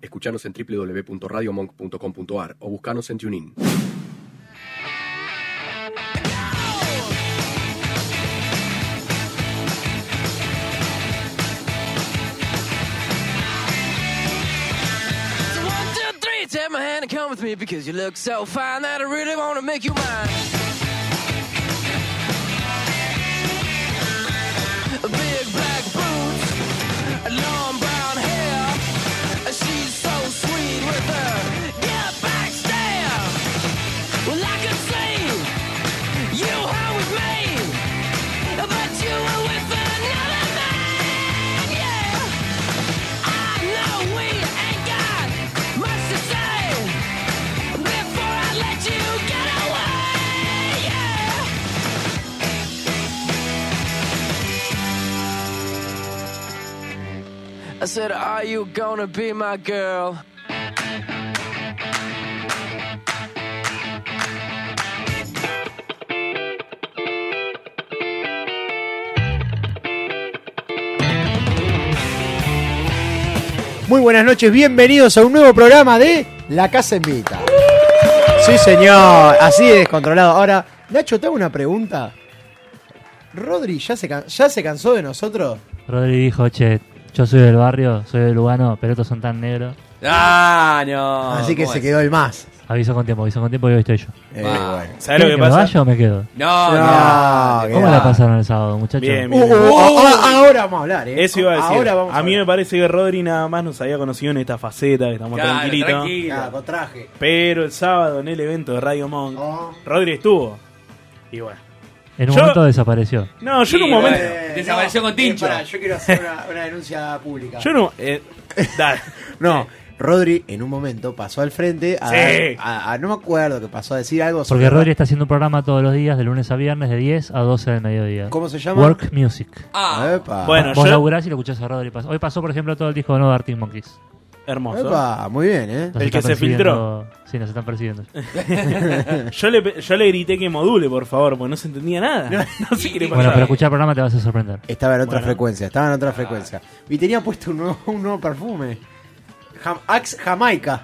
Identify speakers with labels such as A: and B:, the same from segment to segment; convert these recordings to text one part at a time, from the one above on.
A: Escuchanos en www.radiomonk.com.ar o buscanos en TuneIn.
B: So one, two, three, take my hand and come with me because you look so fine that I really want to make you mine. Big black boots, long brown hair. She's so sweet with her get back stare. Well, I could see you were with me, but you were with another man. Yeah. I know we ain't got much to say before I let you get away. Yeah. I said, Are you gonna be my girl?
C: Muy buenas noches, bienvenidos a un nuevo programa de.
D: La casa invita.
C: Sí, señor, así de descontrolado. Ahora, Nacho, te hago una pregunta. ¿Rodri ya se, can- ya se cansó de nosotros?
E: Rodri dijo, che, yo soy del barrio, soy de Lugano, pero estos son tan negros.
F: Ah, no.
C: así que
F: ¿Cómo
C: se
F: es?
C: quedó el más.
E: Aviso con tiempo, aviso con tiempo y hoy estoy yo.
C: Eh,
F: Ah,
C: bueno.
F: ¿Sabes lo
E: ¿Quieren
F: que
E: me
F: pasa?
E: vaya o me quedo?
F: No, no.
C: Ah, qué
E: ¿Cómo
C: va.
E: la pasaron el sábado, muchachos?
F: Bien,
C: Uh, uh,
F: bien.
C: uh, ah, ahora vamos a hablar, ¿eh?
F: Eso iba a decir.
C: Ahora vamos
F: a mí
C: hablar.
F: me parece que Rodri nada más nos había conocido en esta faceta, que estamos
A: Claro,
F: tranquilitos.
A: tranquilo.
C: Ah, con traje.
F: Pero el sábado en el evento de Radio Monk,
C: Oh.
F: Rodri estuvo. Y bueno.
E: En un
F: Yo-
E: momento desapareció.
F: No, yo en un
A: Sí,
F: momento.
A: bueno. Desapareció con Tincho.
C: pará, yo quiero hacer una, una denuncia pública.
F: Yo en un. eh, dale.
C: No, Rodri en un momento pasó al frente a,
F: Sí.
C: a- a- no me acuerdo que pasó a decir algo sobre
E: Porque Rodri está haciendo un programa todos los días, de lunes a viernes, de 10 a 12 del mediodía.
C: ¿Cómo se llama?
E: Work Music.
A: Ah,
C: Epa.
F: Bueno,
E: Vos
F: yo-
E: laburás y lo escuchás a Rodri. pas- Hoy pasó, por ejemplo, todo el disco nuevo de Arctic Monkeys.
F: Pues Hermoso.
C: Epa, muy bien, ¿eh?
E: Nos
F: El que
E: está
F: se filtró.
E: persiguiendo- Sí, nos están persiguiendo.
F: Yo le, pe- yo le grité que module, por favor, porque no se entendía nada. No sé qué le
E: bueno,
F: pasaba.
E: pero escuchar el programa te vas a sorprender.
C: Estaba en otra
F: Bueno. Ah.
C: frecuencia, estaba en otra frecuencia. Y tenía puesto un nuevo, un nuevo perfume. Jam- Axe Jamaica.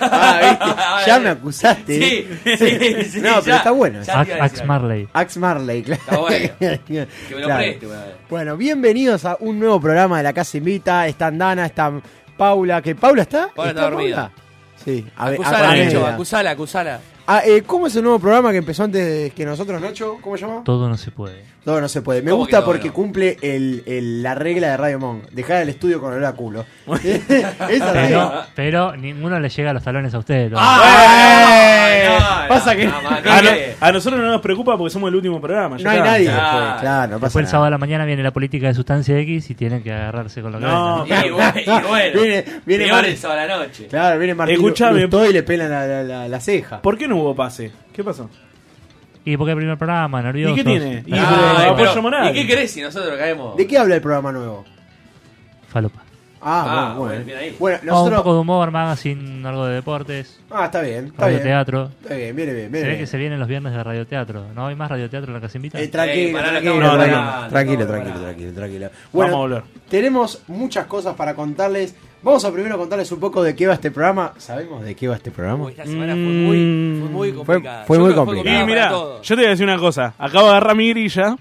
C: Ah, ¿viste? Ya me acusaste.
A: sí,
C: ¿eh?
A: sí, sí, sí,
C: No, pero
A: ya.
C: está bueno.
A: Ya te
E: Ax,
A: iba a decir
E: Ax
A: algo.
E: Marley.
C: Axe Marley, claro.
A: Está bueno. Que me lo
C: Claro.
A: preste, una vez.
C: Bueno, bienvenidos a un nuevo programa de La Casa Invita. Están Dana, están Paula. ¿Que Paula está? Ah,
A: Paula está dormida.
C: Sí, a ver,
A: Acusala,
F: a-
A: Nacho,
F: a-
A: acusala, acusala.
C: Ah, eh, ¿Cómo es el nuevo programa que empezó antes que nosotros, Nacho? ¿Cómo se llama?
E: Todo no se puede.
C: No, no se puede. Me
A: ¿Cómo
C: gusta
A: que no,
C: porque
A: no?
C: cumple el, el- la regla de Radio Monk. Dejar el estudio con olor a culo. Esa
E: Pero,
C: regla.
E: pero ninguno le llega a los talones a ustedes. lo-
C: ¡Ah!
A: no, no,
C: Pasa que
A: no,
C: no,
A: man,
F: a, Eh, no-
A: ¿qué?
F: a nosotros no nos preocupa porque somos el último programa. ya
C: hay
F: está.
C: nadie.
A: Claro.
C: Pues después, Claro, no pasa
E: Después el sábado
C: nada.
E: a la mañana viene la política de sustancia X y tienen que agarrarse con lo que
F: No,
E: venga,
A: Y bueno, y bueno.
C: Ah, Viene- viene
A: Peor
C: Mar-
A: el sábado a la noche.
C: Claro, viene Martín
F: Escuchame.
C: Lustó y le pelan la, la, la- la ceja.
F: ¿Por qué no hubo pase? ¿Qué pasó?
E: Y porque el primer programa, nervioso.
F: ¿Y qué tiene? Y-
A: Ay,
F: pero-
A: pero,
F: apoyo moral.
A: ¿Y qué crees si nosotros caemos?
C: ¿De qué habla el programa nuevo?
E: Falopa.
C: Ah,
A: Ah,
C: bueno,
A: bueno,
C: bueno.
A: bien ahí.
C: Bueno,
E: Oh, un
C: nosotros...
E: poco de humor, magazine, algo de deportes,
C: Ah, está bien, está bien.
E: radioteatro.
C: Está bien, viene bien,
E: Se
C: viene
E: ve
C: bien.
E: que se vienen los viernes de radioteatro. ¿No hay más radioteatro en la casa invita?
C: Eh, tranquilo,
A: Ey, pará, lo
C: tranquilo,
F: estamos
C: tranquilo,
A: preparando,
C: tranquilo,
A: estamos
C: tranquilo, tranquilo,
A: preparando.
C: tranquilo.
F: Vamos a volver.
C: tenemos muchas cosas para contarles. Vamos a primero contarles un poco de qué va este programa. ¿Sabemos de qué va este programa?
G: Uy, esta
F: Mm.
G: semana fue muy, fue muy
C: Mm, Fue,
G: complicada.
C: fue
G: Yo
C: muy
G: creo que
F: Y
C: complicado.
G: complicado.
F: mira,
G: para
F: yo
G: todos.
F: te voy a decir una cosa. Acabo de aagarrar mi grilla.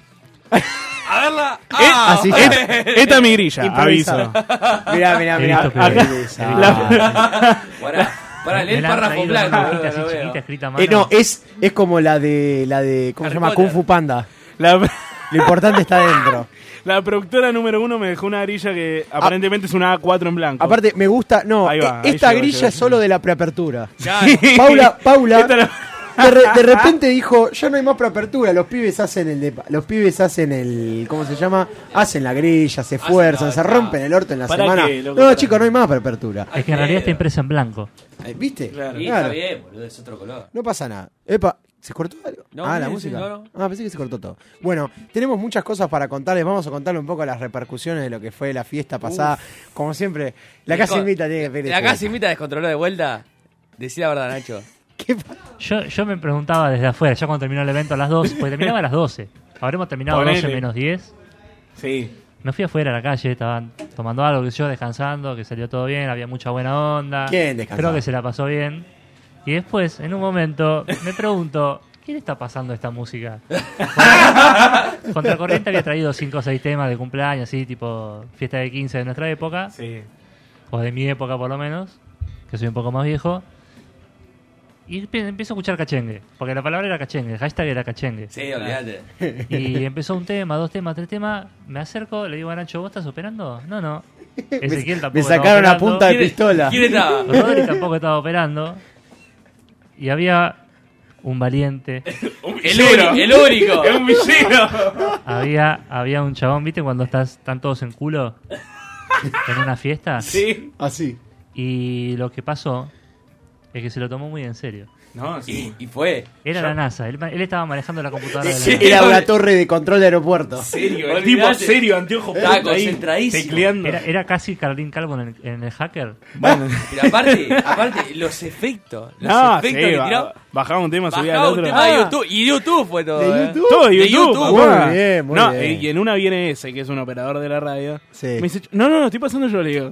G: A verla.
F: Eh,
G: Ah,
C: así
F: esta, esta es mi grilla,
C: Improvisado.
F: aviso.
C: Mirá, mirá, mirá.
E: He visto peores.
C: Acá-
E: He visto
C: Ah,
A: Pará, pará,
E: Me
A: lee el
E: la han
A: párrafo
E: traído
A: blanco.
E: en una hojita
A: boludo,
E: así
A: no veo.
E: chiquita, escrita a mano.
C: eh, no, es, es como la de, la de, ¿cómo se
A: Harry
C: llama?
A: Potter.
C: Kung Fu Panda.
F: La,
C: Lo importante está dentro.
F: la productora número uno me dejó una grilla que aparentemente es una A4 en blanco.
C: Ah. Aparte, me gusta, no,
F: Ahí va,
C: eh,
F: ahí
C: esta
F: llegó,
C: grilla
F: llegó.
C: es solo de la preapertura.
A: Claro.
C: Paula, Paula,
F: Esta la-
C: de, re- de repente dijo, ya no hay más preapertura, los pibes hacen el de- los pibes hacen el ¿cómo se llama? Hacen la grilla, se esfuerzan, se rompen el orto en la
F: ¿Para
C: semana.
F: qué, loco?
C: no,
F: ¿Para
C: chicos, no hay más preapertura.
E: Es que en realidad está impresa en blanco.
C: Eh, ¿Viste?
F: Claro.
A: Y está
C: Claro.
A: bien, boludo, es otro color.
C: No pasa nada. Epa, ¿se cortó algo?
A: No,
C: ah,
A: sí,
C: la
A: sí,
C: música.
A: no, no.
C: Ah, pensé que se cortó todo. Bueno, tenemos muchas cosas para contarles. Vamos a contarle un poco las repercusiones de lo que fue la fiesta pasada. Como siempre, la
A: Y
C: casa
A: con-
C: invita tiene que pedir
A: La
C: disculpas.
A: casa invita a descontrolar de vuelta. Decí la verdad, Nacho.
C: ¿Qué pa-
E: Yo, yo me preguntaba desde afuera, pues ya cuando terminó el evento a las 12, porque terminaba a las 12. Habremos terminado
F: Ponele.
E: 12 menos 10.
F: Sí.
E: Me fui afuera a la calle, estaban tomando algo, que yo, descansando, que salió todo bien, había mucha buena onda.
C: ¿Quién descansaba?
E: Creo que se la pasó bien. Y después, en un momento, me pregunto, ¿quién está pasando esta música? Contracorriente había traído cinco o seis temas de cumpleaños, así, tipo fiesta de 15 de nuestra época,
F: Sí.
E: o de mi época por lo menos, que soy un poco más viejo. Y empe- empiezo a escuchar cachengue, porque la palabra era cachengue, el hashtag era cachengue.
A: Sí, olvídate.
E: Y empezó un tema, dos temas, tres temas. Me acerco, le digo a Nacho, ¿vos estás operando? No, no. Ezequiel tampoco.
C: Me
E: estaba
C: sacaron la
E: operando.
C: punta de
A: ¿Quién es-
C: pistola.
A: ¿Quién estaba?
E: Rodri tampoco estaba operando. Y había un valiente.
A: El único. El único.
F: ¡Es un villero!
E: Había, había un chabón, ¿viste? Cuando estás, están todos en culo. En una fiesta.
F: Sí.
C: Así.
E: Y lo que pasó es que se lo tomó muy en serio.
F: No, sí.
A: Y fue.
E: Era la NASA. Él, él estaba manejando la computadora de la
A: Sí.
E: NASA.
C: Era una torre de control de aeropuerto.
A: Serio,
F: El tipo
A: olvídate.
F: serio, anteojos
A: Estaba
F: puestos ahí,
A: concentradísimo.
F: Tecleando.
E: Era, era casi Carlín Calvo en el, en el hacker.
F: Bueno.
A: Pero aparte, aparte, los efectos. Los
F: No, sí,
A: efectos que
F: ba-
A: tiraba.
F: bajaba un tema, subía
A: Bajaba
F: al
A: un
F: otro.
A: tema de
F: Ah,
A: YouTube. Y YouTube fue todo.
C: ¿De
A: ¿eh?
C: YouTube?
F: Todo de
A: De
F: YouTube,
A: YouTube.
F: papá.
C: Muy bien, muy
F: no,
C: bien.
F: Y en una viene ese, que es un operador de la radio.
C: Sí.
F: Me dice, no, no, no, estoy pasando yo, le digo.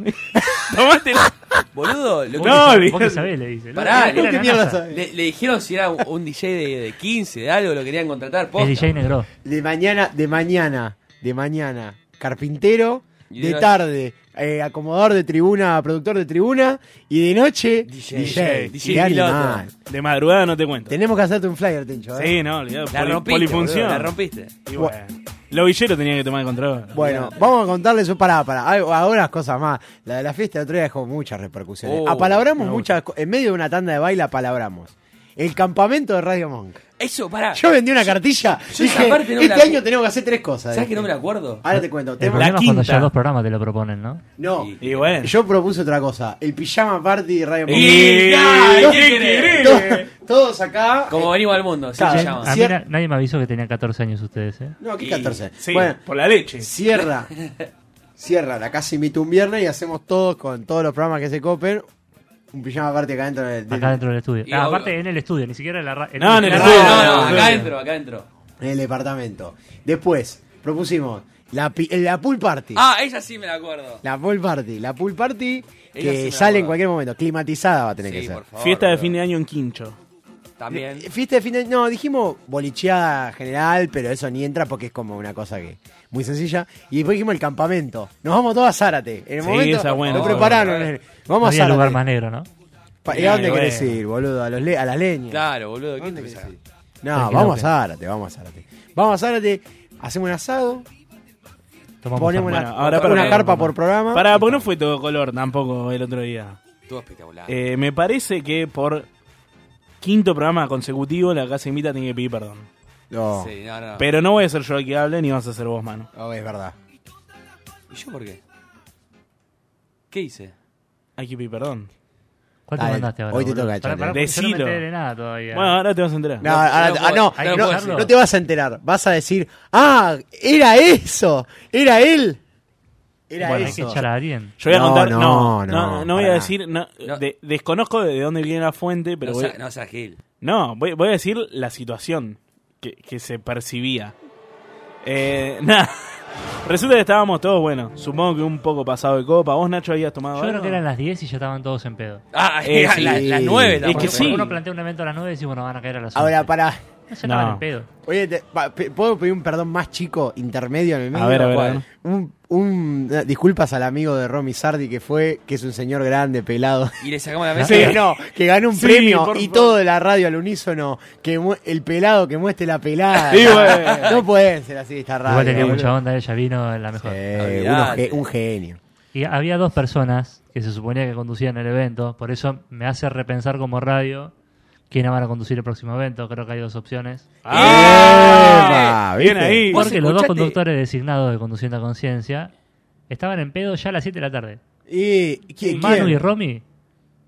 F: Tomátela.
A: Boludo, lo que-
F: No,
E: Vos que
F: olvidate.
E: sab- vos que sabés, le dice.
A: Pará,
E: Era
A: ¿no?
E: la
C: ¿Qué mierda
E: NASA.
C: sabe?
A: le, le dijeron si era un- un DJ de, de 15, de algo, lo querían contratar.
E: Es
A: posta.
E: DJ Negro.
C: De mañana, de mañana, de mañana, carpintero,
A: Y
C: de,
A: de noche-
C: tarde, eh, acomodador de tribuna, productor de tribuna, y de noche,
A: DJ.
C: DJ.
A: DJ
C: Qué
A: piloto.
C: animal.
F: De madrugada no te cuento.
C: Tenemos que hacerte un flyer, Tencho. ¿eh?
F: Sí, no, olvidado.
A: La
F: poli-
A: rompiste.
F: polifunción.
A: boludo, La rompiste.
F: Y bueno, Los villeros tenían que tomar el control.
C: Bueno, vamos a contarles un pará, pará. Hay algunas cosas más. La de la fiesta de otro día dejó muchas repercusiones.
A: Oh,
C: apalabramos muchas co- En medio de una tanda de baile, apalabramos. El campamento de Radio Monk.
A: Eso, pará.
C: Yo vendí una cartilla.
A: yo esa
C: dije,
A: parte no me
C: este
A: la-
C: año tenemos que hacer tres cosas.
A: ¿Sabes que
C: Dije.
A: no me la acuerdo?
C: Ahora te cuento.
E: El
C: Tenemos-
E: problema es cuando
F: quinta.
E: ya dos programas te lo proponen, ¿no?
C: No.
F: Y bueno.
C: Yo propuse otra cosa. El pijama party de Radio Monk.
F: Y-
A: ya,
F: ¿qué
A: ¿qué querés?
C: Todos, todos acá. eh.
A: Como venimos al mundo, así
C: Claro.
A: se
E: A
A: llama.
E: mí
C: Cier-
E: na- nadie me avisó que tenían 14 años ustedes, ¿eh?
C: No, aquí
A: Y-
C: 14.
F: Sí,
C: Bueno,
F: por la leche.
C: Cierra. Cierra. La casa invita un viernes y hacemos todos con todos los programas que se copen. Un pijama party acá dentro del, del-
E: Acá dentro del estudio.
A: Y
E: Ah,
A: obvio-
E: aparte en el estudio, ni siquiera en la Ah, ra-
F: No, en el
A: No,
F: estudio.
A: no, no,
F: Sí.
A: acá adentro, acá adentro.
C: en el departamento. Después, propusimos la, pi- la pool party.
A: Ah, ella sí me la acuerdo.
C: La pool party. La pool party
A: Ella sí me
C: que
A: la
C: sale en
A: acuerdo.
C: cualquier momento. Climatizada va a tener
A: Sí,
C: que ser.
A: por favor,
F: Fiesta de
A: boludo.
F: fin de año en Quincho.
A: También.
C: Eh, Fiesta de fin de No, dijimos bolicheada general, pero eso ni entra porque es como una cosa que muy sencilla. Y después dijimos el campamento. Nos vamos todos a Zárate. En el
F: Sí,
C: momento
F: esa buena.
C: lo prepararon.
A: Bueno.
C: nene.
E: No
C: Vamos
E: había
C: a
E: lugar más
C: Zárate.
E: negro, ¿no?
C: Pa- ¿Y a dónde
F: Sí,
C: querés
F: Eh, bueno.
C: ir, boludo? A, los le- a las leñas.
A: Claro, boludo. ¿qué
C: ¿Dónde
A: te
C: querés
A: pensás?
C: ir?
E: El
C: No,
E: que
C: vamos
E: no
C: a Zárate, vamos a Zárate. Vamos a Zárate, hacemos un asado,
E: Tomamos
C: ponemos
E: Fernet.
C: una,
F: ahora
C: una
F: para-
C: carpa por programa.
F: Pará, porque no fue todo color tampoco el otro día.
A: Estuvo espectacular.
F: Eh, me parece que por quinto programa consecutivo la casa invita tiene que pedir perdón.
C: No,
A: Sí, no, no.
F: Pero no voy a ser yo el que hable ni vas a ser vos, mano.
C: no, Oh, es verdad.
A: ¿Y yo por qué? ¿Qué hice?
F: Hay que pedir perdón.
E: ¿Cuál te
C: Dale,
E: mandaste ahora?
C: Ah, hoy te
E: boludo?
C: toca,
E: Pará,
C: Chale.
E: pará, porque yo no me
F: Decilo.
E: enteré de nada todavía.
F: Bueno, ahora te vas a enterar.
C: No, ahora-
A: no
C: ah,
A: puedo-
C: no,
A: no lo
C: no,
A: puedo decir.
C: no te vas a enterar. Vas a decir, ah, era eso, era él. Era
E: Bueno, hay que
C: eso.
E: echar a alguien.
F: Yo voy a
C: No,
F: contar.
C: no,
F: No, no,
C: no,
F: no, voy a
C: pará.
F: decir. no,
A: No.
F: de- desconozco de dónde viene la fuente, pero
A: no,
F: voy,
A: sea, no sea Gil.
F: No, voy, voy a decir la situación que, que se percibía. Eh, nada. Resulta que estábamos todos, bueno, supongo que un poco pasado de copa. ¿Vos, Nacho, habías tomado
E: Yo
F: algo?
E: creo que eran las 10 y ya estaban todos en pedo.
A: Ah,
F: Eh,
A: era
F: sí.
A: la- las nueve.
F: Es
A: tampoco.
F: que sí.
E: Uno plantea un evento a las 9 y decís, bueno, van a caer a las 11.
C: Ahora, para.
E: No se estaban
F: No.
E: en pedo.
C: Oye, te- pa- pe- ¿puedo pedir un perdón más chico, intermedio en el medio?
F: A ver, a ver, a ver.
A: ¿Cuál?
C: Un, un- eh, disculpas al amigo de Romy Sardi que fue, que es un señor grande, pelado.
A: Y le sacamos la mesa.
C: Sí, no, que ganó un
F: Sí,
C: premio
F: por
C: y
F: favor.
C: todo de la radio al unísono, que mu- el pelado que muestre la pelada.
F: Sí, bueno.
C: No pueden ser así esta radio.
E: Igual tenía
C: boludo.
E: mucha onda, ella vino en la
C: Sí,
E: mejor.
C: unos
A: Olvidate.
C: ge- un genio.
E: Y había dos personas que se suponía que conducían el evento, por eso me hace repensar como radio quién van a conducir el próximo evento. Creo que hay dos opciones.
F: ¡Ah!
C: Epa,
F: Bien
C: ¿viste?
F: ahí.
A: Vos
E: Porque los dos
A: escuchaste-
E: conductores designados de Conduciendo a Conciencia estaban en pedo ya a las 7 de la tarde.
C: ¿Y ¿quién-
E: Manu
C: quién?
E: y Romy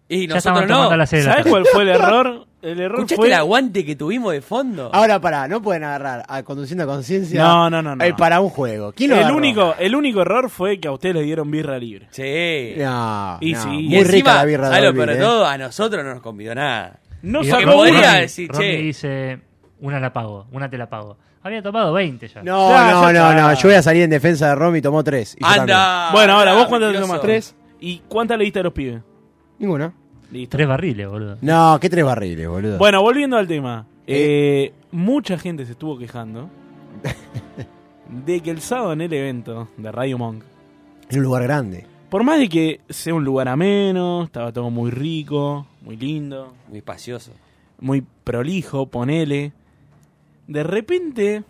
A: Y
E: ya estaban
A: nosotros no.
E: tomando a las 6 de la
F: ¿Sabés
E: tarde.
F: cuál fue el error? El error
A: ¿Escuchaste
F: fue. Ah,
A: el aguante que tuvimos de fondo?
C: Ahora pará, no pueden agarrar a Conduciendo a Conciencia.
F: No, no, no, no.
C: eh, para un juego. ¿Quién lo
F: El
C: agarró?
F: único, el único error fue que a ustedes les dieron birra libre.
A: Sí.
C: No,
F: Y
C: no,
F: sí.
C: Muy
F: Y
C: rica la birra de
A: ¿sabes lo
C: Olvide,
A: peor de
C: eh.
A: todo? A nosotros no nos convidó nada.
F: No
E: Y
A: sacó
E: Romy-
A: podría
E: Romy-
A: decir,
E: Romy
A: che.
E: dice, una la pago, una te la pago. Había tomado 20 ya.
C: No,
F: Ah, Ya,
C: no,
F: ya
C: no,
F: está.
C: no. Yo voy a salir en defensa de Rom y tomó tres. Y yo también.
G: Anda.
F: bueno, ahora, ¿vos cuántas te
G: Mentiroso.
F: tomas? ¿Tres? ¿Y cuántas le diste a los pibes?
C: Ninguna.
F: Listo.
E: Tres barriles, boludo.
C: No, qué tres barriles, boludo.
F: Bueno, volviendo al tema. Eh, mucha gente se estuvo quejando de que el sábado en el evento de Radio Monk,
C: Es un lugar grande.
F: por más de que sea un lugar ameno, estaba todo muy rico, muy lindo,
G: Muy espacioso.
F: muy prolijo, ponele, de repente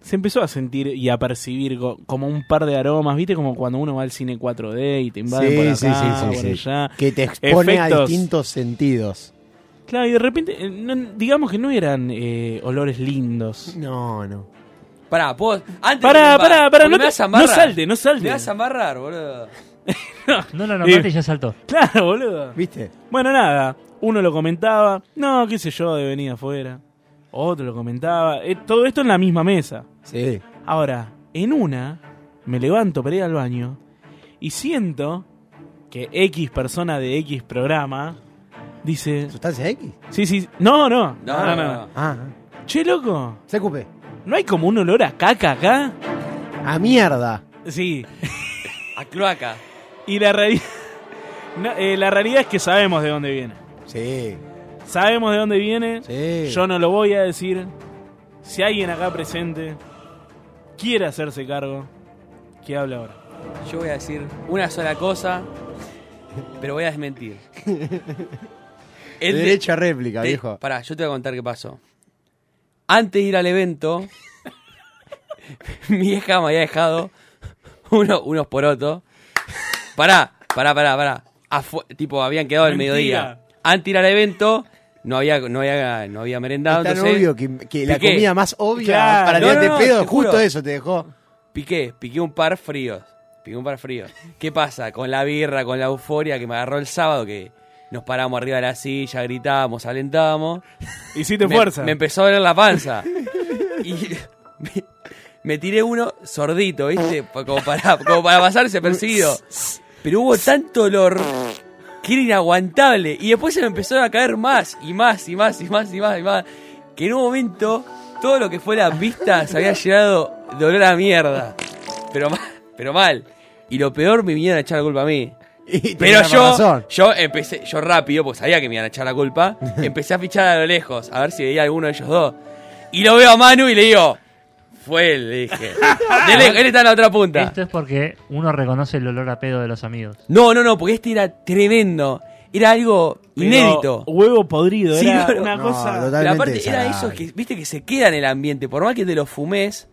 F: se empezó a sentir y a percibir co- como un par de aromas, ¿viste? Como cuando uno va al cine 4D y te invaden por acá, por allá.
C: Que te expone a
F: Efectos.
C: distintos sentidos.
F: Claro, y de repente, eh, no- digamos que no eran eh, olores lindos.
C: No, no.
G: Pará, vos. Antes
F: Pará,
G: de-
F: pará, pará,
G: porque
F: no,
G: me
F: te-
G: vas a amarrar.
F: no salte, no salte.
G: Me vas a amarrar, boludo.
E: No la nombraste
F: Sí.
E: y ya saltó.
F: Claro, boludo.
C: ¿Viste?
F: Bueno, nada, uno lo comentaba, no, qué sé yo, de venir afuera. Otro lo comentaba, eh, todo esto en la misma mesa.
C: Sí.
F: Ahora, en una, me levanto para ir al baño y siento que X persona de X programa dice...
C: ¿Sustancia X?
F: Sí, sí, no, no,
G: No,
F: no, no,
G: no,
F: no.
C: Ah,
F: Che, loco,
C: se cupé.
F: ¿no hay como un olor a caca acá?
C: A mierda.
F: Sí,
G: A cloaca.
F: y la realidad... no, eh, la realidad es que sabemos de dónde viene.
C: Sí.
F: Sabemos de dónde viene.
C: Sí.
F: Yo no lo voy a decir. Si alguien acá presente quiere hacerse cargo, que hable ahora.
G: Yo voy a decir una sola cosa, pero voy a desmentir. El de-
C: Derecho a réplica,
G: te-
C: viejo.
G: Pará, yo te voy a contar qué pasó. Antes de ir al evento, mi vieja me había dejado uno- unos porotos. Pará, pará, pará, pará. Afu- tipo, habían quedado al
F: Mentira.
G: mediodía. Antes de ir al evento, no había, no había, no había merendado.
C: Es tan
G: entonces,
C: obvio que, que la
G: piqué.
C: comida más obvia
F: Eh, Claro.
C: para
G: No,
C: tirarte
G: no, no,
C: pedo,
G: te
C: justo
G: juro.
C: eso te dejó.
G: Piqué, piqué un par fríos. Piqué un par fríos. ¿Qué pasa? Con la birra, con la euforia que me agarró el sábado, que nos paramos arriba de la silla, gritábamos, alentábamos.
F: Hiciste
G: me,
F: fuerza.
G: me empezó a doler la panza. Y me, me tiré uno sordito, ¿viste? Pa- Como para, como para pasarse perseguido. Pero hubo tanto dolor que era inaguantable. Y después se me empezaron a caer más y más y más y más y más y más. Que en un momento todo lo que fue la vista se había llenado de olor a mierda. Pero mal, pero mal. Y lo peor me vinieron a echar la culpa a mí.
C: Y
G: Pero
C: tenía
G: yo,
C: razón.
G: yo empecé, yo rápido, porque sabía que me iban a echar la culpa, empecé a fichar a lo lejos, a ver si veía a alguno de ellos dos. Y lo veo a Manu y le digo, fue él, le dije. De lejos, él está en la otra punta.
E: Esto es porque uno reconoce el olor a pedo de los amigos.
G: No, no, no, porque este era tremendo. Era algo
F: Pero
G: inédito.
F: Huevo podrido,
G: Sí,
F: era
G: no, no.
F: una
C: No,
F: cosa.
G: Pero
C: totalmente
G: aparte era
C: desagradable.
G: eso que, viste, que se queda en el ambiente. Por más que te lo fumes,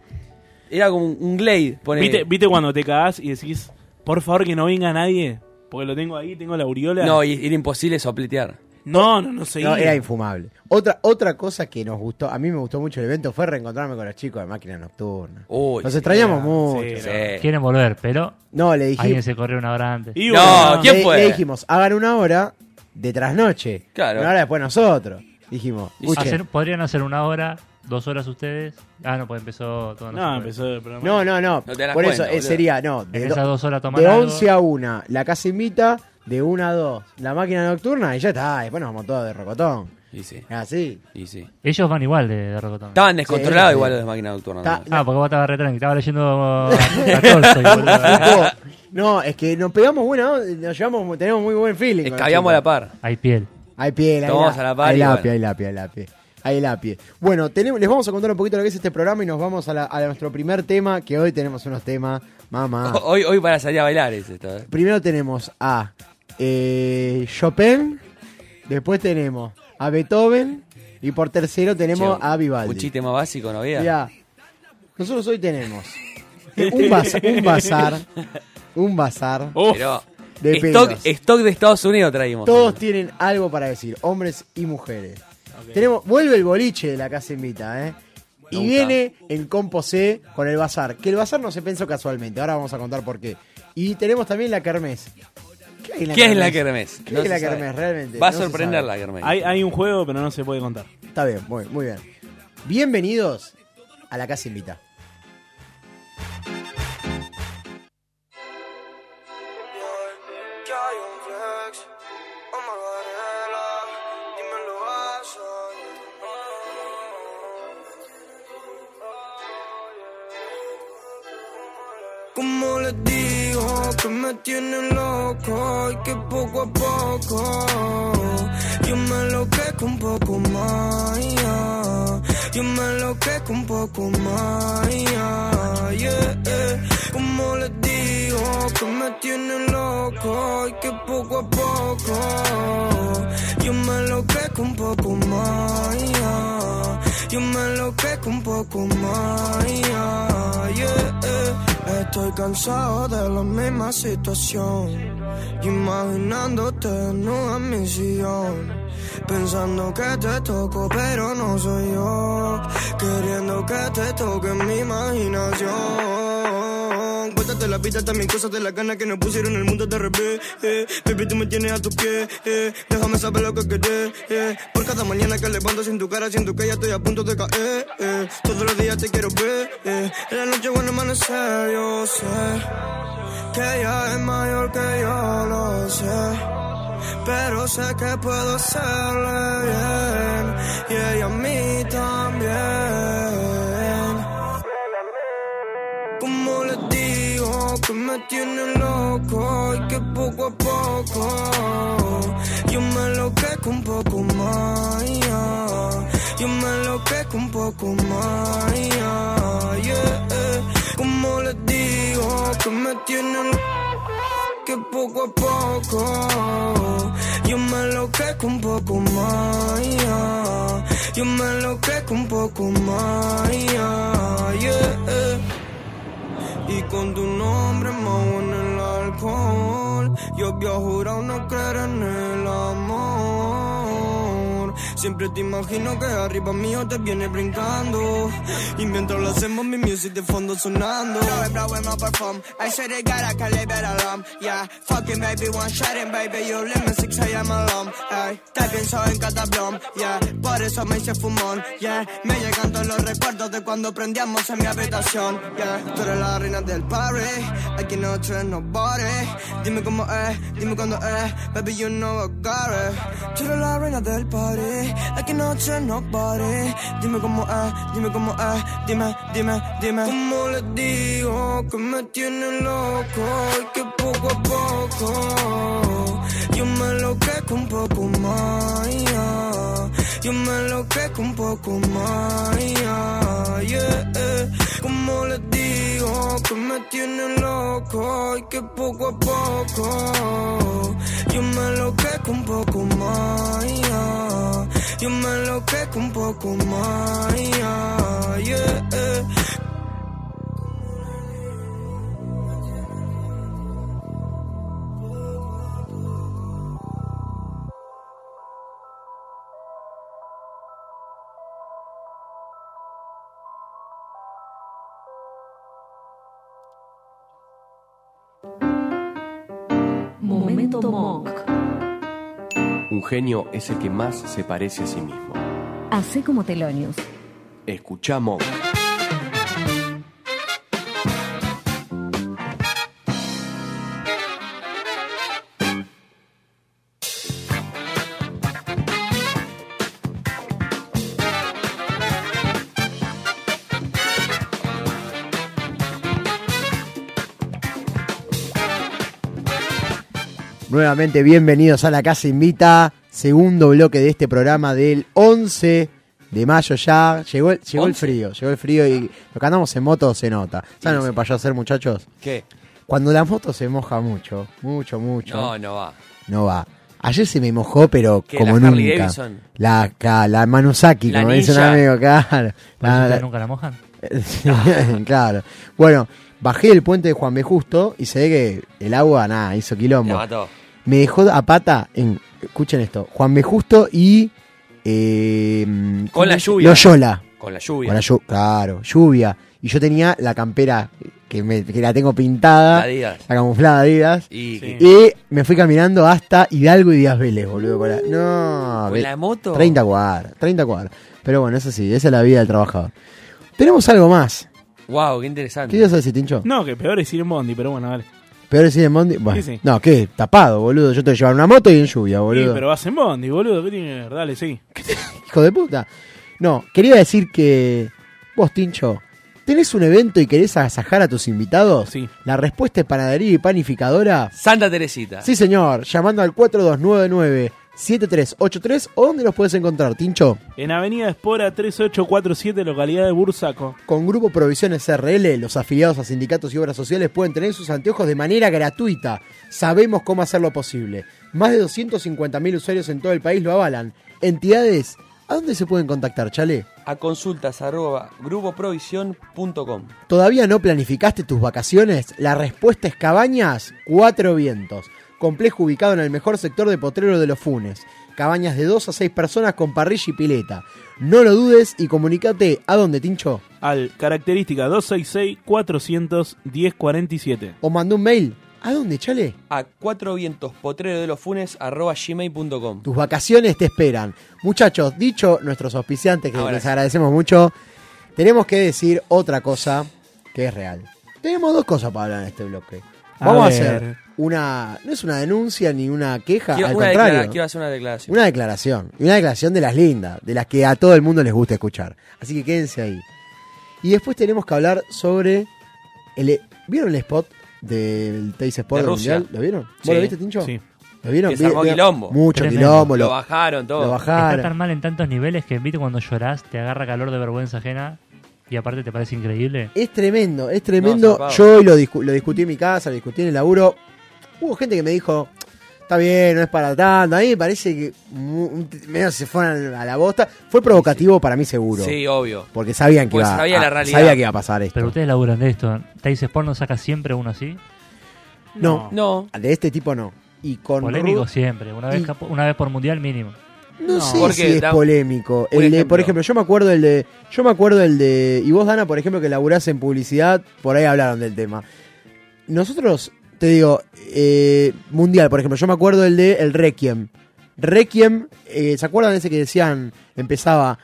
G: era como un, un glade, ponele.
F: ¿Viste, viste cuando te cagás y decís, por favor que no venga nadie? Porque lo tengo ahí, tengo la aureola.
G: No, y era imposible sopletear.
F: no, no, no seguía.
C: No, era infumable. Otra, otra cosa que nos gustó, a mí me gustó mucho el evento, fue reencontrarme con los chicos de máquina nocturna.
G: Uy,
C: Nos
G: sí,
C: extrañamos
F: sí,
C: mucho.
F: sí.
G: sí.
E: Quieren volver, pero
C: No, le
E: alguien
C: dijimos,
E: se corrió una hora antes.
F: Y
G: No,
F: bueno,
G: ¿quién
C: le-
G: fue?
C: le dijimos, hagan una hora de trasnoche.
G: Claro.
C: Una hora después nosotros. Dijimos, "Uche".
E: Hacer- podrían hacer una hora, dos horas ustedes. Ah, no, pues empezó todo.
F: No,
E: se puede.
F: empezó el programa.
C: No, no, no.
G: No te das
C: Por
G: cuenta,
C: eso eh,
G: boludo.
C: sería, no.
E: En
C: De, do-
E: esas dos horas tomar
C: de
E: algo.
C: 11 a 1, la casa invita. De 1 a 2, la máquina nocturna. Y ya está. Después nos vamos todos de rocotón. Ah,
G: Y sí,
C: Así.
G: y sí.
E: Ellos van igual de, de Rocotón.
G: Estaban descontrolados
C: Sí,
G: igual
C: sí.
G: los de máquina nocturna.
C: Ta-
G: ¿no?
E: Ah, porque vos estabas re tranqui, estaba leyendo uh, a Tolstoy, boludo.
C: Tipo, no, es que nos pegamos buena onda, Nos llevamos, tenemos muy buen feeling. con los
G: Escabiamos a la
C: chicos.
G: par.
E: Hay piel.
C: Hay piel, hay
G: Tomamos
C: la,
G: a la par
C: hay
G: y
C: la
G: bueno.
C: pie, hay la pie, hay la pie. Hay la pie. Bueno, tenemos, les vamos a contar un poquito lo que es este programa y nos vamos a, la- a nuestro primer tema, que hoy tenemos unos temas, mamá.
G: Ho- Ah. Hoy, hoy para salir a bailar es esto. ¿eh?
C: Primero tenemos a eh, Chopin, después tenemos a Beethoven y por tercero tenemos
G: Che,
C: a
G: Un
C: Vivaldi.
G: chiste más básico, ¿no había?
C: Mirá, nosotros hoy tenemos un, baz- un bazar, un bazar
F: Uf,
G: Pero
C: de
G: stock,
C: pedos.
G: stock de Estados Unidos traímos.
C: Todos tienen algo para decir, hombres y mujeres. Tenemos, vuelve el boliche de la casa invita, ¿eh? Y
G: gusta.
C: viene en compo C con el bazar. Que el bazar no se pensó casualmente, ahora vamos a contar por qué. Y tenemos también la kermés. ¿Qué, hay en
G: ¿Qué es la kermés?
C: ¿Qué
G: No
C: es la
G: se sabe.
C: kermés realmente?
G: Va a
C: No se
G: sorprender
C: sabe.
G: la kermés.
F: hay, hay un juego, pero no se puede contar.
C: Está bien, muy, muy bien. Bienvenidos a la casa invita.
D: que hay un flex, Omar Varela, dímelo a soñar. te dijo que me tiene loco y que poco a poco yo me enloquezco un poco más. yeah. Yo me enloquezco un poco más. yeah, yeah, eh. Como les digo que me tiene loco y que poco a poco yo me enloquezco un poco más. yeah. Yo me enloquezco un poco más. yeah, yeah, eh. Estoy cansado de la misma situación. Imaginándote desnuda en mi sillón. Pensando que te toco, pero no soy yo. Queriendo que te toque mi imaginación. Cuéntate la vida, también cosas de las ganas que nos pusieron el mundo de revés. eh. Baby, tú me tienes a tus pies. eh. Déjame saber lo que querés. eh. Por cada mañana que levanto sin tu cara, siento que ya estoy a punto de caer. eh. Todos los días te quiero ver. eh. En la noche, bueno, amanecer, yo sé que ella es mayor que yo lo sé. Pero sé que puedo hacerle bien y ella a mí también. Como les digo que me tiene loco y que poco a poco yo me enloquezco un poco más. yeah. Yo me enloquezco un poco más. yeah, yeah, eh. Como les digo que me tiene que poco a poco yo me enloquezco un poco más. yeah. Yo me enloquezco un poco más. yeah, yeah, eh. Y con tu nombre mao en el alcohol Yo había jurado no creer en el amor Siempre te imagino que arriba mío te viene brincando Y mientras lo hacemos mi music de fondo sonando Now every way I perform I say they got I can leave it alone Yeah, fucking baby one shot and baby you leave me 6 a.m. alone Ey, te pienso en cada blom Yeah, por eso me hice fumón Yeah, me llegan todos los recuerdos de cuando prendíamos en mi habitación Yeah, tú eres la reina del party Aquí no trust nobody Dime cómo es, dime cuándo es Baby you know I got it Tú eres la reina del party Aquí no trust nobody Dime cómo es, dime cómo es Dime, dime, dime Como les digo que me tiene loco Y que poco a poco Yo me enloquezco un poco más yeah. Yo me enloquezco un poco más yeah, yeah, eh. Como les digo que me tiene loco Y que poco a poco Yo me enloquezco un poco más yeah. Yo me enloquezco un poco más yeah, yeah, eh.
H: Momento Monk.
I: Un genio es el que más se parece a sí mismo.
H: Hacé como Telonius.
I: Escuchamos.
C: Nuevamente, bienvenidos a la Casa Invita, segundo bloque de este programa del 11 de mayo ya. Llegó, el- llegó el
G: ¿Once?
C: frío, llegó el frío y lo que andamos en moto se nota. ¿Saben lo que me pasó a hacer, muchachos?
G: ¿Qué?
C: Cuando la moto se moja mucho, mucho, mucho,
G: No,
C: no,
G: no va.
C: va. Ayer se me mojó, pero
G: ¿Qué,
C: como
G: la Harley
C: nunca.
G: Davidson?
C: La, ca- la Manusaki,
G: La
C: como dice un
G: ninja.
C: amigo, claro.
E: Por
C: La-
E: eso ustedes
C: la-
E: nunca la mojan.
C: Sí, claro. Bueno, bajé el puente de Juan B. Justo y se ve que el agua, nada, hizo
G: Me
C: quilombo.
G: mató.
C: Me dejó a pata en. Escuchen esto: Juan B. Justo y. eh,
G: Con la lluvia.
C: Loyola.
G: Con la
C: Con
G: lluvia.
C: la llu- claro, lluvia. Y yo tenía la campera que, me- que la tengo pintada,
G: La Adidas.
C: la camuflada Adidas.
G: Y
F: Sí.
C: Y me fui caminando hasta Hidalgo y Díaz Vélez, boludo. con la- no,
G: con
C: ve-
G: la moto.
C: 30 cuadras, 30 cuadras. Pero bueno, eso sí, esa es la vida del trabajador. Tenemos algo más.
G: Wow, qué
C: ¿Qué
G: interesante.
C: ibas a decir, Tincho?
F: No, que peor es ir en Bondi, pero bueno, vale.
C: Peor es ir en Bondi. Bueno,
F: Sí, sí.
C: no, ¿qué? Tapado, boludo. Yo te voy a llevar una moto y en lluvia,
F: Sí,
C: boludo.
F: pero vas en Bondi, boludo. ¿Qué tiene que ver? Dale, sí.
C: Hijo de puta. No, quería decir que vos, Tincho, ¿Tenés un evento y querés agasajar a tus invitados?
F: Sí.
C: La respuesta es panadería y panificadora.
G: Santa Teresita.
C: Sí, señor. Llamando al 4299-7383 o dónde los puedes encontrar, Tincho.
F: En Avenida Espora 3847, localidad de Bursaco.
C: Con Grupo Provisiones RL, los afiliados a sindicatos y obras sociales pueden tener sus anteojos de manera gratuita. Sabemos cómo hacerlo posible. Más de 250.000 usuarios en todo el país lo avalan. Entidades, ¿a dónde se pueden contactar, Chale?
G: A consultas arroba grupoprovision.com.
C: ¿Todavía no planificaste tus vacaciones? La respuesta es Cabañas Cuatro Vientos, complejo ubicado en el mejor sector de Potrero de los Funes. Cabañas de 2 a 6 personas con parrilla y pileta. No lo dudes y comunícate a dónde, Tincho.
F: Al característica 266-410-47.
C: O mandó un mail. ¿A dónde, Chale?
G: A cuatro vientos potrero de los funes arroba gmail.com.
C: Tus vacaciones te esperan. Muchachos, dicho nuestros auspiciantes, que
G: Ahora
C: les
G: sí.
C: agradecemos mucho, tenemos que decir otra cosa que es real. Tenemos dos cosas para hablar en este bloque.
F: A
C: Vamos a,
F: ver.
C: hacer una. No es una denuncia ni una queja,
G: Quiero,
C: al
G: una
C: contrario.
G: declara- quiero hacer una declaración.
C: Una declaración. Y una declaración de las lindas, de las que a todo el mundo les gusta escuchar. Así que quédense ahí. Y después tenemos que hablar sobre. El, eh, ¿Vieron el spot del Teis Sport
G: De
C: del
G: Rusia.
C: Mundial? ¿Lo vieron? ¿Vos
G: Sí.
C: lo viste, Tincho?
F: Sí.
C: ¿Lo vieron?
G: Que se armó
C: Vi- vi-
G: quilombo.
C: Mucho
E: Tremendo.
C: quilombo. Lo,
G: Lo bajaron todo.
C: lo
E: Está tan
C: bajaron.
E: mal en tantos niveles que, viste, cuando llorás te agarra calor de vergüenza ajena y aparte te parece increíble.
C: Es tremendo, es tremendo.
G: zarpado.
C: Yo hoy lo, discu- lo discutí en mi casa, lo discutí en el laburo. Hubo gente que me dijo, está bien, no es para tanto. A mí me parece que mu- medio se fueron a la bosta. Fue provocativo para mí seguro.
G: Sí, obvio.
C: Porque sabían que
G: Porque
C: iba,
G: Pues sabía
C: a-
G: la realidad.
C: sabía que iba a pasar esto.
E: Pero ustedes laburan de esto. Tice Sport no saca siempre uno así.
C: No.
G: No.
C: de este tipo no. Y con
E: Polémico
C: Ru-
E: siempre. Una vez,
C: Y-
E: capo- una vez por mundial mínimo.
C: no,
F: No.
C: sé
G: Porque
C: si es
G: da-
C: polémico.
G: un
C: El de, por ejemplo,
G: ejemplo.
C: yo me acuerdo el de yo me acuerdo el de y vos Dana, por ejemplo, que laburás en publicidad, por ahí hablaron del tema. Nosotros te digo, eh, mundial, por ejemplo, yo me acuerdo el de el Requiem. Requiem, eh, ¿se acuerdan de ese que decían empezaba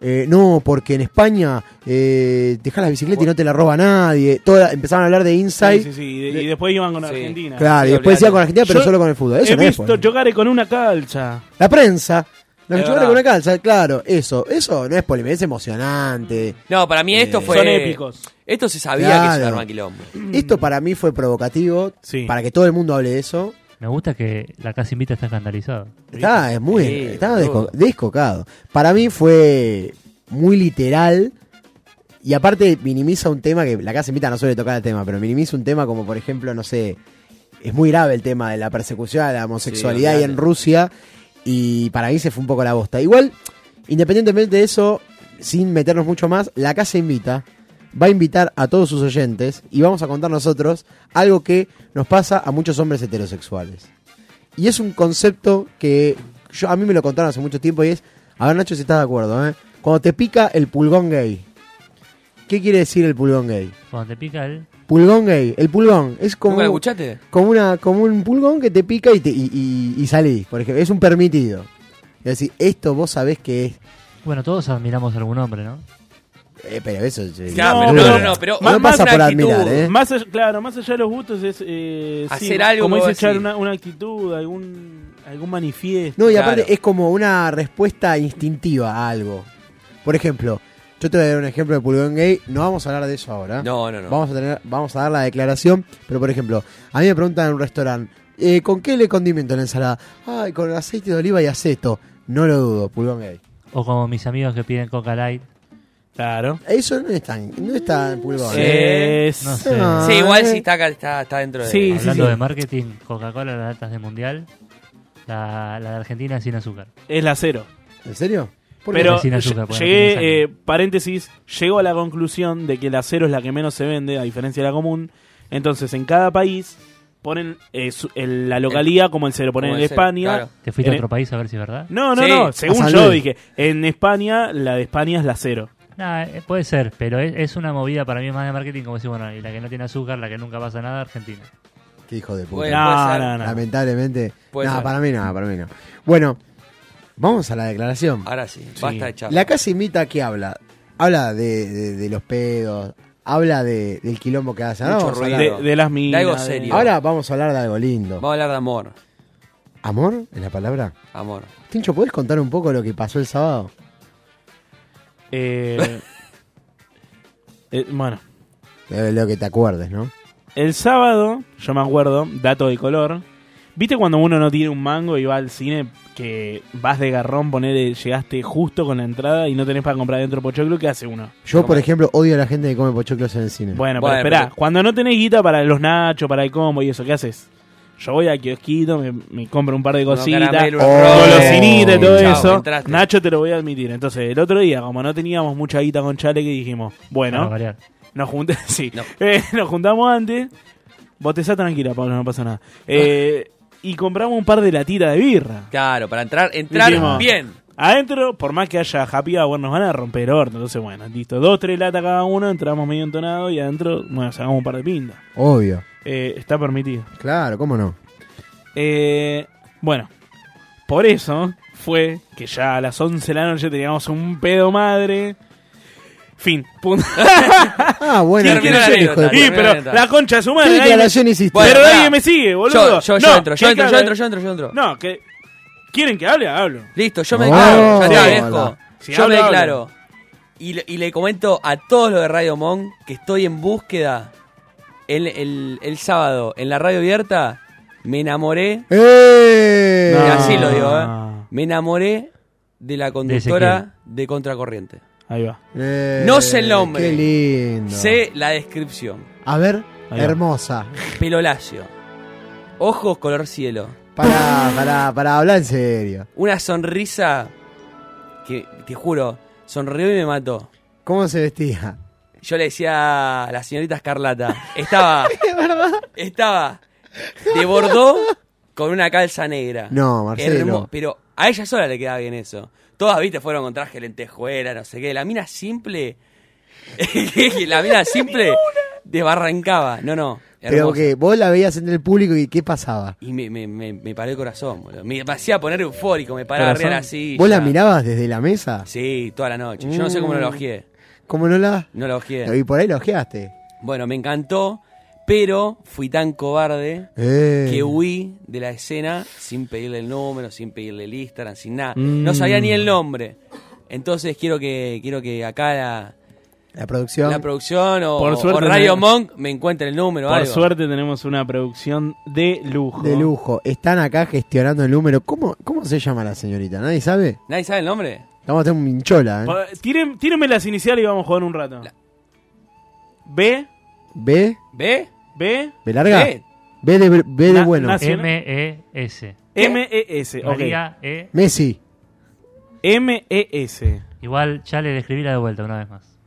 C: eh, no, porque en España eh, dejás la bicicleta y no te la roba nadie. Toda, empezaban a hablar de inside.
F: Sí, sí, sí. Y, de- y después iban con
G: Sí.
F: Argentina.
C: Claro, y
G: Sí,
C: después
G: olvidate.
C: decía con Argentina, pero
F: Yo
C: solo con el fútbol. Eso
F: He
C: no es
F: visto
C: polémico.
F: chocar con una calcha.
C: La prensa. Los
G: Es
C: que chocaron
G: verdad.
C: con la calza, claro, eso, eso no es polémico, es emocionante.
G: No, para mí esto
C: Eh,
G: fue.
F: Son épicos.
G: Esto se sabía que se
C: Claro.
G: arma quilombo.
C: Esto para mí fue provocativo,
F: Sí.
C: para que todo el mundo hable de eso.
E: Me gusta que la casa invita está escandalizada.
C: Está, es muy,
G: Sí,
C: está
G: boludo.
C: desco- descocado. Para mí fue muy literal y aparte minimiza un tema que la casa invita no suele tocar el tema, pero minimiza un tema como por ejemplo, no sé, es muy grave el tema de la persecución a la homosexualidad y en
G: olvidate.
C: Rusia y para mí se fue un poco la bosta. Igual, independientemente de eso, sin meternos mucho más, la casa invita va a invitar a todos sus oyentes y vamos a contar nosotros algo que nos pasa a muchos hombres heterosexuales. Y es un concepto que yo, a mí me lo contaron hace mucho tiempo y es, a ver Nacho si estás de acuerdo, ¿eh? cuando te pica el pulgón gay, ¿qué quiere decir el pulgón gay?
E: Cuando te pica el.
C: Pulgón gay, el pulgón, es como,
G: ¿Nunca la escuchaste?
C: como, una, como un pulgón que te pica y, te, y, y- y salís, por ejemplo, es un permitido. Es decir, esto vos sabés que es...
E: Bueno, todos admiramos a algún hombre, ¿no?
C: eh, pero eso... eh,
G: Claro,
F: pero no, no, no,
G: pero
C: no
G: más-
C: pasa
G: más
C: por
G: una
C: admirar,
G: actitud,
C: ¿eh?
F: Más allá- claro, más allá de los gustos es eh, sí,
G: Hacer algo,
F: como dice
G: vos decís.
F: Char, una, una actitud, algún algún manifiesto.
C: No, y aparte
G: Claro.
C: es como una respuesta instintiva a algo. Por ejemplo, yo te voy a dar un ejemplo de pulgón gay, no vamos a hablar de eso ahora.
G: No, no, no.
C: ¿Ah? Vamos a tener, vamos a dar la declaración, pero por ejemplo, a mí me preguntan en un restaurante, eh, ¿con qué le condimento la ensalada? Ay, con aceite de oliva y aceto. No lo dudo, pulgón gay.
E: O como mis amigos que piden Coca Light.
F: Claro.
C: Eso no es tan, no es tan pulgón.
G: Sí.
C: ¿eh?
F: Es-
E: No sé.
C: Ah,
G: Sí, igual
C: eh.
G: si está, acá- está, está dentro de.
F: Sí, sí,
E: Hablando
F: sí.
E: de marketing, Coca-Cola, las latas de mundial. La, la de Argentina sin azúcar.
F: Es la cero.
C: ¿En serio? ¿Por qué?
F: Pero
E: es sin
F: ll-
E: azúcar? Porque no tiene sangre.
F: llegué, eh, paréntesis, llego a la conclusión de que la cero es la que menos se vende, a diferencia de la común. Entonces, en cada país ponen eh, su- el- la localía como el cero. Ponen
G: como
F: en
G: el cero,
F: España.
G: claro.
E: ¿Te fuiste a
F: en-
E: otro país a ver si es verdad?
F: No, no,
G: Sí.
F: no.
G: A
F: Según
C: San
F: yo
C: Luis.
F: dije, en España, la de España es la cero.
E: Nah, eh, puede ser, pero es, es una movida para mí más de marketing, como decir, bueno, y la que no tiene azúcar, la que nunca pasa nada, Argentina.
C: Qué hijo de puta.
G: Bueno,
F: No,
G: puede ser.
F: no, no.
C: Lamentablemente.
G: Puede
C: no,
G: ser.
C: para mí no, para mí no. Bueno, vamos a la declaración.
G: Ahora sí, basta de charla.
C: La casa imita que habla. Habla de, de- de los pedos, habla de, del quilombo que hace. Ahora
G: Mucho
C: vamos, a
G: ruido.
C: hablar,
F: De, de las minas.
G: algo
F: de-
G: serio.
C: ahora vamos a hablar de algo lindo.
G: Vamos a hablar de amor.
C: ¿Amor? ¿Es la palabra?
G: Amor.
C: Tincho, ¿podés contar un poco lo que pasó el sábado?
F: Eh, Eh, bueno,
C: Eh, Lo que te acuerdes, ¿no?
F: el sábado, yo me acuerdo, dato de color. ¿Viste cuando uno no tiene un mango y va al cine que vas de garrón, ponele, llegaste justo con la entrada y no tenés para comprar dentro pochoclo? ¿Qué hace uno?
C: Yo, por ejemplo, odio a la gente que come pochoclos en el cine.
F: Bueno,
G: Bueno,
F: pero esperá,
G: pero-
F: cuando no tenés guita para los nachos, para el combo y eso, ¿qué haces? Yo voy a kiosquito, me, me compro un par de
G: Unos
F: cositas,
G: caramelos,
C: Oh,
G: unos roles.
F: golosinita y todo
G: Chao,
F: eso.
G: entraste.
F: Nacho te lo voy a admitir. Entonces, el otro día, como no teníamos mucha guita con Chale, que dijimos,
E: Para
F: bueno,
E: variar.
F: nos, junta- sí.
G: No.
F: Eh, nos juntamos antes. Botezá tranquila, Pablo, no pasa nada. Eh, y compramos un par de latitas de birra.
G: Claro, para entrar, entrar
F: Dijimos,
G: bien.
F: Adentro, por más que haya happy hour, nos van a romper horno. Entonces, bueno, listo. Dos, tres latas cada uno, entramos medio entonado y adentro, bueno, sacamos un par de pintas.
C: Obvio.
F: Eh, está permitido.
C: Claro, ¿cómo no?
F: Eh, bueno, por eso fue que ya a las 11 de la noche teníamos un pedo madre. Fin. Punto.
C: Ah, buena
G: Quiero- quiero la
C: declaración, hijo de
G: anécdota.
C: puta.
F: y, pero
G: Bueno,
F: la concha de su
C: ¿Qué
F: madre. nadie me-
C: declaración hiciste?
G: Bueno,
F: pero nadie
G: pará.
F: me sigue, boludo.
G: Yo, yo, yo
F: No,
G: entro, yo
F: ¿qué
G: entro, yo
F: cabe-
G: entro, yo entro, yo entro.
F: No, que. ¿Quieren que hable? Hablo.
G: Listo, yo me
C: No,
G: declaro, ya está,
F: sí.
G: viejo.
F: Si
G: yo
F: habla,
G: me
F: habla.
G: declaro. Y, le- y le comento a todos los de Radio Monk que estoy en búsqueda el, el- el sábado en la radio abierta. Me enamoré,
C: ¡Eh!
F: No.
G: así lo digo,
F: Ah.
G: ¿eh? Me enamoré de la conductora de Contracorriente.
F: Ahí va.
C: Eh,
G: No sé el nombre.
C: Qué lindo.
G: Sé la descripción.
C: A ver,
F: Ahí va.
C: hermosa.
G: Pelo lacio. Ojos color cielo.
C: Pará, Ah, pará, pará, habla en serio.
G: Una sonrisa que, te juro, sonrió y me mató.
C: ¿Cómo se vestía?
G: Yo le decía a la señorita Escarlata, estaba, estaba de Bordeaux con una calza negra.
C: No, Marcelo.
G: Hermo- pero a ella sola le quedaba bien eso. Todas, viste, fueron con traje lentejuela, no sé qué. La mina simple, la mina simple desbarrancaba. No, no,
C: Pero
G: hermosa.
C: que vos la veías en el público y ¿qué pasaba?
G: Y me, me, me, me paró el corazón, boludo. Me hacía poner eufórico, me paraba
F: ¿Corazón?
G: real así.
C: ¿Vos la mirabas desde la mesa?
G: Sí, toda la noche. Yo no sé cómo no la ojeé.
C: ¿Cómo no la...?
G: No la ojeé.
C: Y por ahí la ojeaste.
G: Bueno, me encantó, pero fui tan cobarde
C: Eh.
G: que huí de la escena sin pedirle el número, sin pedirle el Instagram, sin nada.
C: Mm.
G: No sabía ni el nombre. Entonces quiero que quiero que acá la,
C: La producción...
G: la producción o,
F: Por
G: o
F: suerte
G: Radio
F: tenés-
G: Monk me encuentren el número. o
F: Por
G: algo.
F: suerte tenemos una producción de lujo.
C: de lujo. Están acá gestionando el número. ¿Cómo, ¿Cómo se llama la señorita? ¿Nadie sabe?
G: ¿Nadie sabe el nombre?
C: Vamos a tener un minchola, ¿eh?
F: Pa- tíren- tírenme las iniciales y vamos a jugar un rato.
G: La-
F: B,
C: ¿B?
G: ¿Ve?
F: B,
C: ¿B larga?
G: ¿Ve?
C: B de, B de
F: Na-
C: bueno.
F: nace-
E: M-E-S.
F: M, E, S. ok.
E: María
C: Eh.
E: E.
C: Messi.
F: M, E, S.
E: Igual ya le describí la de vuelta una vez más.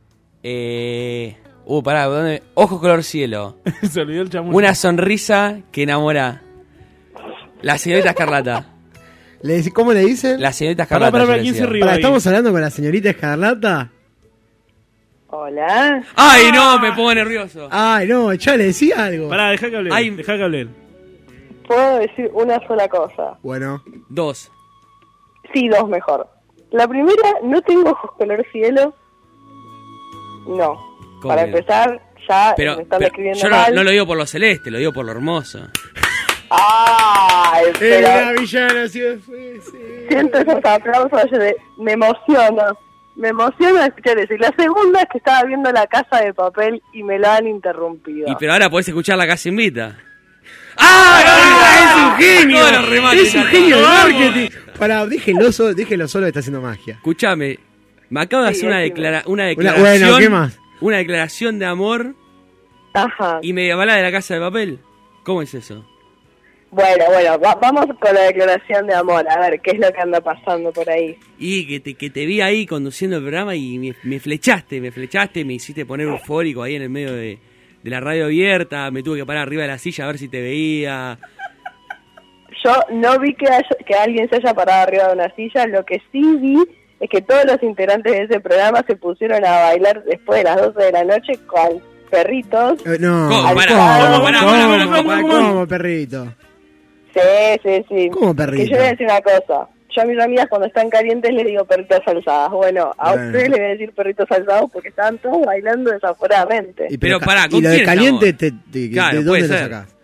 G: Eh, uh, pará, ¿dónde? Ojos color cielo.
F: Se olvidó el chamuyo.
G: Una sonrisa que enamora. La señorita Escarlata.
C: ¿Le dice- ¿Cómo le dicen?
G: La señorita
F: Pará,
G: Escarlata.
F: pará,
G: yo
F: pará,
G: le
F: ¿quién se
G: decía.
F: rió
C: Pará,
F: ahí?
C: ¿Estamos hablando con la señorita Escarlata?
J: Hola.
G: Ay, no, me pongo nervioso.
C: Ay, no, ya le decía algo.
F: Pará, dejá que hable.
G: Ay.
F: Dejá que hable.
J: Puedo decir una sola cosa.
C: Bueno,
G: Dos.
J: Sí, dos mejor. La primera, no tengo ojos color cielo. No.
G: ¿Cómo
J: Para
G: que no?
J: empezar, ya
G: Pero,
J: me están
G: pero
J: escribiendo
G: yo no,
J: mal.
G: no lo digo por lo celeste, lo digo por lo hermoso.
J: Ay, pero
C: Eh, villana, sí, fue, sí.
J: siento esos aplausos, yo de- me emociono. Me emociono escuchar eso. Y la segunda es que estaba viendo la casa de papel y me la han interrumpido.
G: Y pero ahora podés escuchar la casa invita. ¡Ah! ¡Es un genio!
C: Es un genio de marketing. Pará, déjelo solo, déjelo solo, está haciendo magia. Eh,
G: Escuchame, me acabo de
J: Sí,
G: hacer una,
J: decime.
G: declara- una
C: Una-
G: declaración.
C: bueno, ¿qué más?
G: Una declaración de amor
J: Ajá.
G: y me habla de la casa de papel. ¿Cómo es eso?
J: Bueno, bueno, va- vamos con la declaración de amor. A ver, ¿qué es lo que anda pasando por ahí?
G: Y que te, que te vi ahí conduciendo el programa y me, me flechaste, me flechaste, me hiciste poner eufórico ahí en el medio de, de la radio abierta, me tuve que parar arriba de la silla a ver si te veía.
J: Yo no vi que, haya- que alguien se haya parado arriba de una silla. Lo que sí vi es que todos los integrantes de ese programa se pusieron a bailar después de las 12 de la noche con perritos.
C: Eh, No,
G: ¿Cómo? Pará,
C: ¿cómo?
G: pará, pará,
C: ¿Cómo?
G: pará, pará,
C: ¿Cómo?
F: pará,
C: ¿Cómo, perrito?
J: Sí, sí, sí.
C: ¿Cómo perrito?
J: Que yo voy a decir una cosa. Yo a mis amigas cuando están calientes les digo perritos alzadas. Bueno, a
C: Bueno.
J: ustedes les voy a decir perritos alzados porque estaban todos bailando desaforadamente.
C: Y
G: Pero pará,
C: y
G: ¿con
C: lo de
G: quién
C: caliente,
G: estamos?
C: te- te-
G: Claro,
C: ¿de dónde
G: puede
C: lo
G: ser.
C: sacás?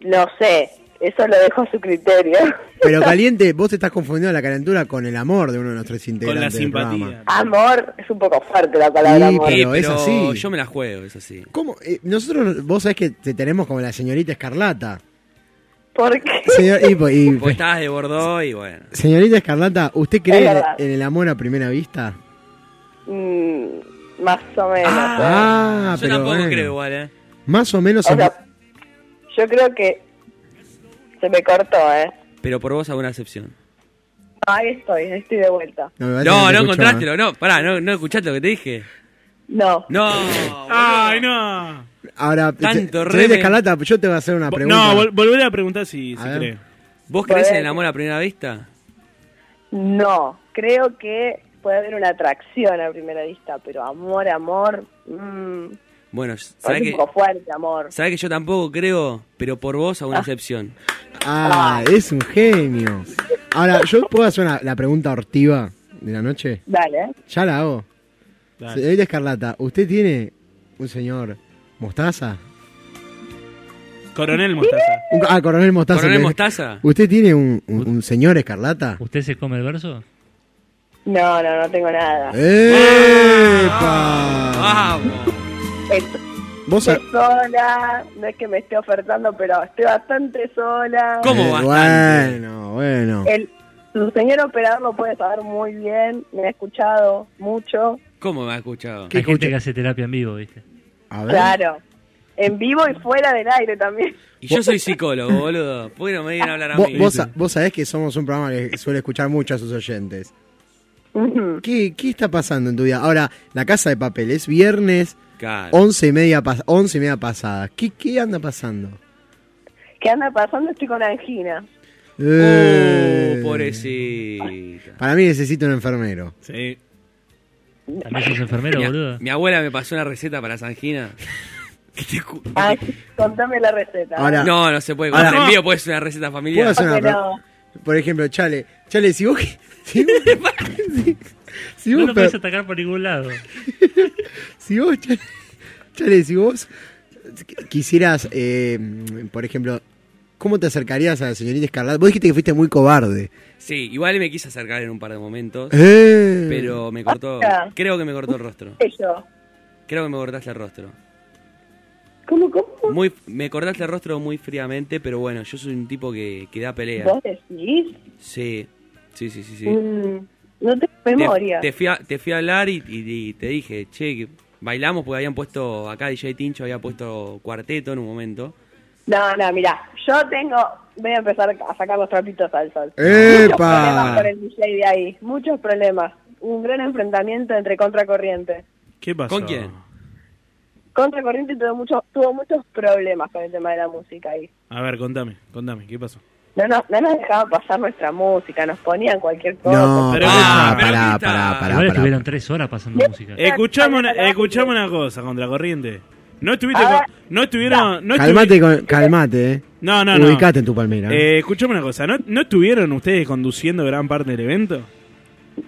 J: No sé. Eso lo dejo a su criterio.
C: Pero caliente, vos te estás confundiendo la calentura con el amor de uno de nuestros integrantes. del programa.
J: Amor es un poco fuerte la palabra
C: Sí,
J: amor.
C: pero es así.
G: Yo me la juego, es así.
C: ¿Cómo? Eh, nosotros, vos sabés que te tenemos como la señorita escarlata.
J: ¿Por qué?
C: Señor, y- y-
G: Porque estabas de Bordeaux y bueno.
C: señorita escarlata, ¿usted
J: Es
C: cree
J: verdad.
C: en el amor a primera vista?
J: Mm, más o menos.
C: Ah,
G: yo
C: pero
G: tampoco
C: bueno.
G: creo igual, ¿eh?
C: Más o menos.
J: O sea, yo creo que se me cortó, ¿eh?
G: Pero por vos hago una excepción.
J: Ahí estoy, estoy de vuelta.
C: No,
G: No, no encontraste, no, pará, no, no escuchaste lo que te dije.
J: No.
G: No,
F: ¡Ay, no!
C: Ahora,
G: Tanto
C: se-
G: re
C: señorita
G: me-
C: escarlata, yo te voy a hacer una pregunta.
F: No, vol- volveré a preguntar si se
C: ver.
F: cree.
G: ¿vos crees en el amor a primera vista?
J: No, creo que puede haber una atracción a primera vista, pero amor, amor, mm,
G: Bueno,
J: es
G: sabés
J: un
G: que,
J: poco fuerte, amor.
G: sabés que yo tampoco creo, pero por vos hago una excepción.
C: Ah, es un genio. Ahora, yo puedo hacer una- la pregunta hortiva de la noche.
J: Dale, ¿eh?
C: Ya la hago.
F: Dale.
C: Señorita Escarlata, ¿usted tiene un señor Mostaza?
F: Coronel Mostaza.
C: Un- ah, coronel Mostaza.
G: ¿Coronel
C: me-
G: Mostaza?
C: ¿Usted tiene un, un- un señor Escarlata?
E: ¿Usted se come el verso?
J: No, no, no tengo nada.
C: Eh.
G: Ah.
C: ¡Epa!
G: ¡Vamos!
J: Estoy
C: Vos sab-
J: sola, no es que me esté ofertando, pero estoy bastante sola.
G: ¿Cómo?
C: Eh,
G: bastante?
C: Bueno, bueno.
J: El, su señor operador lo puede saber muy bien, me ha escuchado mucho,
G: ¿Cómo me ha escuchado?
C: ¿Qué
E: Hay gente
C: escucha?
E: que hace terapia en vivo, ¿viste?
C: A ver.
J: claro. En vivo y fuera del aire también.
G: Y yo soy psicólogo, boludo. ¿Por qué no me vienen a hablar a
C: Vos,
G: mí?
C: vos sa- vos sabés que somos un programa que suele escuchar mucho a sus oyentes.
J: Ujú.
C: ¿Qué, qué está pasando en tu vida? Ahora, la casa de papel es viernes,
G: Claro.
C: once y media, pas- once y media pasada. ¿Qué, qué anda pasando?
J: ¿Qué anda pasando? Estoy con angina.
C: Eh,
G: Uh, pobrecita. ¿Eh?
C: Para mí necesito un enfermero.
F: Sí.
E: También sos enfermero,
G: Mi, a-
E: boludo.
G: mi abuela me pasó una receta para la angina. Que te ju-
J: Ah, contame la receta.
C: Ahora,
G: No, no se puede.
C: Ahora-
G: Ahora, envío puede ser una receta
C: ¿puedo
G: familiar.
C: hacer una
J: Pero-
C: pro- Por ejemplo, Chale, Chale, si vos... Si vos, si- si
E: No
C: vos-
E: lo puedes atacar por ningún lado.
C: si vos, Chale, Chale, si vos quisieras, eh, por ejemplo, ¿cómo te acercarías a la señorita Escarlata? Vos dijiste que fuiste muy cobarde.
G: Sí, igual me quise acercar en un par de momentos.
C: Eh.
G: Pero me cortó.
J: Ah.
G: Creo que me cortó el rostro.
J: Ello.
G: Creo que me cortaste el rostro.
J: ¿Cómo, cómo?
G: Muy, me cortaste el rostro muy fríamente, pero bueno, yo soy un tipo que, que da pelea.
J: ¿Vos decís?
G: Sí, sí, sí, sí. sí.
J: Mm, no tengo
G: Te-
J: memoria.
G: Te, fui a, te fui a hablar y, y- y te dije, che, que bailamos porque habían puesto, acá DJ Tincho había puesto cuarteto en un momento.
J: No, no, mirá. Yo tengo... Voy a empezar a sacar los trapitos al sol. Muchos
C: ¡Epa!
J: problemas con el DJ de ahí. Muchos problemas. Un gran enfrentamiento entre contracorriente.
F: ¿Qué pasó?
G: ¿Con quién?
J: Contracorriente tuvo muchos, tuvo muchos problemas con el tema de la música ahí.
F: A ver, contame, contame, ¿qué pasó?
J: No nos, no nos dejaban pasar nuestra música, nos ponían cualquier cosa.
C: No,
F: Pero
C: pará,
F: escucha, pero
C: pará,
G: escucha.
C: pará, pará,
E: Igual
C: pará.
E: estuvieron tres horas pasando música.
F: Escuchame una, escuchame una cosa, contracorriente. No estuviste con- No estuvieron... No estuvi-
C: Calmate, con- calmate, eh.
F: No, no, no.
C: Ubicate en tu palmera.
F: Eh, escuchame una cosa, ¿no, ¿no estuvieron ustedes conduciendo gran parte del evento?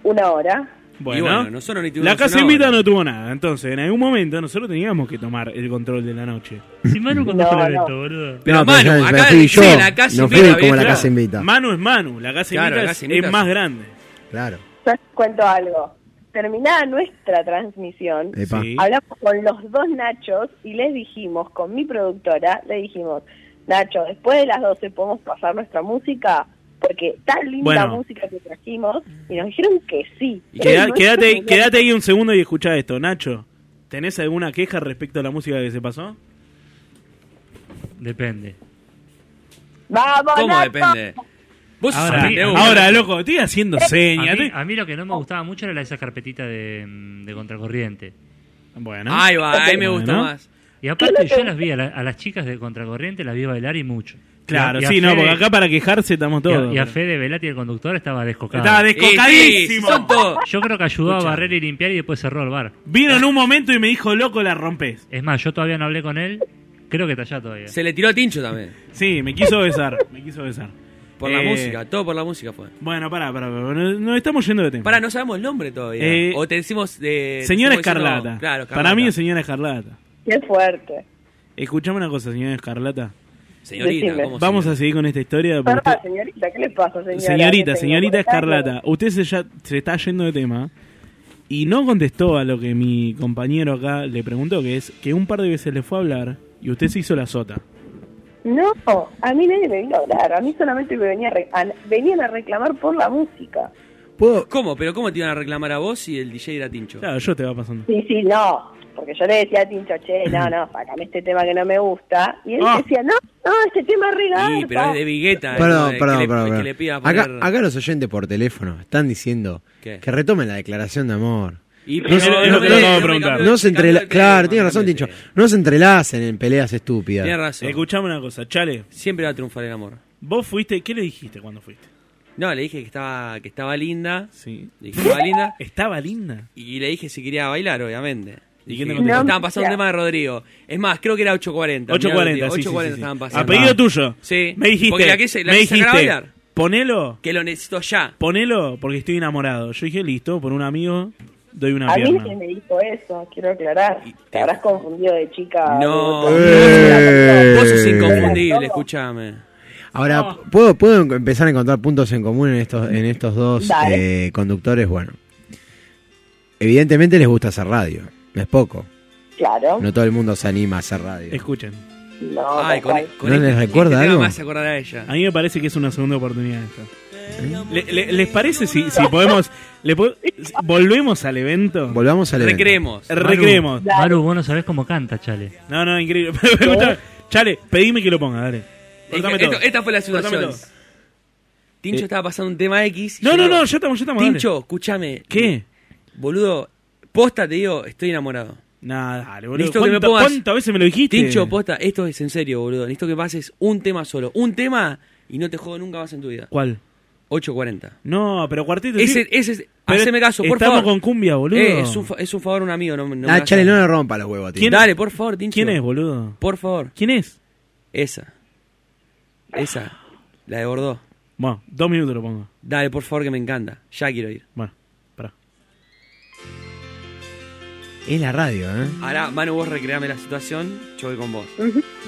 J: Una hora.
G: Y bueno, nosotros ni tuvimos
F: la casa
G: una
F: invita
G: hora.
F: no tuvo nada, entonces en algún momento nosotros teníamos que tomar el control de la noche.
E: Si Manu condujo
J: No,
E: el evento,
J: no.
E: boludo.
G: Pero, mano,
C: yo-
G: acá
C: fui
G: dice la casa
C: no fui
G: invita,
C: como la
G: vieja.
C: casa invita.
F: Manu es Manu, la casa
G: Claro,
F: invita,
G: la
F: es-
G: casa invita
F: es
G: es-
F: más grande.
C: Claro.
J: Yo les cuento algo. Terminada nuestra transmisión,
C: Epa.
F: Sí.
J: hablamos con los dos Nachos y les dijimos, con mi productora, le dijimos, Nacho, después de las 12 podemos pasar nuestra música, porque tan linda
F: Bueno.
J: música que trajimos, y nos dijeron que sí.
F: Y queda-
J: Era
F: quédate, ahí-
J: nuestro
F: quédate ahí un segundo y escucha esto, Nacho. ¿Tenés alguna queja respecto a la música que se pasó?
E: Depende.
J: ¡Vamos,
G: ¿Cómo
J: Nacho!
G: depende? Vos sos
E: Ahora,
G: un
E: Pero-
F: Ahora, loco, estoy haciendo
E: A
F: señas.
E: mí,
F: estoy-
E: a mí lo que no me gustaba mucho era la- esa carpetita de, mm, de contracorriente.
F: Bueno,
G: Ahí va, ahí me
F: Bueno.
G: gusta más.
E: Y aparte yo las vi, a, la- a las chicas de contracorriente las vi bailar y mucho.
F: claro,
E: Y a- y a
F: sí, no,
E: Fede-
F: porque acá para quejarse estamos
E: y a-
F: todos.
E: Y a, Fede Velati, el conductor, estaba descocado.
F: Estaba
G: Y sí,
F: descocadísimo.
G: son todos.
E: Yo creo que ayudó a barrer y limpiar y después cerró el bar.
F: Vino en un momento y me dijo, loco, la rompes.
E: Es más, yo todavía no hablé con él. Creo que está allá todavía.
G: Se le tiró a Tincho también.
F: Sí, me quiso besar, me quiso besar.
G: Por la
F: Eh,
G: música, todo por la música fue.
F: Bueno, pará, pará, pará, nos nos estamos yendo de tema.
G: Pará, no sabemos el nombre todavía.
F: Eh,
G: o te decimos. Eh, te
F: señora
G: decimos diciendo-
F: Escarlata.
G: claro,
F: Para mí es
G: Escarlata.
F: señora Escarlata.
J: ¡Qué fuerte!
F: Escuchame una cosa, señora Escarlata.
G: Señorita,
J: Decime.
G: ¿cómo
F: Vamos a seguir con esta historia. porque
J: Pará, señorita, ¿qué le pasa, señora?
F: usted- señorita,
J: ¿Qué tengo?
F: señorita
J: Por acá,
F: Escarlata, usted se, ya, se está yendo de tema y no contestó a lo que mi compañero acá le preguntó, que es que un par de veces le fue a hablar y usted se hizo la sota.
J: No, a mí nadie me vino a hablar, a mí solamente me venía a re- a- venían a reclamar por la música.
G: ¿Cómo? ¿Pero cómo te iban a reclamar a vos si el DJ era tincho?
F: Claro, yo te va pasando.
J: Sí, sí, no, porque yo le decía a Tincho, che, no, no, sacame este tema que no me gusta, y él decía, no, no, este tema es re
G: Sí, pero
J: garpa.
G: es de Vigueta. ¿no?
C: Perdón,
G: Es
C: perdón,
G: eh, que le,
C: perdón.
G: es que
C: perdón.
G: le pida poner...
C: acá, acá los oyentes por teléfono están diciendo
G: ¿Qué?
C: que retomen la declaración de amor.
G: Y-
C: No
G: pero
C: se-
G: no,
C: no-
G: no me-
C: no-
G: no me
F: preguntar.
C: no se
G: cambio de
C: entrela-
G: tema,
C: Claro, tiene razón,
G: cambio de
C: Tincho. No se entrelacen en peleas estúpidas.
G: Tienes razón.
F: Escuchame una cosa, Chale,
G: Siempre va a triunfar el amor.
F: vos fuiste, ¿qué le dijiste cuando fuiste?
G: No, le dije que estaba, que estaba linda.
F: Sí.
G: Le dije que estaba linda.
F: Estaba linda.
G: Y le dije si quería bailar, obviamente.
F: ¿Y
G: Dije,
F: quién te contestó?
G: estaban pasando un tema de Rodrigo. Es más, creo que era 8.40.
F: 8.40, sí, sí,
G: 8.40
F: sí, sí.
G: estaban pasando. Ah.
F: A pedido tuyo.
G: Sí.
F: Me dijiste,
G: Porque la quise- la
F: me
G: quise sacar a
F: dijiste,
G: bailar.
F: ponelo,
G: Que lo necesito ya.
F: ponelo porque estoy enamorado. Yo dije, listo, por un amigo doy una
J: A mí
F: pierna.
J: nadie me dijo eso, quiero aclarar, te habrás confundido de chica.
G: No.
C: Eh.
G: Vos sos inconfundible, escúchame.
C: Ahora,
G: Ah.
C: ¿puedo, ¿puedo en- empezar a encontrar puntos en común en estos, en estos dos
J: Dale.
C: eh, conductores? Bueno, evidentemente les gusta hacer radio. No es poco.
J: Claro,
C: No todo el mundo se anima a hacer radio.
F: Escuchen,
J: no,
G: Ay,
J: tal
G: con,
J: cual.
G: con
C: ¿No
G: este-
C: les recuerda
G: este tema
C: algo?
G: me hace acordar a ella.
F: a mí me parece que es una segunda oportunidad esta.
C: ¿Eh?
F: Le- le- ¿Les parece si, si podemos... le po- volvemos al evento? Eh,
C: Volvamos al evento.
G: Recreemos.
F: Recreemos.
E: Maru, vos no sabés cómo canta, chale.
F: No, no, increíble. Me gusta. Chale, pedime que lo ponga, dale. Cortame
G: Esto-
F: todo.
G: esta fue la
F: Cortame
G: situación.
F: todo.
G: Tincho
F: Eh.
G: estaba pasando un tema X. y
F: No,
G: yo
F: no,
G: digo,
F: no, ya estamos, ya estamos. dale.
G: Tincho, escúchame.
F: ¿Qué?
G: Boludo, posta te digo, estoy enamorado.
F: Nada, dale, boludo.
G: Listo, que me
F: ¿Cuánta-
G: pongas-
F: ¿Cuántas veces me lo dijiste?
G: Tincho, posta, esto es en serio, boludo. Necesito que pases un tema solo. Un tema y no te jodo nunca más en tu vida.
F: ¿Cuál?
G: 8.40.
F: No, pero cuarteto.
G: Ese,
F: sí.
G: ese es-
F: Pero
G: haceme caso, por
F: estamos
G: favor.
F: con cumbia, boludo.
G: Eh, es, un, fa- es un favor a un amigo. No, no me
C: Ah,
G: hagas-
C: chale, no le rompa los huevos, tío.
F: ¿Quién-
G: Dale, por favor, Tincho.
F: ¿Quién es, boludo?
G: Por favor.
F: ¿Quién es?
G: Esa. Esa. La de Bordeaux.
F: Bueno, dos minutos lo pongo.
G: Dale, por favor, que me encanta. Ya quiero ir.
F: Bueno, pará.
C: Es la radio, ¿eh?
G: Ahora, Manu, vos recreame la situación. Yo voy con vos.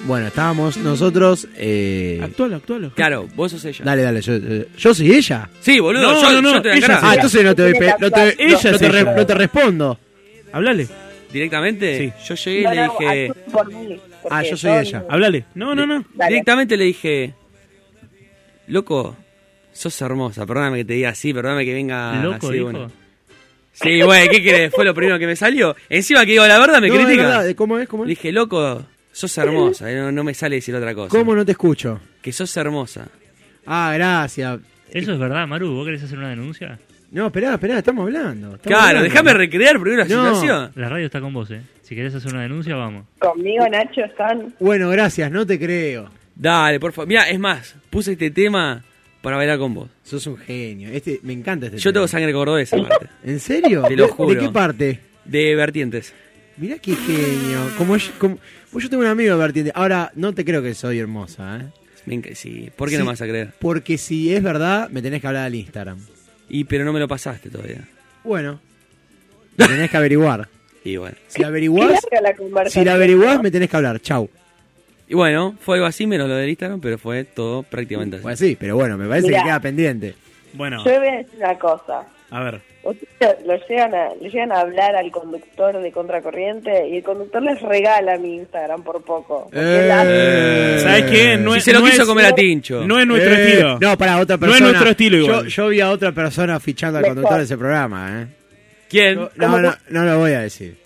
C: Bueno, estábamos nosotros.
G: Ah,
C: eh,
F: Actualo, actualo.
G: Claro, vos sos ella.
C: Dale, dale, yo, yo- yo soy ella.
G: Sí, boludo.
F: No,
G: yo,
F: no, no,
G: yo te voy a
F: ella
G: encarar.
C: Ah, entonces no te doy pe- no te,
F: Ella
C: no
F: es
C: te re-
F: ella.
C: no te respondo.
F: Hablale,
G: Directamente,
F: Sí.
G: yo llegué y
J: No,
G: le
J: no,
G: dije.
J: actúen por mí, porque
C: Ah, yo soy
J: son-
C: ella.
F: hablale. No, no, no.
J: Dale.
G: Directamente le dije. Loco, sos hermosa. Perdóname que te diga así, perdóname que venga
E: Loco,
G: así de
E: dijo.
G: una. Sí, güey, ¿qué querés? Fue lo primero que me salió. Encima que digo la verdad, me
C: No, de
G: critica.
C: verdad, de ¿Cómo es? ¿Cómo
G: Le
C: es?
G: dije, loco, sos hermosa. eh, No, no me sale decir otra cosa.
C: ¿Cómo no te escucho?
G: Que sos hermosa.
C: Ah, gracias.
E: Eso es verdad, Maru. ¿Vos querés hacer una denuncia?
C: No, esperá, esperá, estamos hablando. estamos
G: Claro,
C: hablando.
G: déjame recrear primero la
C: No.
G: situación.
E: La radio está con vos, ¿eh? Si querés hacer una denuncia, vamos.
J: Conmigo, Nacho, están...
C: Bueno, gracias, no te creo.
G: Dale, por favor. Mira, es más, puse este tema para bailar con vos.
C: Sos un genio. Este, me encanta este
G: Yo
C: tema.
G: tengo sangre cordobesa, aparte.
C: ¿En serio?
G: Te lo
C: ¿De-
G: juro.
C: ¿De qué parte?
G: De vertientes.
C: Mirá qué genio. Como, yo- como- pues yo tengo un amigo de vertiente. Ahora, no te creo que soy hermosa, ¿eh?
G: Me enc- sí, ¿por qué
C: Sí.
G: no me vas a creer?
C: Porque si es verdad, me tenés que hablar al Instagram.
G: Y pero no me lo pasaste todavía.
C: Bueno, me tenés que averiguar.
G: Y bueno.
C: Si
J: Qué
C: averiguás,
J: larga la
C: si
J: conversación.
C: la averiguás, me tenés que hablar. Chau.
G: Y bueno, fue algo así, menos lo del Instagram, pero fue todo prácticamente así.
C: Bueno, sí, pero bueno, me parece
J: Mirá.
C: que queda pendiente.
F: Bueno,
J: Yo voy a decir una cosa.
F: a ver.
J: Ustedes lo llegan a, le llegan a hablar al conductor de Contracorriente y el conductor les regala mi Instagram por poco.
B: Eh,
J: Porque él hace-
F: ¿Sabes qué? No
G: Eh, si
F: es,
G: se lo
F: no
G: quiso
F: es-
G: comer a Tincho.
F: No es nuestro
C: Eh,
F: estilo.
C: No, para otra
F: No es
C: persona.
F: nuestro estilo igual.
C: Yo, yo vi a otra persona fichando al
J: Mejor.
C: conductor de ese programa, ¿eh?
G: ¿Quién?
C: No, no, no, no lo voy a decir.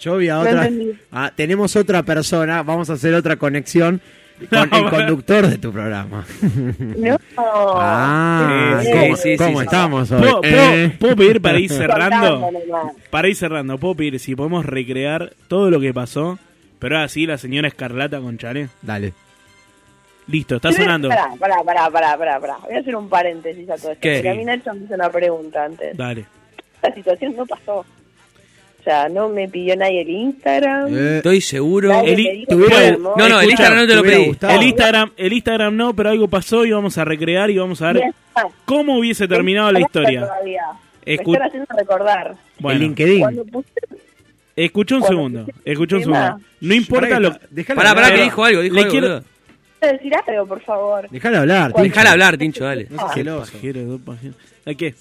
C: Yo vi a
J: No
C: otra.
J: entendí.
C: Ah, tenemos otra persona, vamos a hacer otra conexión con
F: No,
C: el
F: va.
C: conductor de tu programa.
J: No.
F: Oh.
C: Ah,
G: sí,
C: ¿cómo,
G: sí,
C: cómo
G: sí,
C: estamos hoy?
F: ¿Puedo,
C: Eh,
F: puedo- puedo pedir para ir cerrando?
J: Contando nomás.
F: Para ir cerrando, ¿puedo pedir si podemos recrear todo lo que pasó? Pero así la señora Escarlata con Chale.
C: Dale.
F: Listo, está sonando.
J: Pará, pará, pará, pará, pará, pará. Voy a hacer un paréntesis a todo esto.
G: ¿Qué?
J: Porque a mí Nacho me hizo una pregunta antes.
F: Dale.
J: Esta situación no pasó. O sea, no me pidió nadie el Instagram.
C: Eh,
G: Estoy seguro.
J: Nadie
F: el
J: me
F: i-
J: dijo
F: te hubiera-
J: que
F: el-
J: amor.
G: No, no, el
F: Escuchá,
G: Instagram no te lo
C: te hubiera
G: pedí.
C: gustado.
F: El Instagram, el Instagram no, pero algo pasó y vamos a recrear y vamos a
J: Bien,
F: ver
J: está.
F: cómo hubiese terminado la
J: Me encanta
F: historia.
J: todavía. Me
F: Escu-
J: están haciendo recordar.
F: Bueno,
C: el LinkedIn.
J: Cuando puse
F: escuchá un
J: cuando
F: segundo,
J: escuché
F: escuchá un
J: el tema-
F: segundo. No importa
C: Pará
F: lo...
C: dejala
G: Pará, pará,
C: hablar.
G: que dijo algo, dijo
F: Le
G: algo,
F: quiero-
G: boludo.
J: decir algo, por favor.
C: Dejala hablar,
J: Cuando
G: Dejala hablar, Tincho, dale. Ah,
J: No seas
F: celoso. dos pajeros. ¿A qué?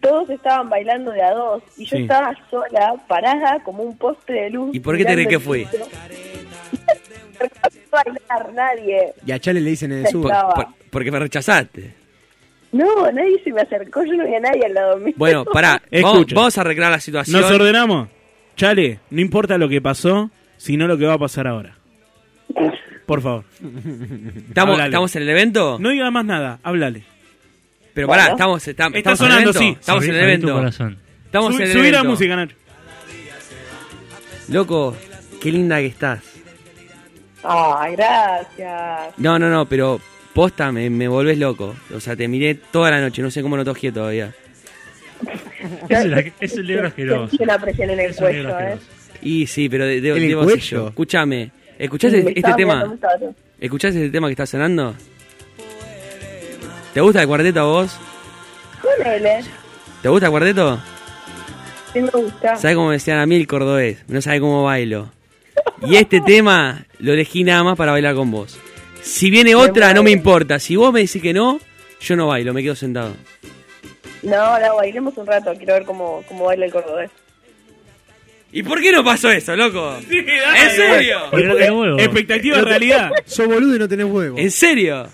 J: Todos estaban bailando de a dos y yo
F: Sí.
J: estaba sola, parada, como un postre de luz.
G: ¿Y por qué te crees
J: mirando
G: que fui?
J: el piso. Pero no pude bailar nadie.
C: Y a Chale le dicen en el sur.
J: Estaba.
G: Porque me rechazaste.
J: No, nadie se me acercó, yo no vi a nadie al lado mío.
G: Bueno, pará.
F: Escucha.
G: Vamos, vamos a arreglar la situación.
F: Nos ordenamos. Chale, no importa lo que pasó, sino lo que va a pasar ahora. Por favor.
G: ¿Estamos,
F: Háblale.
G: ¿Estamos en el evento?
F: No digas más nada, háblale.
G: Pero pará,
J: Bueno.
G: estamos, está-
F: Está
G: estamos
F: sonando,
G: en el evento.
F: sí.
G: Estamos en el
E: Abre tu
G: evento.
E: corazón.
G: Estamos
F: Sub-
G: en el
F: subí la
G: evento.
F: música, Nacho.
G: Loco, qué linda que estás.
J: Ah, gracias.
G: No, no, no, pero posta, me, me volvés loco. O sea, te miré toda la noche, no sé cómo no tojé todavía.
E: Es el- es el negro asqueroso.
J: Sentí una presión en el
E: Es un negro
J: cuello, ¿eh?
E: asqueroso.
G: Y sí, pero de, de-
C: ¿En el
G: debo ser
C: cuello?
G: yo. Escuchame, ¿escuchás este-
J: Me
G: este
J: estaba
G: tema?
J: mirando un toro.
G: ¿Escuchás este tema que está sonando? ¿Te gusta el cuarteto a vos?
J: ¿eh? Ponele,
G: ¿Te gusta el cuarteto?
J: sí me gusta.
G: ¿Sabés cómo me decían a mí el cordobés? No sabe cómo bailo. Y este tema lo elegí nada más para bailar con vos. Si viene otra, no me importa. Si vos me decís que no, yo no bailo, me quedo sentado.
J: No, no, bailemos un rato, quiero ver cómo, cómo baila el cordobés.
G: ¿Y por qué no pasó eso, loco? ¿En serio?
E: Porque no tengo huevo.
F: Expectativa, realidad.
C: Sos boludo y no tenés huevo.
G: ¿En serio?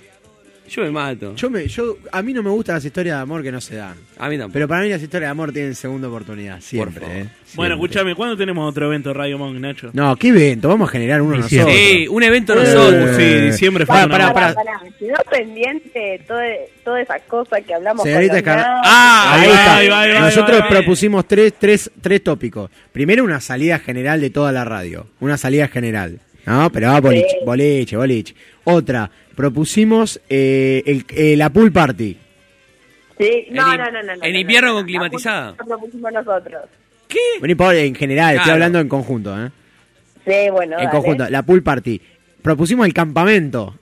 G: Yo me mato.
C: Yo me, yo, a mí no me gustan las historias de amor que no se dan.
G: A mí tampoco.
C: Pero para mí las historias de amor tienen segunda oportunidad, siempre.
G: favor.
C: eh. Siempre.
F: Bueno, escúchame, ¿cuándo tenemos otro evento Radio Monk, Nacho?
C: No, qué evento, vamos a generar uno
E: Sí,
C: nosotros.
G: sí, un evento
F: Eh,
G: nosotros.
F: sí, diciembre fue
C: Pará,
F: una
C: pará,
F: bomba.
C: pará.
J: Pará, quedó pendiente todo- e- todas esas cosas que hablamos
C: Señorita
J: con
C: Escar-
J: los nazis.
G: Ah,
C: Ahí
F: Ahí
C: está.
F: va, ahí va, ahí va,
C: Nosotros
F: ahí va, ahí va.
C: propusimos tres, tres, tres tópicos. Primero, una salida general de toda la radio. Una salida general. No, pero va boliche,
J: Sí.
C: boliche, boliche. Otra, propusimos eh, el- eh, la pool party.
J: Sí, no,
G: En
J: no,
G: in-
J: no, no, no,
G: en
J: no,
G: invierno
J: no,
G: con
J: no,
G: climatizada.
J: no, Lo pusimos nosotros.
G: ¿Qué?
C: Bueno, y por- en general, estoy
G: Claro.
C: hablando en conjunto. ¿eh?
J: Sí, bueno,
C: en
J: dale.
C: conjunto, la pool party. Propusimos el campamento.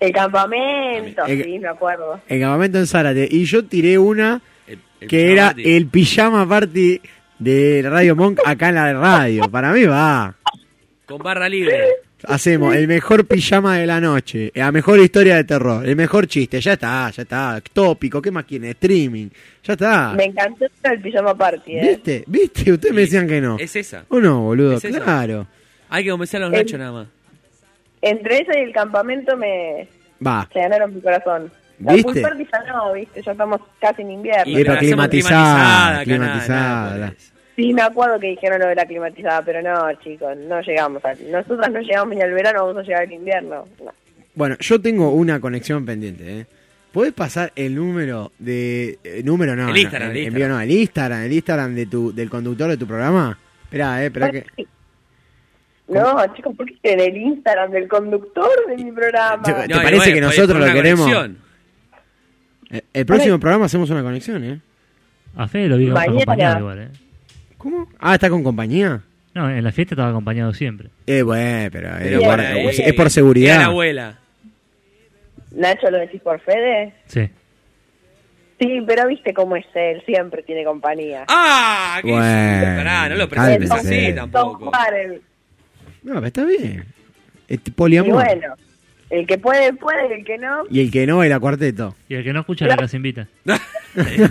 J: El campamento,
C: El-
J: sí, me acuerdo.
C: El campamento en Zárate. Y yo tiré una
G: El- el
C: que era
G: party.
C: el pijama party de Radio Monk acá en la radio. Para mí va.
G: Con barra libre.
C: Hacemos el mejor pijama de la noche, la mejor historia de terror, el mejor chiste, ya está, ya está, tópico, ¿qué más quiere? Streaming, ya está.
J: Me encantó el pijama party, ¿eh?
C: Ah. ¿Viste? ¿Viste? Ustedes me decían que no.
G: Es esa.
C: ¿O no, boludo?
G: Es esa.
C: claro.
G: Hay que convencer a los
J: El-
G: nachos nada más.
J: Entre eso y el campamento me
C: Va.
J: se ganaron mi corazón. La
C: ¿Viste?
J: pool party ya no, ¿viste? Ya estamos casi en
C: Y-
J: invierno.
C: pero
G: la hacemos
C: climatizada,
G: acá, nada,
C: climatizada.
G: nada, pues.
J: Sí, me acuerdo que dijeron lo de la climatizada, pero no, chicos, no llegamos. A... Nosotras no llegamos ni al verano, vamos a llegar al invierno. No.
C: Bueno, yo tengo una conexión pendiente, ¿eh? ¿Podés pasar el número de... eh, número no,
G: El
C: no,
G: Instagram, el
C: en- en
G: Instagram.
C: vivo no, el Instagram, el Instagram de tu, del conductor de tu programa. Esperá, eh, esperá que...
J: No, chicos, ¿por qué en el Instagram del conductor de mi programa?
C: Yo- ¿Te
G: y
C: parece que nosotros
G: fue
C: lo
G: una
C: queremos?
G: conexión.
C: Eh, El próximo programa hacemos una conexión, ¿eh?
E: A Fede lo vi con-
J: Mañana.
E: acompañado igual, ¿eh?
C: ¿Cómo? Ah, ¿está con compañía?
E: No, en la fiesta estaba acompañado siempre.
C: Eh, bueno, pero, eh,
J: Pero
C: guarda,
J: bueno,
C: es,
G: eh,
C: es por
G: Era la
C: seguridad.
G: abuela.
J: Nacho, ¿lo decís por Fede?
E: Sí.
J: Sí, pero viste cómo es él, siempre tiene compañía.
G: ¡Ah! ¿Qué
C: Bueno,
G: hiciste? Pará, no lo presentes
C: cálmese.
G: así tampoco.
J: Juárez.
C: No, pero está bien. Este
J: Y
C: poliamor. Y,
J: bueno, el que puede, puede, y el que no,
C: el que no era cuarteto.
E: Y el que no escucha la casa invita.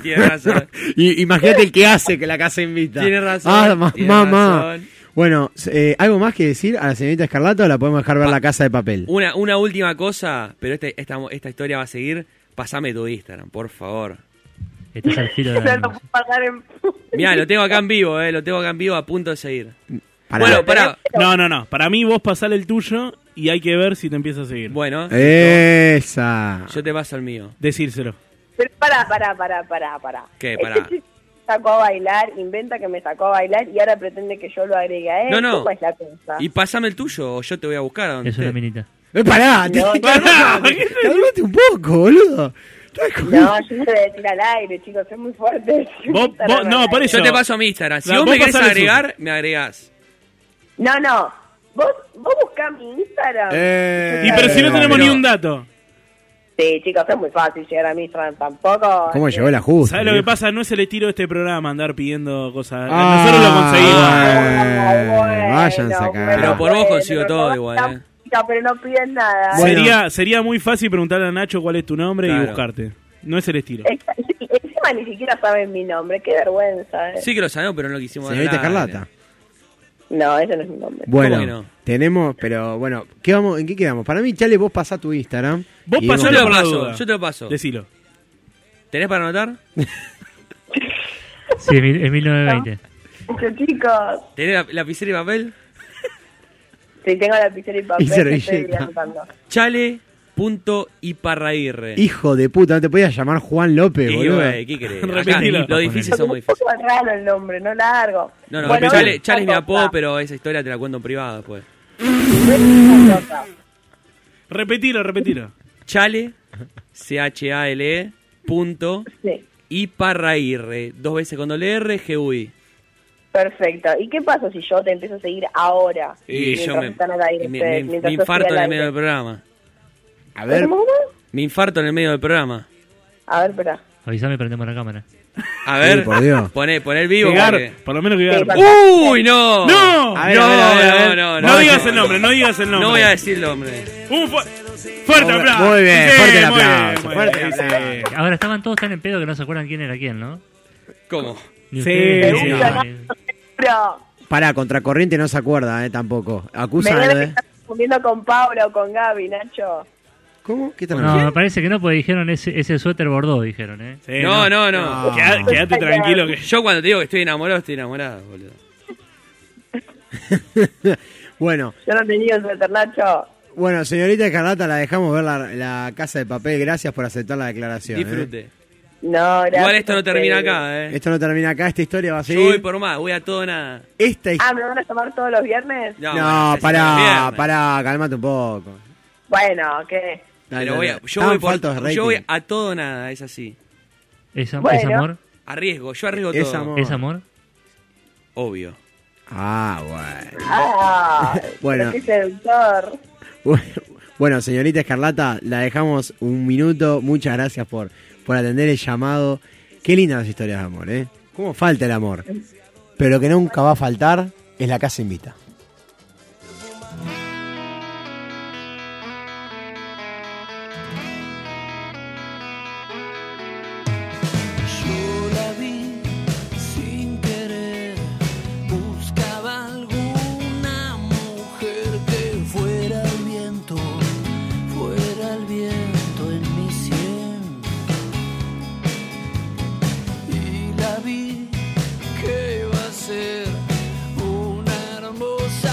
G: Tienes razón.
C: Y, imagínate el que hace que la casa invita.
G: Tiene razón,
C: Ah, ma-
G: tiene
C: mamá.
G: razón.
C: Bueno, eh, ¿algo más que decir a la señorita Escarlata o la podemos dejar ver
G: Pa-
C: la casa de papel?
G: Una, una última cosa, pero este- esta, esta historia va a seguir. Pasame tu Instagram, por favor.
E: Estás al filo de la
J: no lo
E: lengua.
J: puedo pagar en...
G: Mirá, lo tengo acá en vivo, eh, lo tengo acá en vivo a punto de seguir.
C: Pará.
G: Bueno, pará.
F: No, no, no. Para mí vos pasale el tuyo y hay que ver si te empieza a seguir. Eh,
G: Bueno,
C: Esa.
G: yo te paso el mío.
F: Decírselo.
J: Pero pará, pará, pará, pará, pará.
G: ¿Qué,
J: Este
G: pará?
J: chico sacó a bailar, inventa que me sacó a bailar y ahora pretende que yo lo agregue a él.
G: No, no.
J: ¿Cómo es la cosa?
G: Y pasame el tuyo o yo te voy a buscar a donde
E: Es una
G: estés.
E: minita.
C: Eh, pará, te-
J: No, no,
C: pará, calmate un poco, boludo. Estás con-
J: No, yo no lo voy a decir al aire, chicos, es muy fuerte.
F: Vos- vos- no, por eso.
G: Yo te paso mi Instagram. Si
F: La-
G: vos
F: vos
G: me querés
F: pasale
G: agregar, me agregás.
J: No, no. Vos, vos buscá mi Instagram.
C: Eh.
F: Y pero si no
G: Pero-
F: tenemos ni un dato.
J: Sí, chicos, es muy fácil llegar a mi Instagram tampoco.
C: ¿Cómo
J: Sí.
C: llegó la justa?
F: ¿Sabes lo que
C: viejo?
F: pasa? No es el estilo de este programa andar pidiendo cosas.
C: Ah,
F: Nosotros lo conseguimos.
J: Ah,
C: Eh,
J: bueno,
C: váyanse a
J: bueno,
C: cagar.
G: Pero por vos
J: bueno,
G: consigo todo
J: no,
G: igual,
J: no,
G: eh.
J: música, pero no piden nada.
F: Sería, sería muy fácil preguntarle a Nacho cuál es tu nombre y
G: Claro.
F: buscarte. No es el estilo.
J: Encima ni siquiera saben mi nombre, qué vergüenza. eh.
G: Sí que lo llamó, pero no lo quisimos dar
C: Señorita
G: nada.
C: Escarlata.
J: No, ese no es mi nombre.
C: Bueno,
G: que no?
C: tenemos, pero bueno, ¿qué vamos, ¿en qué quedamos? Para mí, Chale, vos pasá tu Instagram.
F: Vos
C: y
G: Yo
F: pasalo
G: te
C: vemos-
F: por
G: lo
F: la
G: paso,
F: duda.
G: yo te lo paso.
F: Decilo.
G: ¿Tenés para anotar?
E: Sí, en 1920.
J: Pero, chicos,
G: ¿Tenés la- lapicera y papel?
J: si tengo lapicera y papel,
C: Y
J: me estoy
C: servilleta.
J: anotando.
G: Chale.iparrairre.
C: Hijo de puta, no te podías llamar Juan López,
G: Y,
C: boludo.
G: güey, ¿qué querés? Acá,
F: Repetilo.
G: lo difícil
J: Porque
G: son muy
J: es un
G: difíciles.
J: poco raro el nombre, no largo.
G: No, no,
J: Bueno,
G: Chale,
J: ven,
G: Chale es mi
J: otra.
G: apodo, pero esa historia te la cuento en privado después.
J: Ven, otra.
F: Repetilo, repetilo.
G: Chale, C-H-A-L-E, E, punto,
J: Sí,
G: Iparrairre, dos veces con doble R, GUI.
J: perfecto. ¿Y qué pasa si yo te empiezo a seguir ahora?
G: Y
J: Mientras
G: yo me,
J: están al aire
G: y me-
J: ustedes,
G: me-
J: mientras
G: me
J: yo estoy
G: infarto en
J: al
G: el medio
J: aire.
G: del programa.
C: A ver,
J: ¿Cómo, cómo?
G: Me infarto en el medio del programa.
J: A ver, espera.
E: Avisame y prendemos la cámara.
G: A ver,
C: por Dios.
G: poné, poné el vivo.
F: Llegar,
G: porque-
F: por lo menos que
J: Sí,
F: llegar.
J: para-
G: ¡Uy, no!
F: ¡No!
C: A ver,
G: no,
C: a ver, a ver, a ver.
G: no, no,
F: No digas el nombre, no digas el nombre.
G: No voy a decir el nombre.
F: Un fu- fuerte
C: Muy
F: aplauso.
C: bien, fuerte el
F: muy bien,
C: aplauso,
F: muy
C: fuerte
F: bien,
C: el
F: sí.
C: aplauso.
E: Ahora estaban todos tan en pedo que no se acuerdan quién era quién, ¿no?
G: ¿Cómo?
E: Ni
F: Sí,
E: ustedes, ni
J: sí.
E: nadie.
J: Pero
C: pará, Contracorriente no se acuerda, eh, tampoco.
J: me
C: Acusa eh.
J: debe
C: de...
J: estar confundiendo con Paula o con Gaby, Nacho.
C: ¿Cómo? ¿Qué están
E: No,
C: hablando?
E: me parece que no, porque dijeron ese, ese suéter bordó, dijeron, ¿eh?
F: Sí,
G: no, no, no.
C: No.
F: Queda- Quédate tranquilo que
G: Yo cuando te digo que estoy enamorado, estoy enamorado, boludo.
C: Bueno,
J: Yo no tenía un suéter, Nacho.
C: bueno, señorita Escarlata, la dejamos ver la, la casa de papel. Gracias por aceptar la declaración. eh. Este,
G: Disfrute.
J: No, gracias.
G: Igual esto no termina
J: ustedes.
G: acá, eh.
C: Esto no termina acá, esta historia va a
G: Yo voy
C: seguir.
G: por más, voy a todo nada.
C: Esta historia.
J: Ah, ¿me van a llamar todos los viernes?
C: No,
G: Ah, bueno,
C: pará,
G: viernes.
C: pará, calmate un poco.
J: Bueno, ¿qué?
C: Dale,
G: Pero voy a-
C: dale.
G: yo,
C: Tan
G: voy por-
C: faltos de rating.
G: yo voy a todo nada, es así.
E: ¿Es, am-
J: Bueno.
E: es amor?
G: Arriesgo, yo arriesgo
C: Es
G: todo.
C: amor.
E: ¿Es amor?
G: Obvio.
C: Ah, bueno.
J: Ah,
C: Bueno.
J: bueno. qué seductor.
C: Bueno, señorita Escarlata, la dejamos un minuto. Muchas gracias por, por atender el llamado. Qué lindas las historias de amor, ¿eh? ¿Cómo falta el amor? Pero lo que nunca va a faltar es la casa invita.
B: Yo la vi sin querer, buscaba alguna mujer que fuera el viento, fuera el viento en mi sien. Y la vi que iba a ser una hermosa.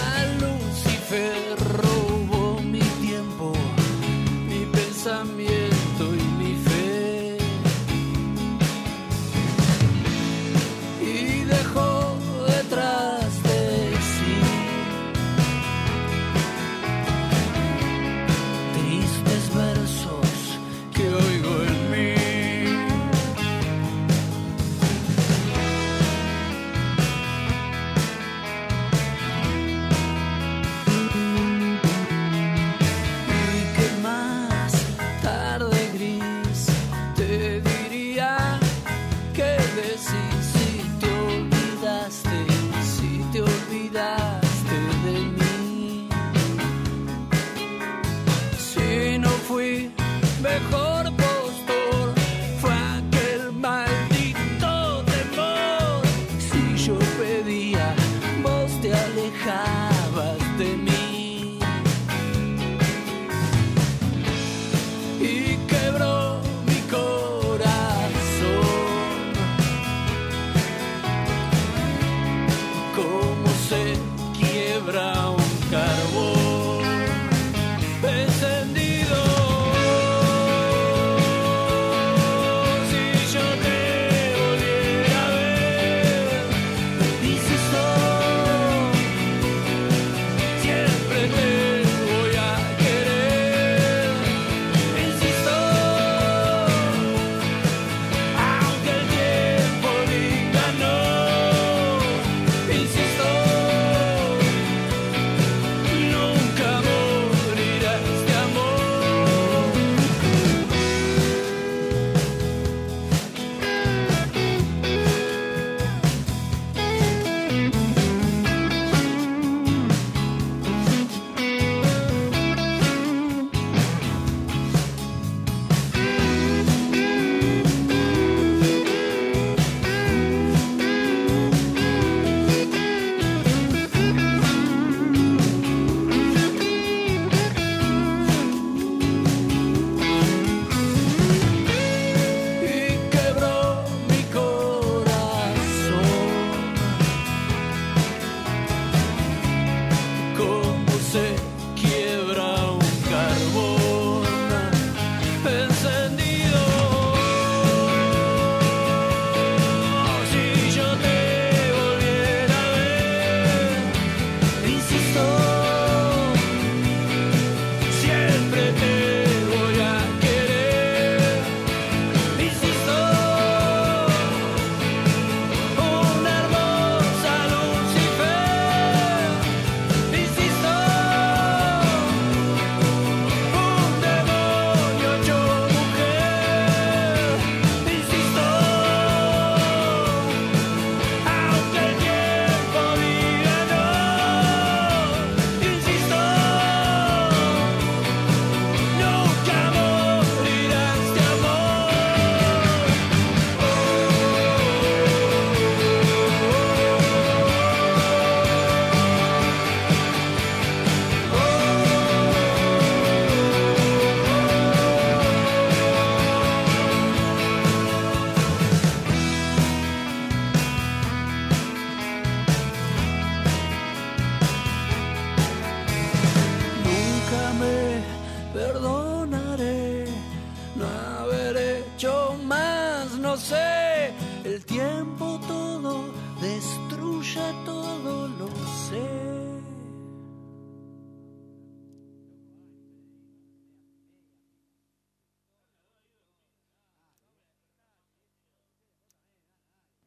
B: sé. El tiempo todo destruye todo lo sé.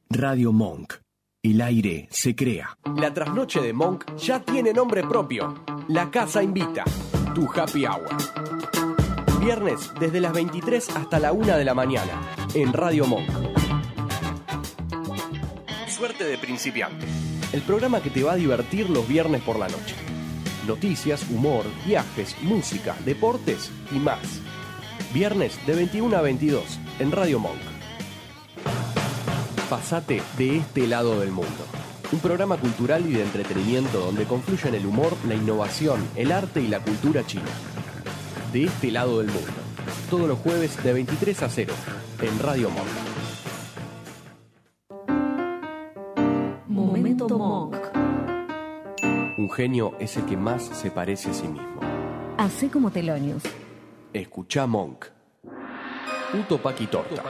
I: Radio Monk. El aire se crea. La trasnoche de Monk ya tiene nombre propio. La Casa Invita. Tu Happy Hour. Viernes desde las 23 hasta la 1 de la mañana. En Radio Monk. Suerte de principiante. El programa que te va a divertir los viernes por la noche. Noticias, humor, viajes, música, deportes y más. Viernes de 21 a 22 en Radio Monk. Pasate de este lado del mundo. Un programa cultural y de entretenimiento donde confluyen el humor, la innovación, el arte y la cultura china. De este lado del mundo. Todos los jueves de 23 a 0 en Radio Monk.
H: Momento Monk.
I: Un genio es el que más se parece a sí mismo.
H: Hace como Telonius.
I: Escucha Monk. Uto Paki Torta.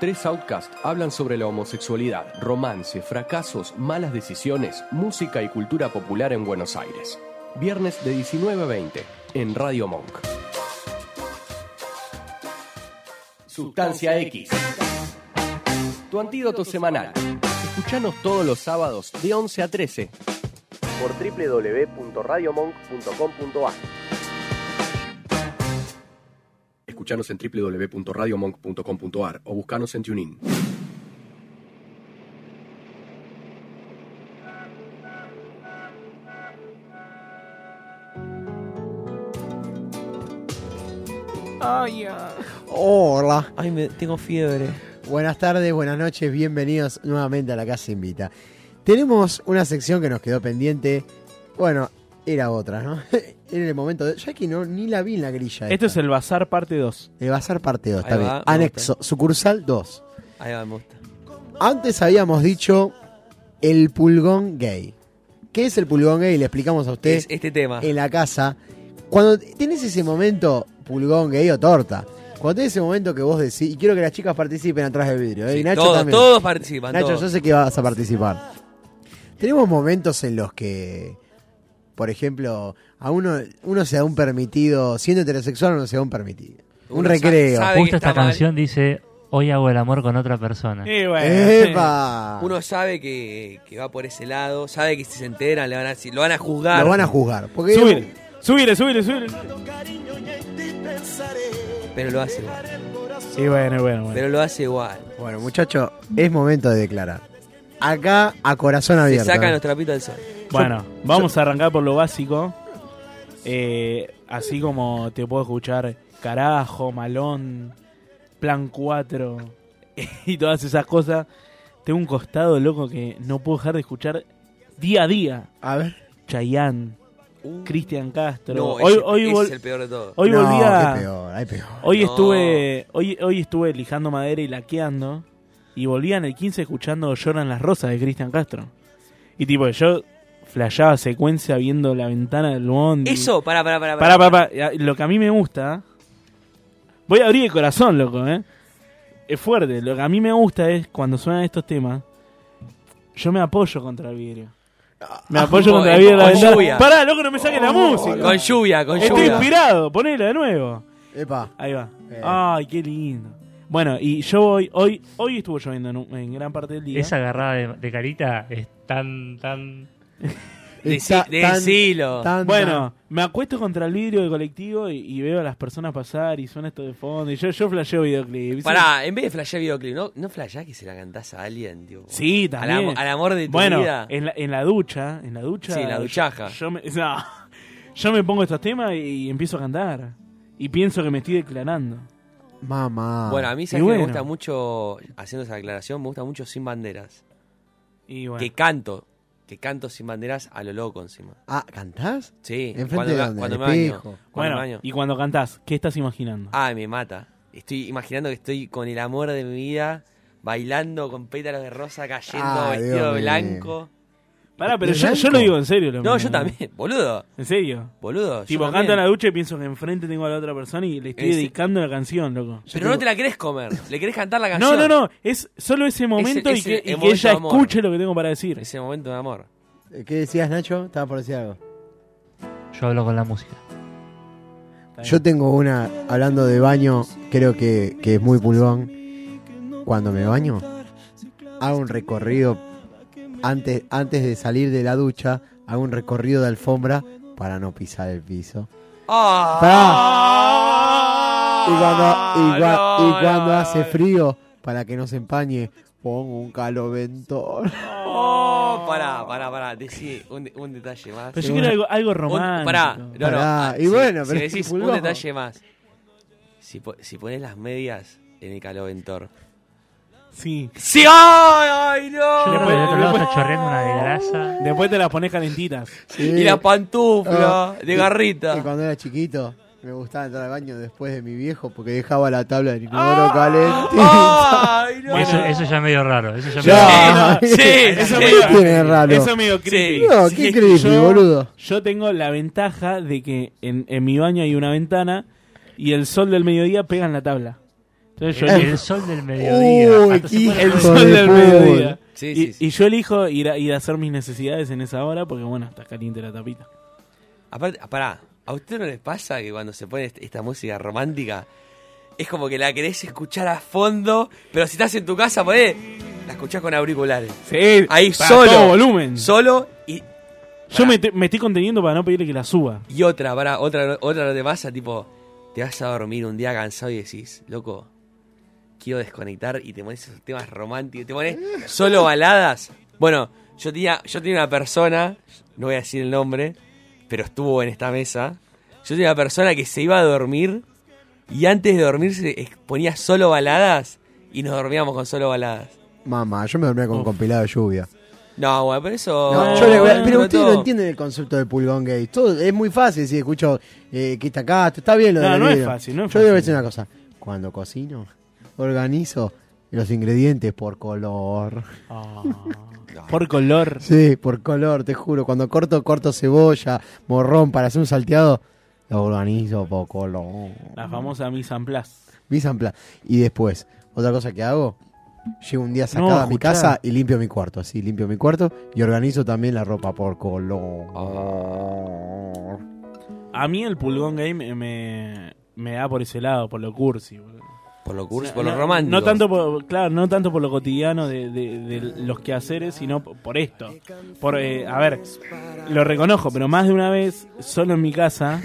I: Tres outcasts hablan sobre la homosexualidad, romance, fracasos, malas decisiones, música y cultura popular en Buenos Aires. Viernes de 19 a 20 en Radio Monk. Sustancia X. Tu antídoto semanal. Escuchanos todos los sábados de 11 a 13 por www.radiomonk.com.ar. Escuchanos en www.radiomonk.com.ar o buscanos en TuneIn.
C: Hola.
A: Ay, me, tengo fiebre.
C: Buenas tardes, buenas noches, bienvenidos nuevamente a la Casa Invita. Tenemos una sección que nos quedó pendiente. Bueno, era otra, ¿no? Era el momento de. Ya que no, ni la vi en la grilla.
F: Esto es el Bazar parte 2.
C: El Bazar parte 2, está
A: Ahí
C: bien.
A: va, me
C: Anexo, sucursal 2.
A: Ahí va, me gusta.
C: Antes habíamos dicho el pulgón gay. ¿Qué es el pulgón gay? Le explicamos a usted
G: Es este tema.
C: en la casa. Cuando tenés ese momento, pulgón gay o torta, cuando tenés ese momento que vos decís, y quiero que las chicas participen atrás del vidrio, ¿eh?
G: Sí,
C: y Nacho
G: todos,
C: también.
G: todos participan.
C: Nacho,
G: todos.
C: yo sé que vas a participar. Tenemos momentos en los que, por ejemplo, a uno, uno se da un permitido, siendo heterosexual uno se da un permitido. Un
G: Uno
C: recreo.
G: sa- sabe que
E: Justo esta
G: está mal.
E: canción dice, hoy hago el amor con otra persona.
F: Y bueno,
C: ¡Epa!
G: Uno sabe que, que va por ese lado, sabe que si se enteran le van a, si lo van a juzgar.
C: Lo van a juzgar. Porque
F: sí. Subile, subile, subile, subile.
G: Pero lo hace igual.
F: Y bueno, bueno, bueno.
G: Pero lo hace igual.
C: Bueno, muchachos, es momento de declarar. Acá, a corazón abierto.
G: Se sacan
C: ¿eh?
G: los trapitos del sol.
F: Bueno, vamos a arrancar por lo básico. Eh, así como te puedo escuchar carajo, malón, plan 4 y todas esas cosas. Tengo un costado loco que no puedo dejar de escuchar día a día.
C: A ver.
F: Chayanne,
G: Uh,
F: Cristian Castro.
G: no,
F: hoy
G: ese-
F: hoy,
G: ese
F: vol-
G: es el peor de todo.
F: hoy
C: No,
F: volví
C: qué
F: a...
C: peor, hay peor.
F: Hoy
G: No.
F: estuve hoy, hoy estuve lijando madera y laqueando y volví en el 15 escuchando Lloran las rosas de Cristian Castro. Y tipo, yo flasheaba secuencia viendo la ventana del bondi.
G: Eso, pará, pará, pará.
F: Pará, pará, pará. Lo que a mí me gusta... Voy a abrir el corazón, loco, ¿eh? Es fuerte. Lo que a mí me gusta es cuando suenan estos temas, yo me apoyo contra el vidrio. Me apoyo
G: con-
F: contra el vidrio de la
G: con
F: ventana.
G: Ah, lluvia.
F: Pará, loco, no me saques la música.
G: Con lluvia, con
F: Estoy
G: lluvia.
F: inspirado. Ponela de nuevo.
C: Epa.
F: Ahí va.
C: Eh.
F: Ay, qué lindo. Bueno, y yo voy, hoy, hoy estuvo lloviendo en, un- en gran parte del día.
E: Esa agarrada de, de carita es tan, tan...
G: Decí-
C: Eh. Está- tan-
G: decilo.
C: tan-
F: Bueno, me acuesto contra el vidrio del colectivo y, y veo a las personas pasar y suena esto de fondo. Y yo, yo flasheo videoclips.
G: Pará, eh, en vez de flashear videoclip, ¿no, no flasheás que se la cantás a alguien, tío?
F: Sí,
G: Al,
F: también.
G: am- al amor de tu
F: bueno,
G: vida.
F: En, la, en la ducha, en la ducha.
G: Sí, la duchaja.
F: Yo, yo me, no, yo me pongo estos temas y empiezo a cantar. Y pienso que me estoy declarando.
C: Mamá.
G: Bueno, a mí
F: y
G: sabes que me
F: bueno.
G: gusta mucho, haciendo esa aclaración, me gusta mucho Sin Banderas.
F: Y bueno.
G: Que canto, que canto Sin Banderas a lo loco encima.
C: Ah, ¿cantás?
G: Sí,
C: ¿Enfrente
G: Eh, cuando,
C: de
G: me-
C: dónde?
G: cuando
C: ¿Del
G: me baño.
C: espejo?
G: cuando
F: bueno,
G: me baño.
F: y cuando cantás, ¿qué estás imaginando?
G: Ay, me mata. Estoy imaginando que estoy con el amor de mi vida, bailando con pétalos de rosa, cayendo
C: Ay,
G: vestido
C: Ah, Dios mío.
G: de blanco.
F: Pará, pero
C: ¿De
F: yo, yo
C: blanco?
F: lo digo en serio. lo
G: No,
F: mío.
G: yo también, boludo.
F: ¿En serio?
G: Boludo. yo
F: Tipo,
G: también.
F: canto en la ducha y pienso que enfrente tengo a la otra persona y le estoy
G: Ese.
F: dedicando la canción, loco.
G: Pero no te la querés comer, le querés cantar la
F: No, no,
G: canción.
F: no. Es solo ese momento
G: Ese-
F: y
G: ese
F: que, y
G: el
F: que
G: momento
F: ella
G: de amor.
F: escuche lo que tengo para decir.
G: Ese momento de amor.
C: ¿Qué decías, Nacho? Estaba por decir algo.
E: Yo hablo con la música.
C: Yo tengo una, hablando de baño, creo que, que es muy pulgón. Cuando me baño, hago un recorrido antes, antes de salir de la ducha, hago un recorrido de alfombra para no pisar el piso.
G: Ah.
C: Pará. Y cuando, y cua-
G: no,
C: y cuando
G: no.
C: hace frío, para que no se empañe, pongo un caloventor.
G: Oh, pará, pará, pará. Decí un, de- un detalle más.
F: Pero yo quiero algo, algo
G: Un-
F: romántico.
G: pará, no, no.
C: Pará,
G: ah,
C: y
G: si-
C: bueno,
G: si
C: pero
G: decís
C: es
G: un
C: fulgor.
G: detalle más. Si, po- si pones las medias en el caloventor.
F: Sí.
G: ¡Sí! ¡Ay, ay,
E: Yo
G: no!
E: creo que del otro lado
F: después-
E: está chorreando una desgrasa.
F: Después te las pones calentitas.
G: Y la pantufla
C: Ah,
G: de
C: y-
G: garrita.
C: y cuando era chiquito, me gustaba entrar al baño después de mi viejo porque dejaba la tabla del inodoro calentita.
G: Ah, ¡Ay, no!
E: Eso, eso ya es medio raro. Eso ya es medio raro.
C: Ya.
G: Sí,
F: Eso
G: sí.
F: me
C: ¿Qué Eh, tiene de raro?
F: Eso es medio creepy.
G: Sí.
C: No,
G: sí,
C: qué
G: es
C: creepy,
F: Yo-
C: boludo.
F: Yo tengo la ventaja de que en, en mi baño hay una ventana y el sol del mediodía pega en la tabla. Entonces yo
E: Yo ni el sol del mediodía.
C: Uy,
E: Hasta se
C: qué-
E: puede-
F: el
C: Hijo
F: sol
C: de
F: del
C: puta.
F: mediodía.
G: Sí,
F: y,
G: sí, sí.
F: y yo elijo ir a, ir a hacer mis necesidades en esa hora porque, bueno, está caliente la tapita.
G: Aparte, pará, ¿a usted no les pasa que cuando se pone est- esta música romántica es como que la querés escuchar a fondo, pero si estás en tu casa, poné, la escuchás con auriculares.
F: Sí,
G: Eh, Ahí
F: para
G: solo.
F: todo volumen.
G: Solo y,
F: yo me, te- me estoy conteniendo para no pedirle que la suba.
G: y otra, pará, otra, otra no te pasa, tipo, te vas a dormir un día cansado y decís, loco, quiero desconectar y te pones esos temas románticos, te pones solo baladas. Bueno, yo tenía, yo tenía una persona, no voy a decir el nombre, pero estuvo en esta mesa. Yo tenía una persona que se iba a dormir y antes de dormirse eh, ponía solo baladas y nos dormíamos con solo baladas.
C: Mamá, yo me dormía con compilado de lluvia.
G: No, bueno, pero eso.
C: No, yo le voy a-
G: no,
C: pero ustedes no
G: todo.
C: entienden el concepto de pulgón gay. Todo, es muy fácil si escucho eh, que está acá, está bien lo de
F: No,
C: la
F: no es
C: libido.
F: fácil, no es
C: Yo debo
F: fácil.
C: decir una cosa. Cuando cocino, organizo los ingredientes por color.
F: Ah. Por color.
C: Sí, por color, te juro. Cuando corto, corto cebolla, morrón para hacer un salteado, lo organizo por color.
F: La famosa mise en place.
C: Mise en plan. Y después, otra cosa que hago, llego un día sacada
F: No,
C: a mi
F: escuchá.
C: casa y limpio mi cuarto. Así, limpio mi cuarto y organizo también la ropa por color.
F: A mí el pulgón game me, me da por ese lado, por lo cursi. boludo.
G: Por lo cursi,
F: No,
G: por lo
F: no-
G: romántico.
F: No tanto por, claro, no tanto por lo cotidiano de, de- de los quehaceres, sino p- por esto. Por, eh, a ver, lo reconozco, pero más de una vez, solo en mi casa,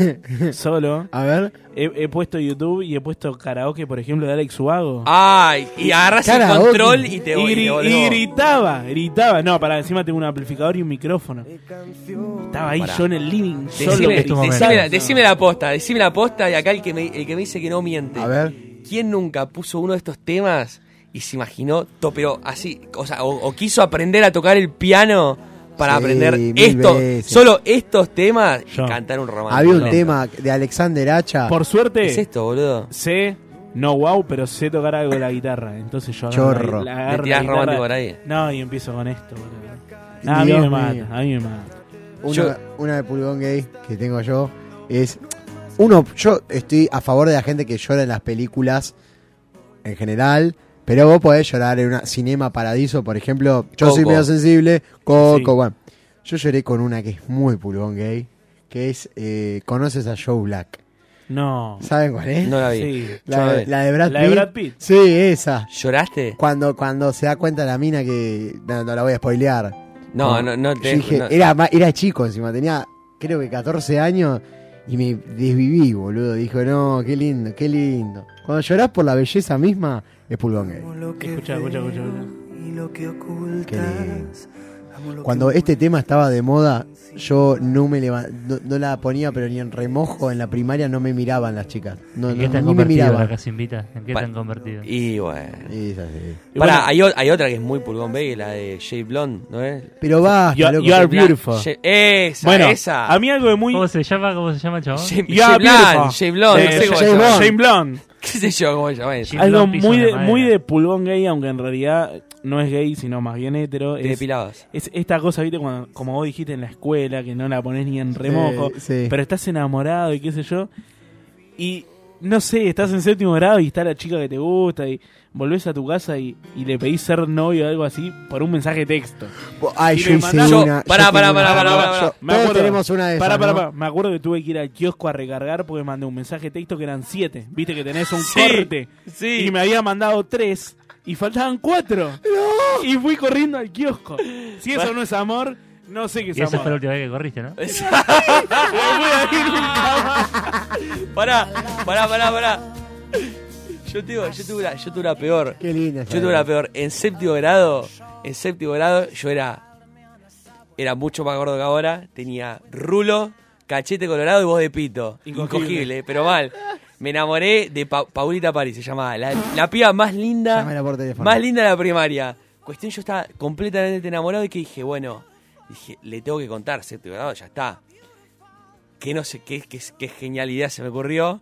F: solo,
C: A ver,
F: he, he puesto YouTube y he puesto karaoke, por ejemplo, de Alex Suago.
G: Ah, Ay, y agarras el
C: Karaoke.
G: control y te
F: y,
G: voy.
F: gri- y gritaba, gritaba. No, para encima tengo un amplificador y un micrófono. Estaba ahí
G: Pará.
F: yo en el living, solo. este
G: Decime,
E: es tu momento.
G: decime la, decime la posta, decime la posta y acá el que me, el que me dice que no miente.
C: a ver.
G: ¿Quién nunca puso uno de estos temas y se imaginó, to- pero así, o sea, o, o quiso aprender a tocar el piano para
C: Sí,
G: aprender
C: mil
G: esto,
C: veces.
G: solo estos temas
F: Yo.
G: y cantar un romance?
C: Había un
G: Loco.
C: tema de Alexander Hacha. este
F: Por suerte,
G: ¿Qué es esto, boludo?
F: sé, no wow, pero sé tocar algo de la guitarra. Entonces yo agarro
C: Chorro.
F: la, la- agarro
G: Le tirás
F: la guitarra.
G: romántico por ahí.
F: No, y empiezo con esto, boludo. A mí
C: Dios
F: me
C: mío.
F: mata, a mí me mata.
C: Una,
G: Yo-
C: una de pulgón gay que tengo yo es. Uno, yo estoy a favor de la gente que llora en las películas en general, pero vos podés llorar en una Cinema Paradiso, por ejemplo. Yo soy
G: Coco.
C: medio sensible. Coco,
F: Sí.
C: bueno. Yo lloré con una que es muy pulgón gay, que es. eh, ¿Conoces a Joe Black?
F: No.
C: ¿Saben cuál es?
G: No la vi.
F: Sí.
C: La, de- la de Brad
F: La
C: Pitt.
F: de Brad Pitt.
C: Sí, esa.
G: ¿Lloraste?
C: Cuando, cuando se da cuenta la mina que. No, no la voy a spoilear.
G: No, no, no te.
C: Yo dije,
G: no.
C: era, ma- era chico encima, tenía creo que 14 años y me desviví, boludo. Dijo, no, qué lindo, qué lindo. Cuando llorás por la belleza misma, es pulgón gay.
F: Escucha, escucha, escucha.
C: Qué lindo. Cuando este tema estaba de moda, yo no me leva- no, no la ponía, pero ni en remojo en la primaria no me miraban las chicas. No,
E: ¿En qué
C: no,
E: están
C: ni me
E: convertidos la
C: miraban.
E: casa invita? ¿En qué
G: Pa-
E: están convertidos?
G: Y bueno.
C: Y es así.
G: Pará, hay, o- hay otra que es muy pulgón baby, la de Jay Blonde, ¿no es?
C: Pero basta,
F: You-
C: loco.
F: you are
C: Bla-
F: beautiful.
G: Ye- Esa,
F: Bueno,
G: esa.
F: a mí algo de muy...
E: ¿Cómo se llama? ¿Cómo se llama el chabón?
G: Jay,
F: You are
G: Blonde,
F: beautiful.
G: Jay Blonde,
F: Eh,
G: no sé cómo
C: Jay
G: se llama.
C: Blonde.
F: Shane Blonde.
G: ¿Qué sé yo cómo se llama eso?
E: Gil
F: Algo
E: Lopis
F: muy
E: o
F: de,
E: Madera.
F: muy de pulgón gay, aunque en realidad no es gay, sino más bien hetero.
G: Te
F: Es,
G: depilabas.
F: es esta cosa, viste, Cuando- como vos dijiste en la escuela, que no la ponés ni en remojo,
C: sí.
F: pero estás enamorado y qué sé yo. Y no sé, estás en séptimo grado y está la chica que te gusta y volvés a tu casa y, y le pedís ser novio o algo así por un mensaje de texto.
C: Ay,
F: Y
C: yo
F: me
C: hice
F: mandaron-
C: una.
G: Pará,
C: yo
G: pará,
C: tengo una-
G: pará, pará,
C: yo-
G: pará.
F: Me
C: Todos
F: acuerdo.
C: tenemos una de esas.
F: Pará, pará,
C: ¿no?
F: pará. Me acuerdo que tuve que ir al kiosco a recargar porque mandé un mensaje de texto que eran siete. Viste que tenés un
G: Sí,
F: corte.
G: sí.
F: Y me había mandado tres y faltaban cuatro. Y fui corriendo al kiosco. Si eso no es amor, no sé qué es
E: Y esa fue la
F: amor.
E: última vez que corriste, ¿no?
G: Pará, pará, pará, pará. Yo tuve, yo tuve, una, yo tuve una peor.
C: Qué linda. esa
G: Yo tuve la
C: era.
G: peor. En séptimo grado, en séptimo grado, yo era. Era mucho más gordo que ahora. Tenía rulo, cachete colorado y voz de pito.
F: Incogible.
G: Incogible, pero mal. Me enamoré de Pa- Paulita París, se llamaba. La, la piba más linda.
C: Llámela por teléfono.
G: Más linda de la primaria. Cuestión, yo estaba completamente enamorado y que dije, bueno, dije, le tengo que contar, séptimo grado, ya está. Que no sé qué, qué, qué genial idea se me ocurrió.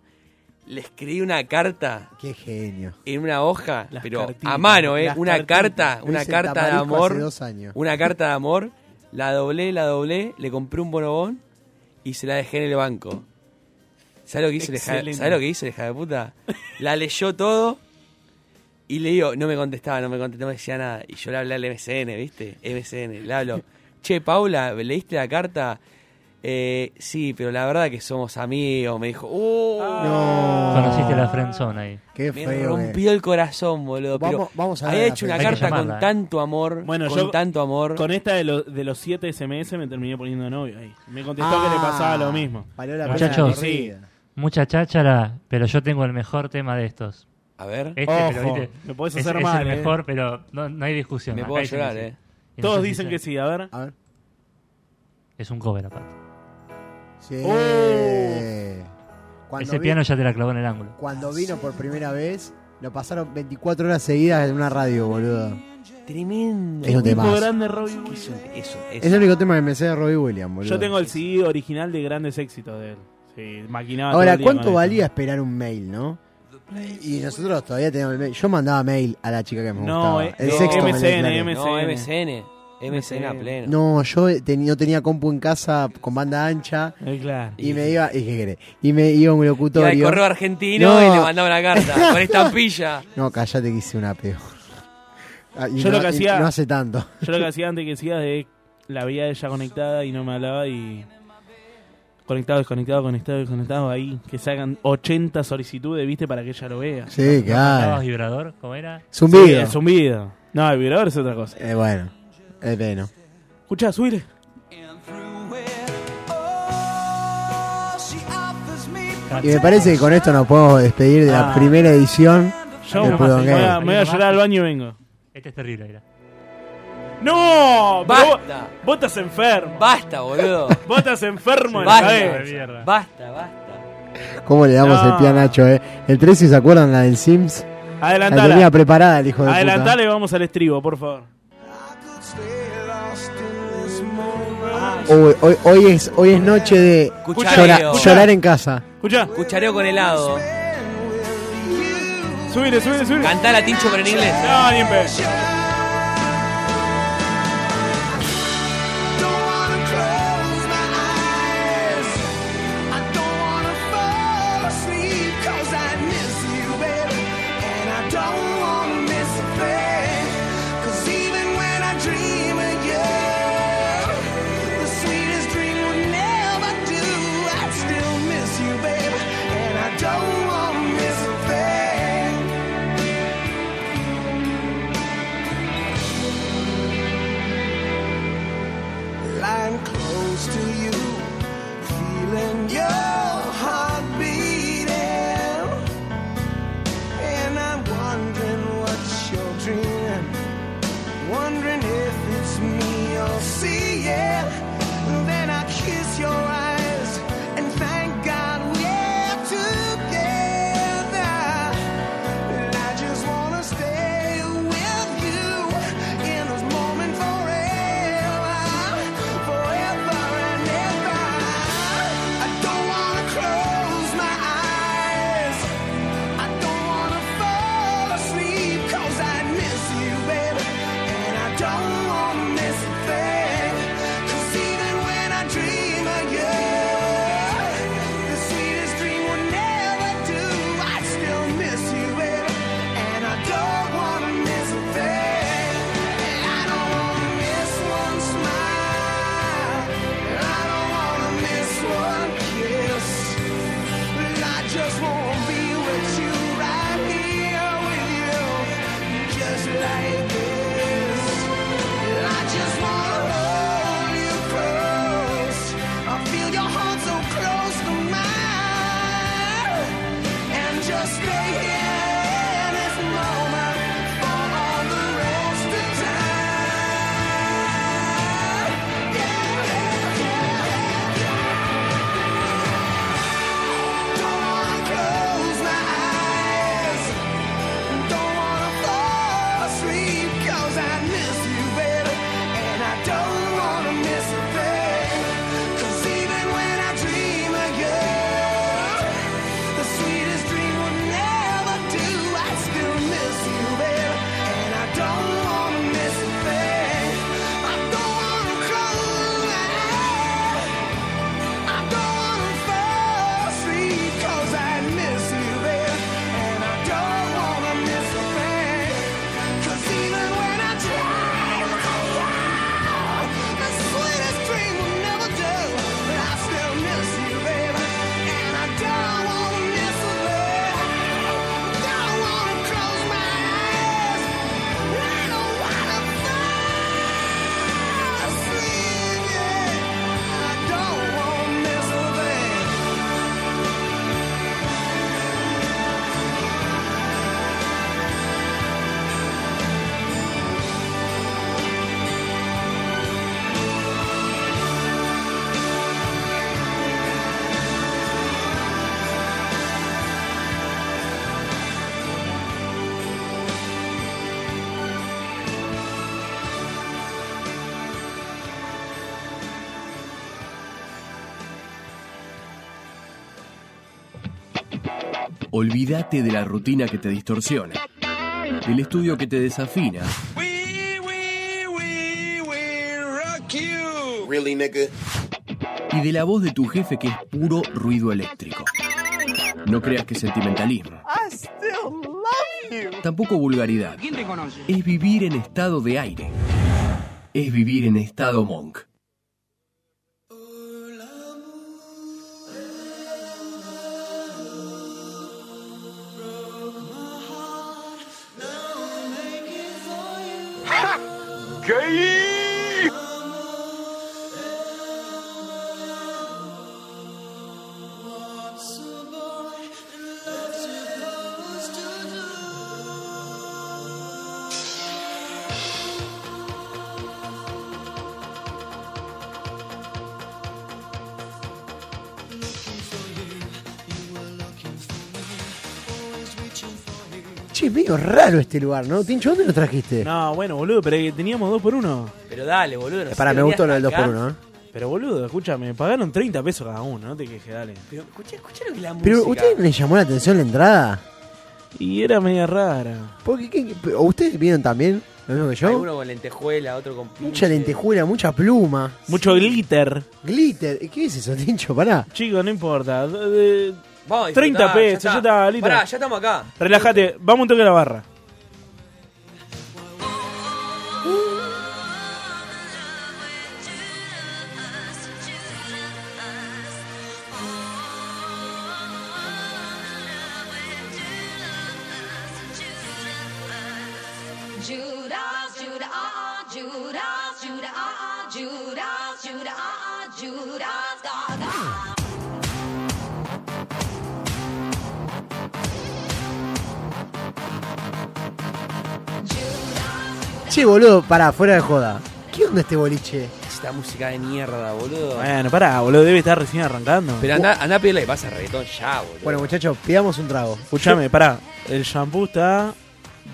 G: Le escribí una carta
C: Qué genio.
G: en una hoja,
F: Las
G: pero
F: cartitas,
G: a mano, ¿eh?
F: las
G: Una
F: cartitas.
G: carta,
C: Lo
G: una
C: hice en
G: carta de
C: Tamarisco
G: amor.
C: hace dos años.
G: Una carta de amor. La doblé, la doblé, le compré un bonobón y se la dejé en el banco. ¿Sabes lo que hizo el hija de,
F: Excelente.
G: ¿sabes lo que hizo el hija de puta? La leyó todo y le digo, no me contestaba, no me contestaba, no me decía nada. Y yo le hablé al MCN, ¿viste? MCN, le hablo. Che, Paula, ¿leíste la carta? Eh, sí, pero la verdad que somos amigos, me dijo. "Uh,
C: No.
E: Conociste la friendzone ahí.
C: Qué
G: me
C: feo. que-
G: rompió el corazón, boludo. pero
C: Vamos- vamos a
G: había
C: ver la
G: hecho una
E: fecha. Hay que
G: carta
E: llamarla,
G: con
E: eh.
G: tanto amor.
F: Bueno,
G: con
F: yo-
G: tanto amor.
F: Con esta de, lo- de los siete SMS me terminé poniendo novio ahí. Me contestó
C: Ah,
F: que le pasaba lo mismo.
C: valió la
E: Muchachos.
C: pena la corrida.
E: Mucha cháchara, pero yo tengo el mejor tema de estos.
G: A ver,
E: Este, pero
F: Ojo,
E: viste,
F: lo podés
E: es-
F: hacer
E: es,
F: mal,
E: el
F: eh.
E: mejor, pero no, no hay discusión.
G: me
E: Acá
G: puedo
E: dicen
G: llorar,
E: que sí.
G: eh.
E: Y
F: Todos
E: nosotros
F: dicen que sí, a ver.
C: A ver.
E: Es un cover aparte.
C: Sí.
F: Oh.
C: Cuando
E: Ese
C: vi-
E: piano ya te la clavó en el ángulo.
C: Cuando vino por primera vez, lo pasaron 24 horas seguidas en una radio, boludo.
G: Tremendo.
C: Es un
F: Tipo
C: tema.
F: grande Robbie Williams.
G: Eso,
C: Es el único tema que me sé de Robbie Williams, boludo.
F: Yo tengo el CD original de grandes éxitos de él. Sí, maquinaba todo
C: Ahora,
F: el día con
C: ¿cuánto
F: eso.
C: valía esperar un mail, no? Y nosotros todavía teníamos el mail. Yo mandaba mail a la chica que me
F: No,
C: gustaba.
F: eh,
C: el
F: no,
C: sexto me lo
F: MSN,
C: declaré.
F: MSN.
G: No, MCN. MCN a pleno.
C: No, yo te- no tenía compu en casa con banda ancha
F: Eh, claro.
C: y me iba, y qué querés, y me iba a un
G: Iba al
C: locutorio.
G: correo argentino
C: No.
G: y le mandaba una carta con
C: Ah.
G: estampilla.
C: No, callate que hice una peor. Ah, y
F: Yo
C: no,
F: lo que
C: y
F: hacía-
C: no hace tanto.
F: Yo lo que hacía antes que sigas de la veía ella conectada y no me hablaba y conectado, desconectado, conectado, desconectado ahí, que sacan 80 solicitudes, viste, para que ella lo vea.
C: Sí,
E: ¿Estabas
C: claro.
E: vibrador? ¿Cómo era?
C: Zumbido.
F: Sí, el zumbido. No, el vibrador es otra cosa.
C: Eh, bueno, es bueno.
F: Escuchá, subile.
C: Y me parece que con esto nos podemos despedir de la
F: Ah.
C: primera edición.
F: Yo
C: Del
F: me voy
C: Pudong
F: a, me voy a-
C: Game.
F: Ah, me voy a llorar al baño y vengo.
E: Este es terrible, era.
F: ¡No! pero vos-
G: Basta.
F: Vos estás enfermo.
G: Basta, boludo.
F: Vos estás enfermo de la
G: Basta.
F: cabeza.
G: Basta, basta.
C: ¿Cómo le damos
F: No.
C: el pie a Nacho, eh? El 13, ¿se acuerdan la del Sims? La tenía
F: Adelantala.
C: preparada el hijo de puta.
F: Adelantala y vamos al estribo, por favor.
C: Hoy, hoy- hoy es, hoy es noche de
G: Cuchareo.
C: llora- llorar en casa.
F: Escuchá,
G: Cuchareo con helado.
F: subile, subile, subile.
G: Cantá la tincho pero en inglés. eh.
F: No, ni en pedo.
K: Don't wanna miss a thing lying close to you, feeling your heart beating, and I'm wondering what you're dreaming, wondering if it's me you're seeing. Then I kiss your eyes and thank God we're together. And I just wanna stay with you in this moment forever, forever and ever. I don't wanna close my eyes. I don't
I: Olvídate de la rutina que te distorsiona, del estudio que te desafina,
L: Really, nigga?
I: y de la voz de tu jefe que es puro ruido eléctrico. No creas que es sentimentalismo,
B: I still love you.
I: tampoco vulgaridad.
B: ¿Quién te conoce?
I: Es vivir en estado de aire. Es vivir en estado monk.
B: ¡Gay!
C: Che, medio raro este lugar, ¿no? Tincho, ¿dónde lo trajiste?
F: No, bueno, boludo, pero que teníamos dos por uno.
G: Pero dale, boludo. no
C: Para,
G: sé,
C: Eh, me gustó lo del
G: venías
C: 2x1,
G: acá.
C: ¿eh?
F: Pero boludo, escúchame, pagaron 30 pesos cada uno, no te quejes, dale.
G: Pero escucha, escucha lo que es la
C: Pero
G: música.
C: ¿usted le llamó la atención la entrada?
F: Y era media rara.
C: Porque, ¿Ustedes vieron también lo mismo que yo?
G: Alguno con lentejuela, otro con pinche.
C: Mucha lentejuela, mucha pluma,
F: Mucho glitter.
C: glitter. ¿Qué es eso, Tincho? Pará.
F: Chico, no importa. Eh,
G: Vamos a
F: 30
G: disfrutar,
F: pesos, ya está, listo.
G: Pará, ya estamos acá.
F: Relájate, vamos un toque a la barra.
C: Che, boludo, pará, fuera de joda. ¿Qué onda este boliche?
G: Esta música de mierda, boludo.
F: Bueno, pará, boludo, debe estar recién arrancando.
G: Pero anda, anda a pedirle que pasa reggaetón ya, boludo.
C: Bueno, muchachos, pidamos un trago.
F: Escuchame, pará. El shampoo está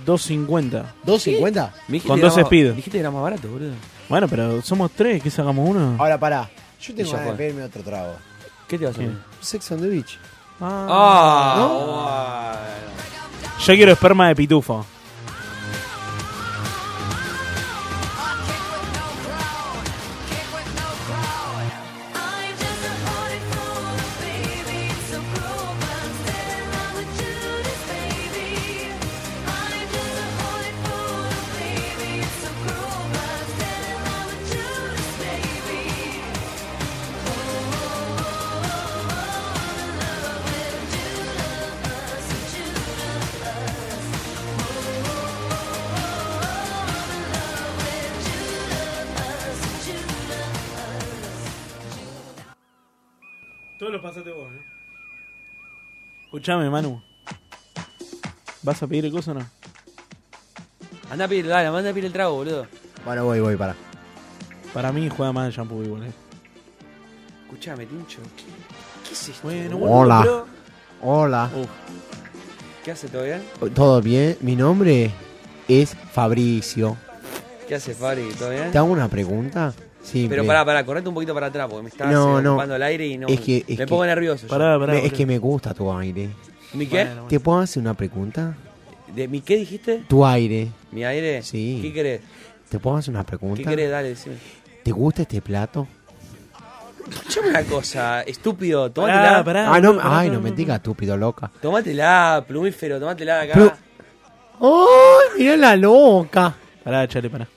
F: 2.50.
C: ¿2.50?
G: Me dijiste
F: con
G: que era
F: dos
G: más-
F: speed.
G: Dijiste que era más barato, boludo.
F: Bueno, pero somos tres, ¿qué sacamos uno?
C: Ahora pará. Yo tengo
G: Ya
C: ganas de
G: fue.
C: pedirme otro trago.
G: ¿Qué te vas a hacer?
C: Sex on the Beach.
F: Ah.
G: Ah, bueno.
F: Yo quiero esperma de pitufo. Todos los pasaste vos, ¿eh? Escuchame, Manu. ¿Vas a pedir el coso o no?
G: Anda a pedirle, dale, anda a pedirle el trago, boludo.
C: Bueno, voy, voy, pará.
F: Para mí juega más el shampoo igual, ¿eh?
G: Escuchame, Tincho. ¿Qué, qué es esto?
F: Bueno,
G: boludo?
F: boludo,
C: Hola.
F: pero-
C: Hola.
G: ¿Qué hace todo bien?
C: ¿Todo bien? Mi nombre es Fabricio.
G: ¿Qué hace Fabri? ¿Todo bien?
C: ¿Te hago una pregunta? Sí.
G: ¿Eh? Pero pará, pará, correte un poquito para atrás porque me estás
C: No,
G: eh,
C: no.
G: ocupando el aire y no.
C: Es que- es
G: me
C: que-
G: pongo nervioso. yo.
F: Pará, pará.
C: es
F: boludo.
C: que me gusta tu aire.
G: ¿Mi qué?
F: Bueno,
C: ¿Te puedo hacer una pregunta?
G: ¿De mi qué dijiste?
C: Tu aire.
G: ¿Mi aire?
C: Sí.
G: ¿Qué querés?
C: ¿Te puedo hacer una
G: ¿Qué
C: pregunta?
G: querés? Dale, decime.
C: ¿Te gusta este plato?
G: Escuchame una cosa, estúpido.
F: Pará,
G: Tomátela.
F: pará.
C: Ah, no,
F: boludo, pará,
C: ay,
F: pará,
C: no me
F: pará.
C: digas, estúpido, loca.
G: Tomátela, plumífero, tomátela de acá.
C: Pero- ¡Ay, mirá la loca!
F: Pará, chale, pará.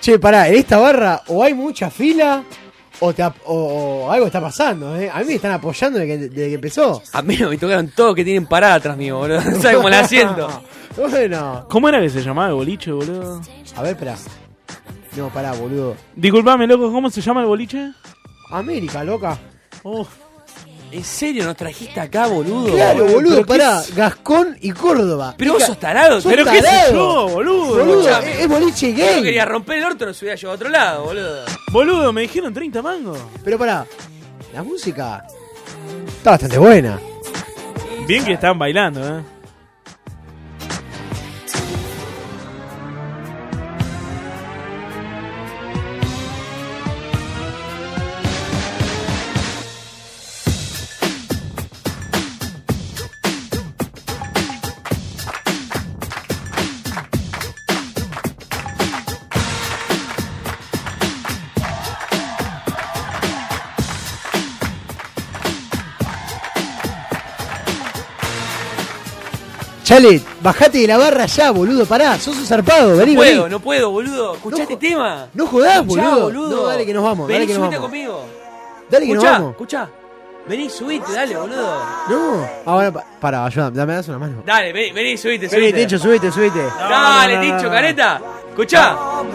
C: Che, pará, en esta barra o hay mucha fila o, te ap- o- o algo está pasando, ¿eh? A mí me están apoyando desde que, desde que empezó.
G: A mí no me tocaron todos que tienen parada atrás mío, boludo. No sabes cómo la siento.
C: bueno,
F: ¿Cómo era que se llamaba el boliche, boludo?
C: a ver, pará. No, pará, boludo.
F: Disculpame, loco, ¿cómo se llama el boliche?
C: América, loca.
F: Uf.
G: ¿En serio nos trajiste acá, boludo?
C: Claro, boludo,
G: Pero qué
C: pará.
G: es-
C: Gascón y Córdoba.
G: Pero
C: Es
G: vos
C: ca-
G: sos tarado,
C: sos
G: pero qué sé
C: tarado.
F: yo, boludo.
C: Boludo,
G: Escuchame.
C: es, es boliche
G: Yo no
C: gay.
G: quería romper el orto, nos hubiera llevado a otro lado, boludo.
F: Boludo, me dijeron 30 mangos.
C: Pero pará. La música está bastante buena.
F: Bien que estaban bailando, ¿eh?
C: Chale, bajate de la barra ya, boludo. Pará, sos un zarpado. Vení,
G: No puedo,
C: vení.
G: no puedo, boludo. Escuchá
C: No
G: este
C: jo-
G: tema.
C: No jodás,
G: Escuchá,
C: boludo. No, dale que nos vamos,
G: Vení,
C: dale que nos
G: subite
C: vamos.
G: conmigo.
C: Dale que
G: Escuchá,
C: nos vamos.
G: escuchá. Vení, subite, dale, boludo.
C: No. Ahora, pa- pará, ayúdame. Dame das una mano.
G: Dale, vení, vení, subite,
C: Vení,
G: subite.
C: Tincho, subite, subite.
G: Dale, Tincho, careta. Escuchá.
B: oh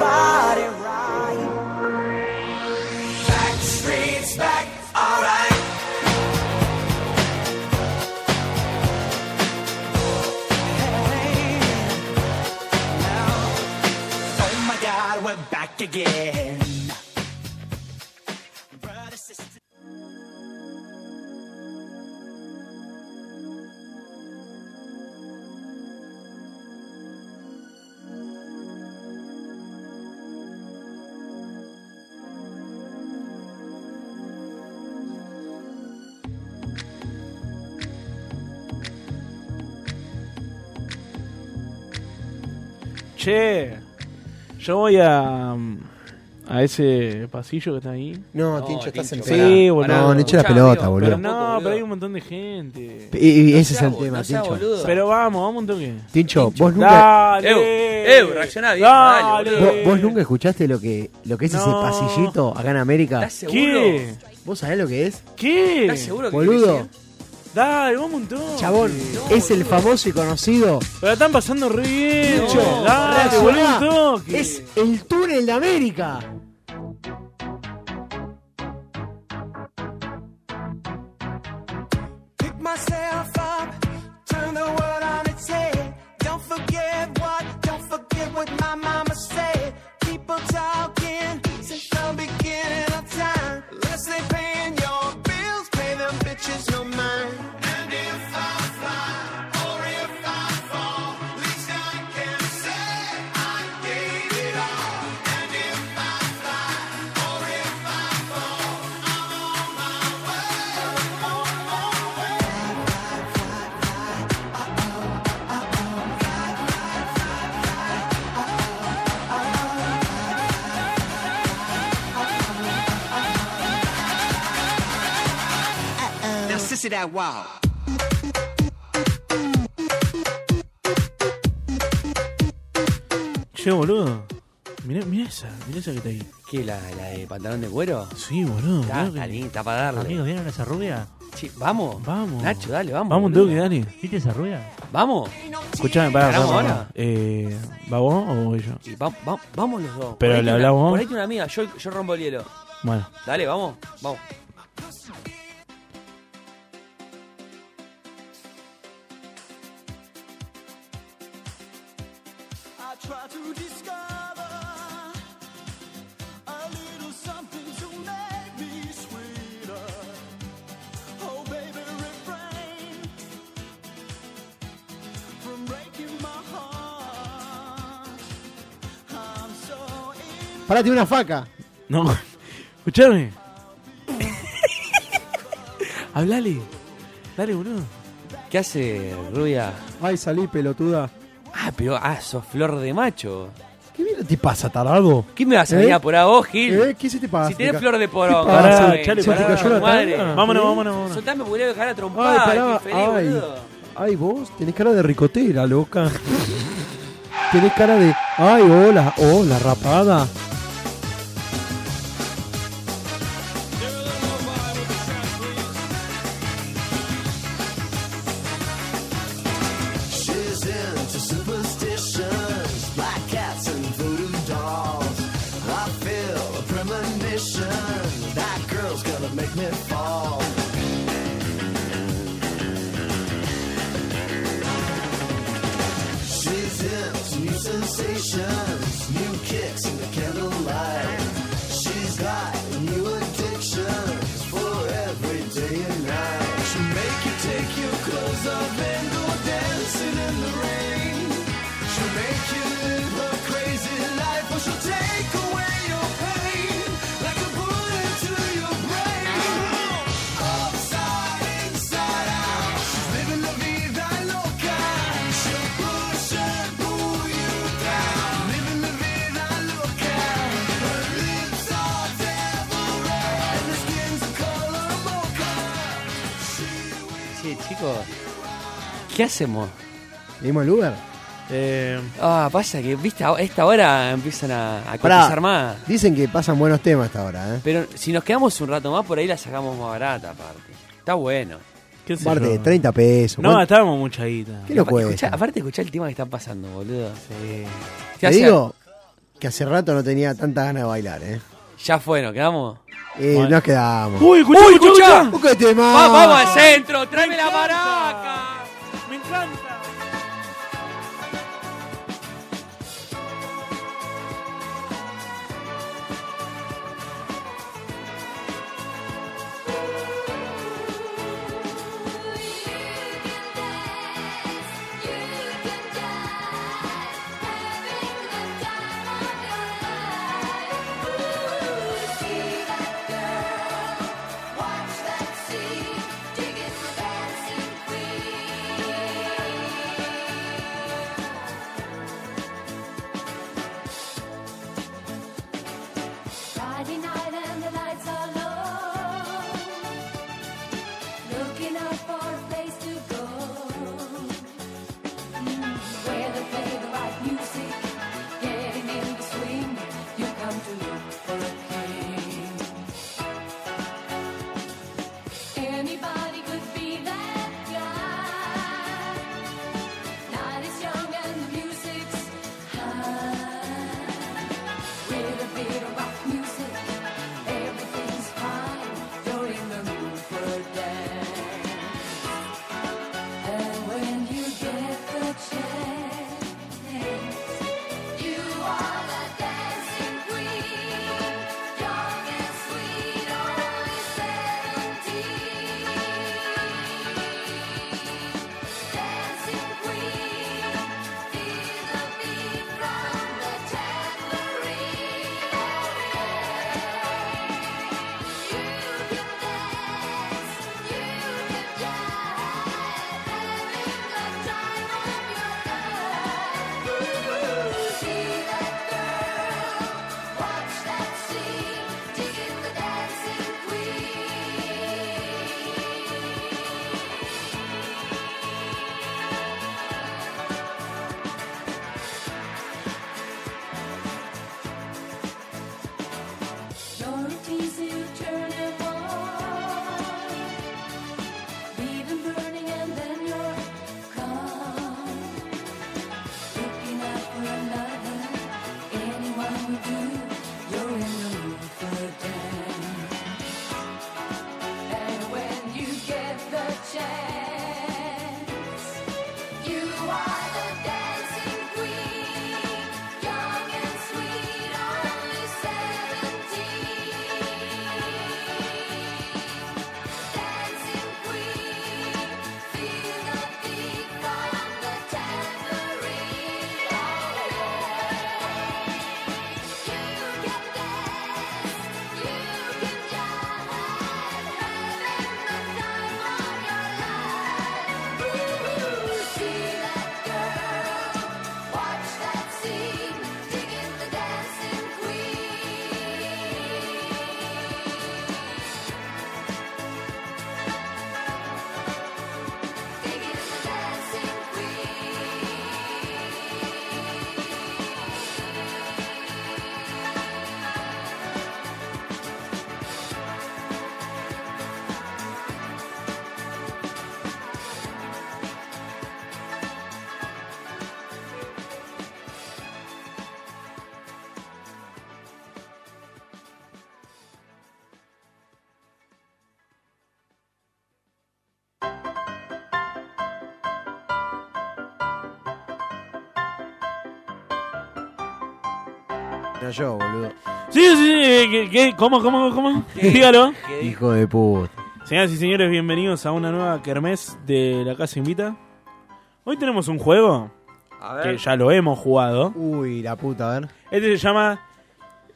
F: Che, yo voy a. a ese pasillo que está ahí.
C: No,
G: No,
C: Tincho, estás en
G: Tincho,
C: pedo.
F: Sí, boludo.
C: No, no eché la
G: Escuchá,
C: pelota,
G: amigo,
F: Pero
C: boludo.
F: no,
G: Tampoco,
F: pero hay
G: boludo.
F: un montón de gente.
C: Y, y ese es
G: seas
C: el
G: bo-
C: tema,
G: no seas
C: Tincho.
G: boludo.
F: Pero vamos, vamos un toque.
C: Tincho, vos nunca,
F: Dale.
G: Eu, eu, reaccioná bien,
F: Dale.
G: dale,
C: vos, vos nunca escuchaste lo que, lo que es ese
F: No.
C: pasillito acá en América.
G: ¿Estás seguro?
F: ¿Qué?
C: ¿Vos sabés lo que es?
F: ¿Qué?
G: ¿Estás seguro que
C: Boludo,
G: querés ir?
F: Dale, vamos un toque.
C: chabón, es el famoso y conocido.
F: Pero la están pasando re bien.
C: Tincho,
F: Dale, boludo, un
C: reaccioná.
F: toque.
C: Es el túnel de América.
K: Pick myself up, turn the world on its head. Don't forget what, don't forget what my mama said. People talking since the beginning of time. Unless they paying your bills, pay them bitches no mind. And if I fly, or if I fall, at least I can say I gave it all. And if I fly, or if I fall, I'm on my way, on my way. Now, sissy that wow.
F: Che, boludo. Mirá, mirá esa, mirá esa que está ahí.
G: ¿Qué, la, la de pantalón de cuero?
F: Sí, boludo. mirá
G: Está,
F: que-
G: está linda, está para darle.
E: Amigos, ¿vieron esa rubia?
G: Che, vamos.
F: Vamos.
G: Nacho, dale, vamos.
F: Vamos un
G: boludo.
F: toque, dale.
E: ¿Viste esa rubia?
G: Vamos.
F: Escuchame, pará, pará,
G: ¿Ganamos
F: pará.
G: ahora?
F: Eh, ¿Va vos o voy yo?
G: Y va- va- vamos los dos.
F: Pero
G: Ponete
F: le
G: una-
F: hablamos vos.
G: Ponete una amiga, yo, yo rompo el hielo.
F: Bueno.
G: Dale, vamos, vamos.
K: I try to discover a little something to make me sweeter. Oh, baby, refrain from breaking my heart. I'm so in
C: Pará, tiene una faca.
F: No, escuchame. Hablale. Dale, boludo.
G: ¿Qué hace, rubia?
C: Ay, salí, pelotuda.
G: Ah, pero, ah, sos flor de macho.
C: ¿Qué bien te pasa, tarado?
G: ¿Qué me vas a
C: ¿Eh?
G: venir a por a vos, Gil?
C: ¿Eh? ¿Qué se te pasa?
G: Si tenés
C: Ca-
G: flor de
C: ¿Qué
G: porón,
C: pasa?
F: Pará,
G: Gonzalo,
F: chale,
G: tu
F: pará.
C: Se te cayó la
G: madre.
C: tanga.
F: Vámonos, vámonos, vámonos.
G: Soltame, porque le voy a dejar a
C: Ay,
G: trompada.
C: pará,
G: qué feliz,
C: ay.
G: boludo.
C: Ay, vos tenés cara de ricotera, loca. tenés cara de. Ay, hola, hola, rapada.
K: She's into superstitions, black cats and voodoo dolls. I feel a premonition that girl's gonna make me fall.
B: shall take away your pain like a bullet to your brain. Upside, inside out, living la vida loca. She'll push and pull you down. Living la vida loca. Her lips are devil red and her skin's the color mocha.
G: Che, chicos. ¿Qué hacemos?
C: ¿Pedimos el Uber?
F: Eh,
G: Ah, pasa que, viste, a esta hora empiezan a, a
C: Pará,
G: cotizar más.
C: Dicen que pasan buenos temas hasta ahora, ¿eh?
G: Pero si nos quedamos un rato más, por ahí la sacamos más barata, aparte. Está bueno.
F: ¿Qué sé
C: Aparte,
F: yo?
C: 30 pesos.
F: No,
C: ¿cuánto?
F: estábamos mucha guita.
C: ¿Qué lo
G: Aparte,
C: cuesta?
G: escuchá- aparte, escuchá el tema que está pasando, boludo.
C: Te
G: Ya sea-
C: digo que hace rato no tenía tantas ganas de bailar, ¿eh?
G: Ya fue, ¿nos quedamos?
C: Y nos quedamos.
F: Uy, escuchá, escuchá,
G: ¡Uy, escuchá!
F: escuchá.
C: ¡Un poco de tema!
G: Va- ¡Vamos al centro! ¡Tráeme la baraca!
F: Me encanta.
B: Friday night and the lights are low. Looking out for a place to go. Mm, Where they play the right music. Getting in the swing. You come to look for a king. Anybody could be that guy. Night is young and the music's high. With a bit of rock music, everything's fine. You're in the mood for a dance. And when you get the chance, you are the dancing queen. Young and sweet, only seventeen. Dancing queen, feel the beat from the tambourine. Don't it tease you, turn it on. Leave him burning and then you're gone. Looking out for another, anyone will do. You're in the mood for a dance. And when you get the chance, you are the dancing queen. Young and sweet, only seventeen. Dancing queen, feel the beat from the tambourine. Oh, yeah. You can dance, you can jive, having the time of your life. Ooh, see that girl, watch that scene, digging the dancing queen. Digging the dancing queen.
C: Era yo, boludo.
F: Sí, sí, sí. eh, ¿Qué, qué? cómo, cómo, cómo? Dígalo.
C: Hijo de puta.
F: Señoras y señores, bienvenidos a una nueva kermés de La Casa Invita. Hoy tenemos un juego
G: A
F: que ya lo hemos jugado.
C: Uy, la puta, a ver.
F: Este se llama.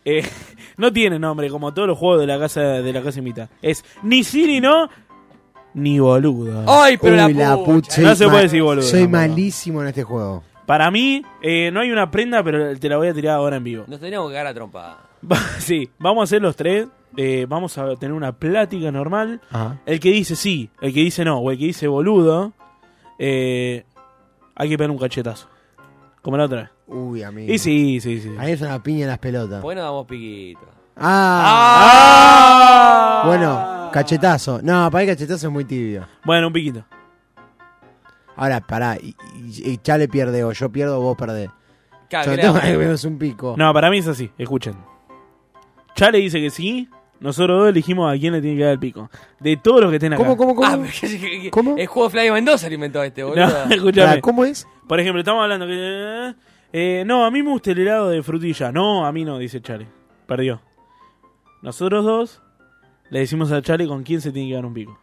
F: eh, no tiene nombre, como todos los juegos de la casa de la casa mitad. Es ni sí ni no, ni boludo.
G: Ay, pero
C: Uy,
G: la,
C: la
G: pucha.
C: pucha, soy
F: No se
C: ma-
F: puede decir boludo,
C: Soy
F: tampoco.
C: malísimo en este juego.
F: Para mí, eh, no hay una prenda, pero te la voy a tirar ahora en vivo.
G: Nos teníamos que cagar a trompa.
F: Va- sí, vamos a hacer los tres. eh, vamos a tener una plática normal. El que dice sí, el que dice no, o el que dice boludo, eh, hay que pegar un cachetazo. Como la otra vez.
C: Uy, amigo.
F: Y sí, sí, sí.
C: A mí es una piña en las pelotas.
G: ¿Por qué no damos piquito?
C: Ah,
F: ¡Ah!
C: bueno, cachetazo. No, para mí cachetazo es muy tibio.
F: Bueno, un piquito.
C: Ahora, pará, y, y- y Chale pierde o yo pierdo o vos perdés.
G: Claro,
C: Sobre
G: creo.
C: todo ahí vemos un pico.
F: No, para mí es así, escuchen. Chale dice que sí, nosotros dos elegimos a quién le tiene que dar el pico. De todos los que estén acá.
C: ¿Cómo, cómo, cómo?
G: Ah, pero-
C: ¿Cómo?
G: El juego de Flavio Mendoza lo inventó este,
F: No,
G: boludo.
F: escúchame.
C: Pará, ¿Cómo es?
F: Por ejemplo, estamos hablando que... eh, no, a mí me gusta el helado de frutilla. No, a mí no, dice Chale. Perdió. Nosotros dos le decimos a Chale con quién se tiene que dar un pico.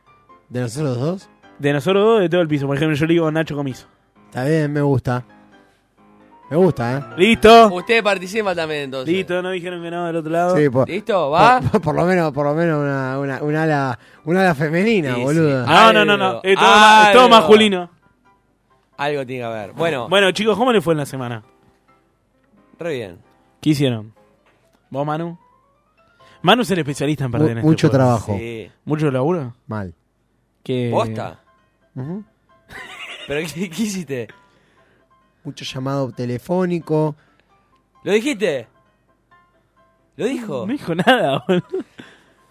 C: ¿De nosotros dos?
F: De nosotros dos, de todo el piso. Por ejemplo, yo le digo Nacho Comiso.
C: Está bien, me gusta. Me gusta, ¿eh?
F: ¿Listo?
G: Usted participa también entonces.
F: Listo, no dijeron que no del otro lado.
C: Sí, pues. por,
G: ¿Listo? ¿Va?
C: por, por lo menos, por lo menos una, una, una ala, una ala femenina,
G: Sí, sí.
C: boludo.
F: No, no, no, no.
G: Algo, Ah.
F: Es todo, ma- es todo
G: algo.
F: masculino.
G: Algo tiene que haber. Bueno,
F: Bueno, chicos, ¿cómo les fue en la semana?
G: re bien.
F: ¿Qué hicieron? ¿Vos, Manu? Manu es el especialista en perder.
C: Mu-
F: en este
C: mucho
F: juego.
C: trabajo.
G: Sí.
F: ¿Mucho laburo?
C: Mal.
F: ¿Qué...
G: ¿Posta?
C: Ujú.
G: ¿Pero qué, qué hiciste?
C: Mucho llamado telefónico.
G: ¿Lo dijiste? ¿Lo dijo?
F: No dijo nada, boludo.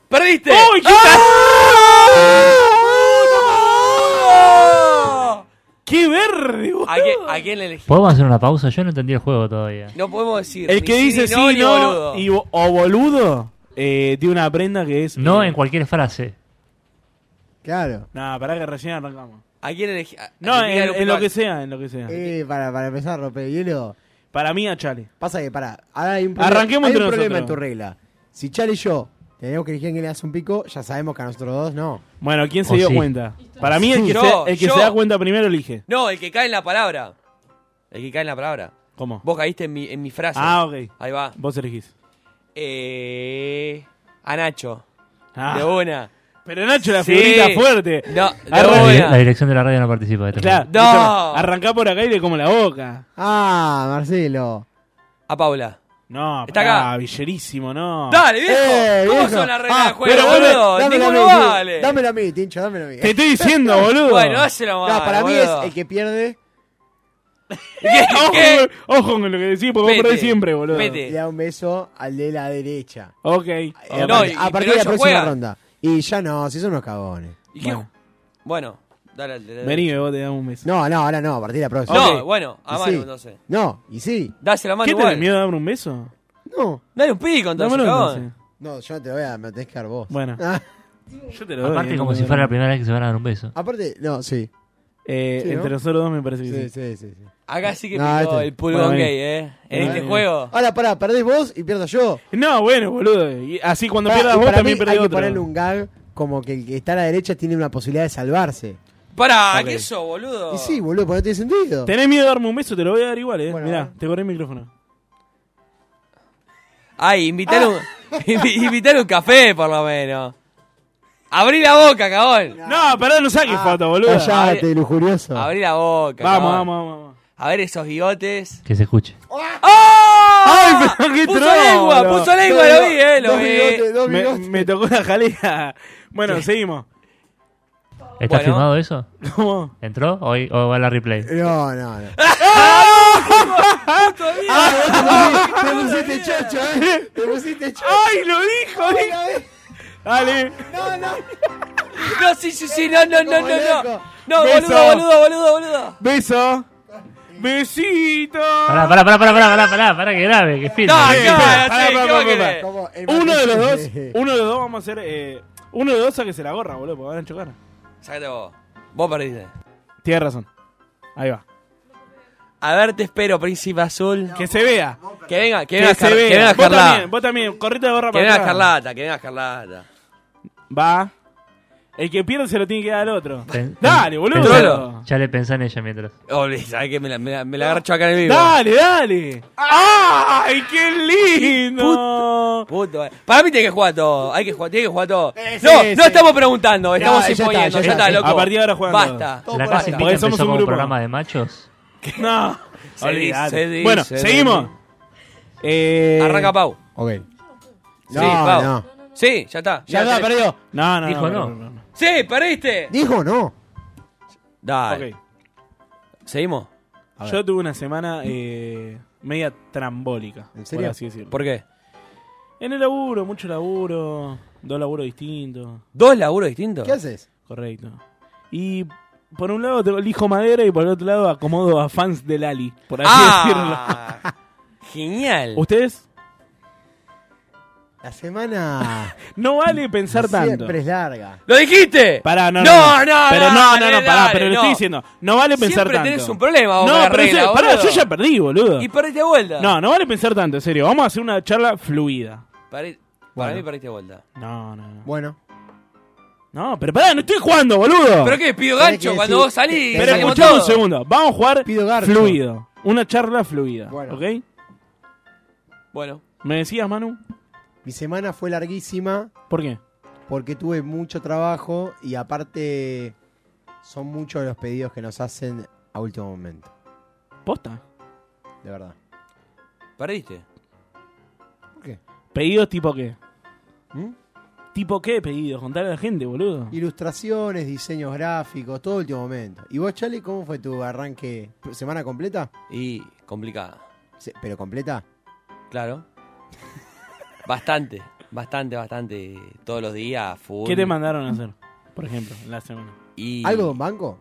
G: ¡Perdiste!
F: ¡Uy, qué
G: ¡Ah!
F: ¡Qué verde, boludo!
G: ¿A, quién, ¿A quién le elegiste?
E: ¿Podemos hacer una pausa? Yo no entendí el juego todavía.
G: No podemos decir.
F: El
G: ni
F: que dice sí,
G: ni ni
F: no,
G: boludo.
F: y bo- o boludo, eh, tiene una prenda que es...
E: No
F: eh,
E: en cualquier frase.
C: Claro.
F: Nah, pará que recién arrancamos.
G: ¿A quién elegí? A-
F: No,
G: a-
F: en,
G: a-
F: en lo que sea, en lo que sea.
C: Eh, para, para empezar a romper el hielo.
F: Para mí, a Chale.
C: Pasa que, para, ahora hay un problema,
F: Arranquemos
C: hay un
F: entre
C: problema en tu
F: nosotros.
C: regla. Si Chale y yo tenemos que elegir quién le hace un pico, ya sabemos que a nosotros dos no.
F: Bueno, ¿quién se
E: O
F: dio
E: sí.
F: cuenta? Para mí, el que,
G: Oh, Yo,
F: se, el que
G: yo.
F: se da cuenta primero elige.
G: No, el que cae en la palabra. El que cae en la palabra.
F: ¿Cómo?
G: Vos caíste en mi, en mi frase.
F: Ah, ok.
G: Ahí va.
F: Vos elegís.
G: Eh, a Nacho.
F: Ah.
G: De una.
F: Pero Nacho, la
G: Sí.
F: figurita fuerte.
G: No, de
F: Arranca-
E: La,
G: Hola.
E: dire- la dirección de la radio no participa de este
F: Claro,
G: Ah, No.
F: escuchame, Arrancá por acá y le como la boca.
C: Ah, Marcelo.
G: A Paula.
F: No,
G: Está
F: Ah, pará,
G: acá.
F: villerísimo, no.
G: Dale, viejo.
C: Eh,
G: ¿Cómo
C: viejo.
G: son las reglas
C: Ah,
G: del juego,
F: pero
G: boludo?
C: dámelo a
G: Ninguno
C: mí, sí.
G: vale.
C: Dámelo a mí, Tincho, dámelo a mí.
F: Te estoy diciendo, boludo.
G: Bueno, dáselo
C: No,
G: más.
C: para mí es
G: boludo.
C: el que pierde
G: ¿Qué?
F: ojo,
G: ¿Qué?
F: con- ojo con lo que decís, porque vos
G: Vete,
F: perdés siempre, boludo.
G: vete.
C: le da un beso al de la derecha. A
F: Ok. ok.
G: no,
C: partir-
G: y-
C: Eh, a
G: pero
C: partir de la
G: ellos
C: próxima
G: juegan.
C: ronda. Y ya no, si son unos cagones.
G: ¿Y qué?
F: Bueno.
G: Bueno, dale al de la
F: Vení,
G: derecha.
F: vos te damos un beso.
C: No, no, ahora no, a partir de la próxima.
G: No,
C: Eh, Ok.
G: bueno, a
C: Y
G: mano
C: sí.
G: entonces.
C: No, y sí.
G: Dásela a mano
F: ¿Qué te
G: igual.
F: da miedo de darme un beso?
C: No.
G: Dale un pico entonces,
F: Dámelo
G: cabrón.
F: entonces.
C: No, yo no te lo voy a, me lo tenés que dar vos.
F: Bueno.
C: Ah,
F: Yo te lo doy.
E: Aparte,
F: eh,
E: como
F: no
E: si
F: me-
E: fuera la primera vez que se van a dar un beso.
G: Ah,
C: aparte, no, sí.
F: Eh,
C: Sí, ¿no?
F: Entre nosotros dos me parece que
C: Sí, sí,
F: sí.
C: sí. sí.
G: Acá sí que
C: No,
G: picó
C: este-
G: el pulgón
F: Bueno, vení.
G: gay, ¿eh? En
F: Vení,
G: este
F: vení.
G: juego.
C: Ahora, pará, perdés vos y pierdo yo.
F: No, bueno, boludo. Y así cuando
C: Pará,
F: pierdas
C: y
F: vos
C: para
F: también
C: mí
F: perdés
C: hay que
F: otro.
C: ponerle un gag como que el que está a la derecha tiene una posibilidad de salvarse.
G: Pará,
F: Ok.
G: ¿qué eso, boludo?
C: Y sí, boludo, porque no tiene sentido.
F: Tenés miedo de darme un beso, te lo voy a dar igual, eh.
C: Bueno,
F: Mirá,
C: bueno.
F: te corré el micrófono.
G: Ay, invitar
F: Ah.
G: un. invi- invitar un café, por lo menos. Abrí la boca, cabrón.
F: No, pará, no saques foto, boludo.
C: Cállate, lujurioso.
G: Abrí la boca.
F: Vamos,
G: cabrón.
F: vamos, vamos. vamos.
G: A ver esos bigotes.
E: Que se escuche.
G: ¡Ah!
F: ¡Ay, pero qué
G: puso
F: trolo!
G: lengua, puso
C: Dos
G: lengua, lo vi,
C: bigotes,
G: eh, lo
C: dos
G: vi.
C: bigotes, dos
F: Me,
C: bigotes.
F: me tocó la jalea. Bueno, seguimos.
E: ¿Está
G: Bueno.
E: filmado eso?
F: ¿Cómo?
E: ¿Entró o, o va la replay?
C: No, no, no. Ah, Te pusiste chocho, eh. Te pusiste chocho.
F: ¡Ay, lo dijo! dijo. Dale.
C: No, no.
G: No, sí, sí, sí, no, no, no, no, no.
C: Loco.
G: No,
F: Beso.
G: boludo, boludo, boludo, boludo.
F: Beso. Besito.
E: Pará, pará, pará, pará, pará, pará, pará, que grave, que filme.
G: No,
F: sí,
G: no,
F: pará,
G: no, sí,
F: pará,
G: ¿qué va a
F: pará,
G: querer?
C: Como el
F: Uno de los dos,
C: Martín-
F: uno de los dos vamos a hacer. Eh, uno de los dos a que se la gorra, boludo, porque van a chocar.
G: Sácate vos. Vos perdiste.
F: Tienes razón. Ahí va.
G: A ver, te espero, príncipe azul.
F: Que se vea.
G: Que venga, que
F: Que,
G: venga,
F: se
G: Escar- que
F: vea.
G: venga
F: vos
G: Escarlata.
F: también, vos también. Correte la gorra
G: Que
F: para
G: venga
F: atrás.
G: Escarlata, que venga Escarlata.
F: Va. El que Ah, pierde se lo tiene que dar al otro. Dale, boludo.
E: Pensá- Ya le pensé en ella mientras.
G: Olé, ¿sabes qué? Oh, Me la, me la- me la garcho acá en el vivo.
F: Dale, dale.
C: Ah,
F: ¡Ay, qué lindo!
G: Puto, eh. para mí tiene que jugar todo. Hay que jugar, tiene que jugar todo.
C: sí,
G: no,
C: sí.
G: no estamos preguntando, estamos
C: ya está,
G: imponiendo.
C: ya
G: Ya está,
C: está, sí.
G: loco.
F: A partir de ahora juegan
G: Basta.
E: La casa invita
F: Porque somos
E: empezó
F: un
E: como
F: grupo.
E: programa de machos.
F: No.
G: Se
F: Olvidate.
G: dice, se
F: bueno,
G: dice,
F: seguimos. Eh,
G: Arranca Pau.
C: Ok.
G: Sí,
C: No,
G: Pau.
C: no.
G: Sí, ya está.
C: Ya está,
G: tenés-
C: perdió.
F: No, no,
E: Dijo no.
F: no. no, no.
G: Sí, perdiste.
C: Dijo no.
G: Dale.
F: Ok.
G: ¿Seguimos?
C: A ver.
F: Yo tuve una semana eh, media trambólica.
C: ¿En serio?
F: Por así decirlo.
G: ¿Por qué?
F: En el laburo, mucho laburo, dos laburos distintos,
G: ¿Dos laburos distintos?
C: ¿Qué haces?
F: correcto. Y por un lado te elijo madera y por el otro lado acomodo a fans del Ali, por así
G: ¡Ah! Genial.
F: decirlo. ¿Ustedes?
C: La semana
F: No vale pensar tanto.
C: siempre es larga.
G: ¡Lo dijiste!
F: Pará, no, no.
G: no, no,
F: Pero no, no,
G: dale,
F: no, pará,
G: dale,
F: pero lo
G: no.
F: estoy diciendo. No vale pensar
G: Siempre
F: tanto.
G: tenés un problema vos
F: No,
G: con la
F: pero en
G: regla,
F: serio, pará,
G: boludo.
F: yo ya perdí, boludo.
G: Y perdiste vuelta.
F: No, no vale pensar tanto, en serio. Vamos a hacer una charla fluida.
G: Pare- Para
F: Bueno.
G: mí perdiste vuelta.
F: No, no, no.
C: Bueno.
F: No, pero pará, no estoy jugando, boludo.
G: ¿Pero qué? Pido
C: Tenés
G: gancho
C: que
G: cuando
C: decir-
G: vos salís.
F: Pero
G: salimos
F: escuchá un
G: todos.
F: segundo. Vamos a jugar
C: Pido garcho.
F: fluido. Una charla fluida.
C: Bueno.
F: ¿Ok?
G: Bueno,
F: ¿Me decías, Manu?
C: Mi semana fue larguísima
F: ¿Por qué?
C: porque tuve mucho trabajo y aparte son muchos los pedidos que nos hacen a último momento.
F: ¿Posta?
C: De verdad.
G: perdiste.
C: ¿Por qué?
F: ¿Pedidos tipo qué?
C: ¿Mm?
F: ¿Tipo qué pedidos? Contarle a la gente, boludo.
C: Ilustraciones, diseños gráficos, todo último momento. ¿Y vos, Charlie, cómo fue tu arranque? ¿Semana completa?
G: Y complicada.
C: Se- ¿Pero completa?
G: Claro. Bastante, bastante, bastante. Todos los días, full.
F: ¿Qué te mandaron a hacer? Por ejemplo, en la semana.
G: Y...
C: ¿Algo de un banco?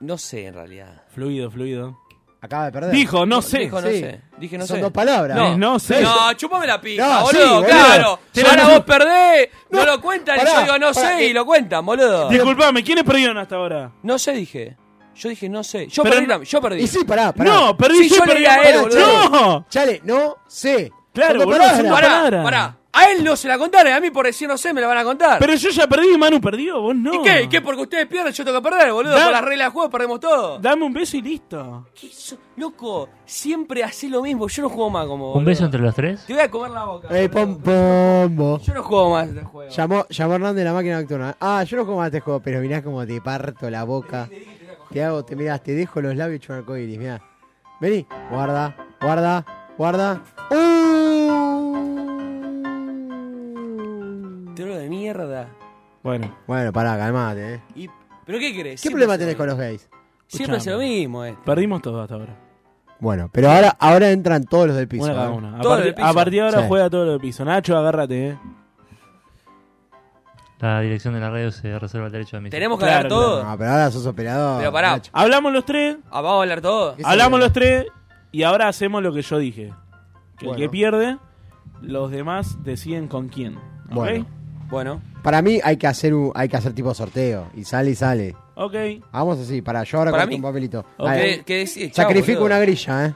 G: No sé, en realidad.
F: Fluido, fluido.
C: Acaba de perder.
F: Dijo, no sé.
G: Dijo, no
C: Sí.
G: sé. Dije, no
C: Son
G: sé.
C: dos palabras.
F: No, no sé.
G: No, chupame Ah, la pija,
C: No, sí,
G: boludo,
C: boludo.
G: claro.
F: Te
G: Si ahora
F: la-
G: vos perdés, no,
C: No,
G: lo cuentan y
C: pará,
G: yo digo no
C: pará,
G: sé
C: que-
G: y lo cuentan, boludo.
F: Disculpame, ¿quiénes perdieron hasta ahora?
G: No sé, dije. Yo dije no sé. Yo
F: Pero
G: perdí
F: no-
G: tam- yo perdí.
C: Y sí, pará, pará.
F: No, perdí
G: Sí,
F: yo,
G: yo
F: perdí
G: leí a él, boludo.
F: ¡No!
C: Chale, no sé.
F: Claro,
C: Son dos
F: boludo, son dos
C: palabras.
G: pará,
F: palabra.
G: pará. A él no se la contaron, a mí por decir no sé me la van a contar.
F: Pero yo ya perdí, Manu perdió, vos no.
G: ¿Y qué? ¿Y qué? Porque ustedes pierden, yo tengo que perder, boludo.
F: Da-
G: Por las reglas del juego perdemos todo.
F: Dame un beso y listo.
G: ¿Qué hizo? Loco, siempre haces lo mismo. Yo no juego más como vos,
E: ¿Un beso
G: boludo.
E: entre los tres?
G: Te voy a comer la boca.
C: Eh,
G: boludo.
C: pom, pombo.
G: Yo no juego más este juego.
C: Llamó, llamó Hernández la máquina nocturna. Ah, yo no como más te juego, pero mirá cómo te parto la boca. Te hago, te mirás, te dejo los labios hecho un arcoiris, mirá. Vení, guarda, guarda, guarda. ¡Uh!
G: Te hablo de mierda.
F: Bueno,
C: Bueno, pará, calmate, eh.
G: Y- ¿Pero qué crees?
C: ¿Qué problema tenés con los gays?
G: Siempre hace lo
F: Escuchame.
G: mismo, eh.
F: perdimos todo hasta ahora.
C: Bueno, pero ahora, ahora entran todos los del piso.
F: Una cada
C: ¿eh?
F: una. A,
G: Todo
F: partir-
G: del piso.
F: a partir de ahora
C: Sí.
F: juega todo lo del piso. Nacho, agárrate, eh.
E: La dirección de la radio se reserva el derecho de misión.
G: Tenemos que
F: Claro,
G: hablar todo.
C: No, pero ahora sos operador.
G: Pero pará.
C: Nacho.
F: Hablamos los tres,
G: Ah, vamos a hablar todo.
C: ¿Qué
F: hablamos
C: se-
F: los tres y ahora hacemos lo que yo dije. Que
C: Bueno.
F: el que pierde, los demás deciden con quién. ¿Ok?
C: Bueno.
G: Bueno,
C: Para mí hay que hacer un, hay que hacer tipo sorteo. Y sale y sale.
F: Ok.
C: Vamos así, para yo ahora
G: Para
C: corto
G: mí.
C: un papelito.
F: Ok.
C: Dale.
G: ¿qué, qué decís? Chau,
C: Sacrifico
G: boludo.
C: una grilla, eh.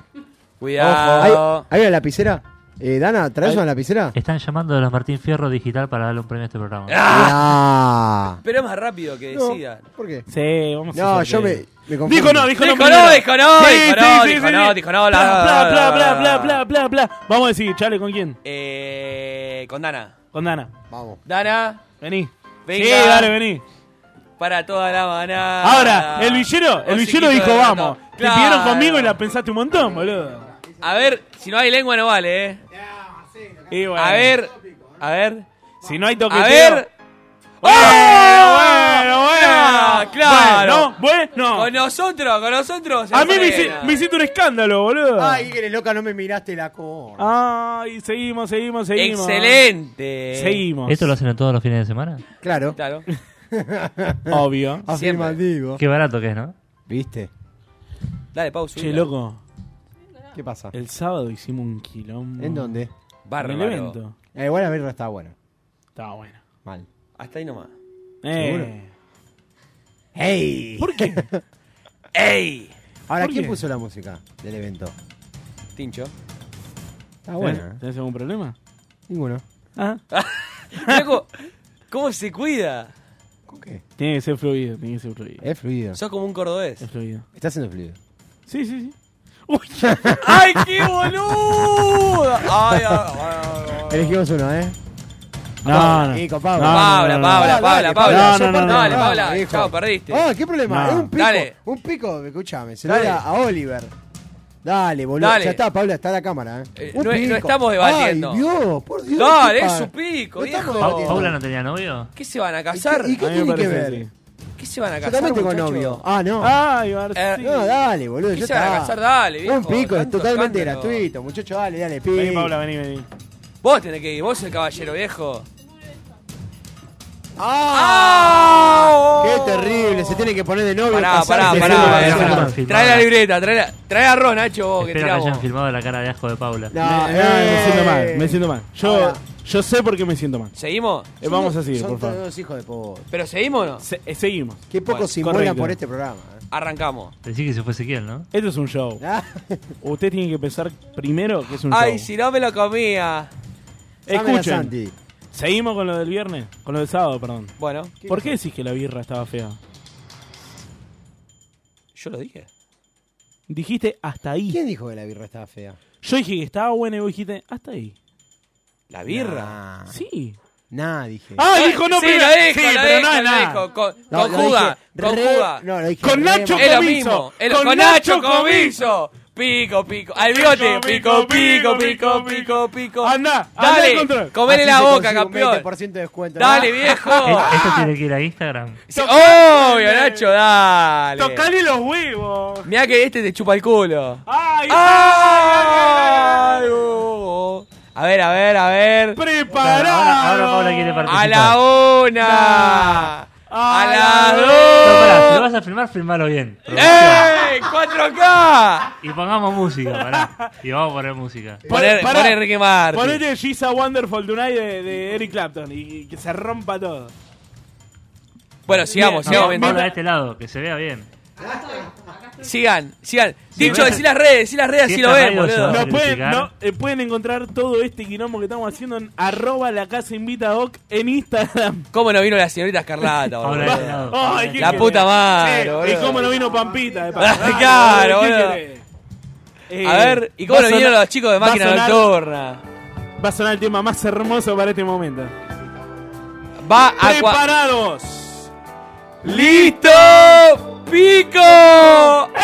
G: Cuidado.
C: ¿Hay, hay una lapicera? Eh, Dana, ¿traes una lapicera?
E: Están llamando de los Martín Fierro Digital para darle un premio a este programa.
C: Ah.
G: Pero es más rápido que
C: No,
G: decida.
C: ¿Por qué?
F: Sí, vamos a
C: No,
F: hacer
C: yo me,
F: que-
C: me confundí.
F: Dijo no, dijo no.
G: Dijo
F: primero.
G: no, dijo no,
F: Sí,
G: dijo
F: sí,
G: no,
F: sí,
G: dijo
F: sí,
G: no,
F: sí.
G: dijo no, la-
F: Bla, bla, bla,
G: la-
F: bla, bla, bla, bla. Vamos a decir, chale, ¿con quién?
G: Eh, con Dana.
F: Con Dana.
C: Vamos.
G: Dana,
F: Vení.
G: Venga.
F: Sí, dale, vení.
G: para toda la mañana.
F: Ahora, el villero, el
G: Vos
F: villero
G: chiquito
F: dijo,
G: de rato.
F: vamos. Te
G: Claro.
F: pidieron conmigo y la pensaste un montón, boludo.
G: A ver, si no hay lengua no vale, eh.
F: Y bueno,
G: A ver, a ver,
F: Si no hay toque.
G: a ver. ¡Ah!
F: Bueno, bueno, bueno.
G: Ah, Claro.
F: Bueno, bueno.
G: Con nosotros, con nosotros. se
F: a mí me, hici-
G: frena.
F: me hiciste un escándalo, boludo.
C: Ay, que eres loca, no me miraste la cor.
F: Ay, seguimos, seguimos, seguimos.
G: Excelente.
F: Seguimos.
E: ¿Esto lo hacen en todos los fines de semana?
C: Eh, Claro.
G: Claro.
F: obvio.
C: Afirmativo.
E: Qué barato que es, ¿no?
C: ¿Viste?
G: Dale, Pau, subila.
F: Che, loco.
C: ¿Qué pasa?
F: El sábado hicimos un quilombo.
C: ¿En dónde?
F: En
G: Bárbaro.
F: el evento.
C: Eh, bueno, a ver, está bueno.
F: Estaba bueno.
C: Mal.
G: Hasta ahí nomás.
F: Eh.
C: ¡Hey!
F: ¿Por qué?
G: ¡Ey!
C: Ahora,
F: ¿Por
C: ¿quién
F: qué?
C: puso la música del evento? ¿eh?
G: Tincho. Eh.
C: Está bueno.
F: ¿Tenés algún problema?
C: Ninguno.
F: Ajá.
G: Ah. Loco, ¿Cómo se cuida?
F: Tiene que ser fluido, tiene que ser fluido.
C: Es fluido.
G: Sos como un cordobés.
F: Es fluido.
C: Está siendo fluido.
F: Sí, sí, sí.
G: ¡Ay, qué boludo! ¡Ay, ay, ay, ay.
C: Elegimos uno, ¿eh?
F: No, no.
C: Nico, Pablo.
F: No, no,
G: Paula,
F: no, no.
G: Paula,
C: Dale,
G: Paula,
C: dale,
G: Paula.
F: Paula, no, no, no,
G: Dale,
F: no,
G: Paula.
C: no, hijo.
G: Chao, perdiste.
C: Ah, ¿qué problema?
F: No.
C: Es un pico.
G: Dale.
C: Un pico, escúchame. Se
G: Dale.
C: lo da a Oliver. Dale, boludo.
G: Dale.
C: Ya está, Paula, está la cámara. ¿eh?
G: Eh,
C: Un
G: no es- no
C: pico.
G: estamos debatiendo.
C: Ay, Dios, por Dios.
G: Dale,
C: qué
G: es
C: pa-
G: un pico,
C: No estamos
G: viejo.
E: Pa-
C: debatiendo.
E: ¿Paula no tenía novio?
G: ¿Qué se van a
C: ¿Y
G: casar?
C: qué- ¿Y qué
F: A mí me
C: tiene que
F: parece,
C: ver?
F: sí.
G: ¿Qué se van a
C: Yo
G: casar?
C: también tengo
G: muchacho?
C: novio. Ah, no.
F: Ay, García.
G: Eh,
C: No, dale, boludo.
G: ¿Qué
C: ya
G: se van a
C: está.
G: casar? Dale, viejo.
C: Un pico, es
G: tanto
C: totalmente
G: escándalo.
C: gratuito, muchacho. Dale, dale,
F: Vení,
C: pico.
F: Paula, vení, vení.
G: Vos tenés que ir, vos sos el caballero viejo.
C: ¡Ah! ¡Qué terrible! Se tiene que poner de novio.
G: Pará, pará,
C: casarse,
G: pará.
C: filmar,
E: sí, sí,
G: pará, pará.
E: sí, sí, sí,
G: Trae
E: sí,
G: la
E: sí.
G: libreta, trae, la- trae a Ron, Nacho, vos, que
E: Espero que
G: tiramos.
E: hayan filmado la cara de asco de Paula.
C: No,
F: me, no, me
C: eh.
F: siento mal, me siento mal. Yo,
C: Ahora.
F: yo sé por qué me siento mal.
G: ¿Seguimos?
F: Eh, vamos a
C: Son-
F: seguir,
C: son
F: por favor.
C: todos hijos de puta.
G: ¿Pero seguimos o no?
F: Se- eh, seguimos.
C: Qué poco
G: Bueno,
C: se inmolan
F: correcto.
C: por este programa. ¿eh?
G: Arrancamos.
E: Decí que se fue Ezequiel, ¿no?
F: Esto es un show.
C: Ah,
F: Usted tiene que pensar primero que es un
G: Ay,
F: show.
G: si no me lo comía.
C: Sámela,
F: Escuchen,
C: Santi.
F: seguimos con lo del viernes, con lo del sábado, perdón.
G: Bueno,
F: ¿Por qué decís que la birra estaba fea?
G: yo lo dije.
F: Dijiste hasta ahí.
C: ¿Quién dijo que la birra estaba fea?
F: Yo dije que estaba buena y vos dijiste hasta ahí.
G: La birra.
C: Nah,
F: Sí.
C: Nah, dije.
F: Ah,
G: Ay,
F: dijo no,
G: sí,
F: primero.
G: lo
F: Sí,
G: dijo, lo
F: pero no
G: dijo,
F: es
G: lo
F: nada.
G: dijo. Con,
C: No, lo
G: conjuga,
C: dije re-
G: conjuga.
C: no, lo dije
F: Con
C: re
F: Nacho
C: mal.
G: es lo
F: Comiso,
G: mismo. es lo-
F: con
G: con Nacho
F: Nacho
G: Comiso. Pico, pico. Al bigote. Pico, pico, pico, pico, pico.
F: Anda, anda al
G: Dale,
F: control.
G: comele
C: Así
G: la
C: se
G: boca,
C: consigue un
G: campeón.
C: 20% de descuento.
G: Dale,
C: ¿verdad?
G: viejo.
E: E- Esto tiene que ir a Instagram.
G: Sí, obvio, Nacho, dale.
F: Tocale Ah. los huevos.
G: Mirá que este te chupa el culo.
F: Ay,
C: Ah.
G: Ay, oh, oh. A ver, a ver, a ver.
F: preparado.
E: Ahora- ahora Paula quiere participar.
G: A la una. A
E: No, pará, si
G: las
E: lo
G: dos. ¡Eh!
E: vas a filmar, filmalo bien.
G: ¡Ey! ¡4K!
E: Y pongamos música, pará. Y vamos a poner música.
G: Poner,
F: pará.
G: poner Ricky Martin.
F: Ponete She's a Wonderful Tonight de, de Eric Clapton y que se rompa todo.
G: Bueno, sigamos,
E: No,
G: sigamos.
E: Paula
G: mientras-
E: de este lado, que se vea bien.
G: Sigan, sigan. Dicho,
E: ves-
G: decí las redes, decí las redes, así
E: Fiesta
G: lo ven,
E: Radio
G: boludo.
E: Show.
F: Nos pueden,
E: criticar.
F: no, eh, pueden encontrar todo este quilombo que estamos haciendo en arroba la casa invita a Oc en Instagram.
G: ¿Cómo no vino la señorita Escarlata,
E: Paula de este
G: boludo?
E: lado.
F: Ay, ¿qué
G: La
F: querés?
G: puta madre,
F: Sí,
G: boludo.
F: Y cómo no vino Pampita. De paso.
G: Ah, claro,
F: ¿qué
G: boludo.
F: querés? Eh,
G: A ver, ¿y cómo
F: va
G: no
F: a
G: vinieron
F: sonar-
G: los chicos de
F: va a
G: máquina
F: sonar-
G: nocturna?
F: Va a sonar el tema más hermoso para este momento.
G: Va a cua-
F: ¡Preparados!
G: ¡Listo! ¡Pico! ¡Ah!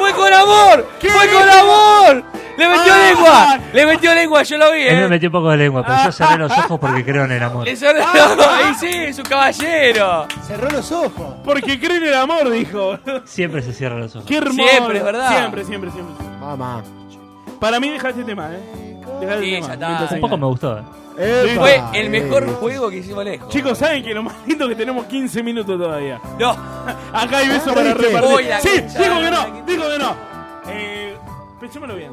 G: ¡Fue con amor! ¡Fue con amor! ¡Le metió
F: ¡Ah!
G: lengua! ¡Le metió lengua! Yo lo vi,
E: Él me
G: eh.
E: metió un poco de lengua, pero yo cerré los ojos porque creo en el amor.
G: Le sonó.
F: Ah.
G: Ahí sí, es un caballero.
C: Cerró los ojos.
F: Porque creen el amor, dijo.
E: Siempre se cierran los ojos.
F: Qué hermoso.
G: Siempre, es verdad.
F: Siempre, siempre, siempre.
C: Mamá.
F: Para mí deja este tema, ¿eh? Deja este
G: Sí,
F: tema.
G: ya está.
F: Mientras
E: Un
F: hay
E: poco me
F: nada.
E: gustó. eh.
C: Epa,
G: Fue el mejor
C: eh.
G: juego que hicimos lejos.
F: Chicos, ¿saben que lo más lindo es que tenemos 15 minutos todavía?
G: No. Ah,
F: Acá hay besos para
C: Triste.
F: repartir.
G: Voy a
F: sí,
G: conchar.
F: digo que no, digo que no. Eh, pensémoslo bien.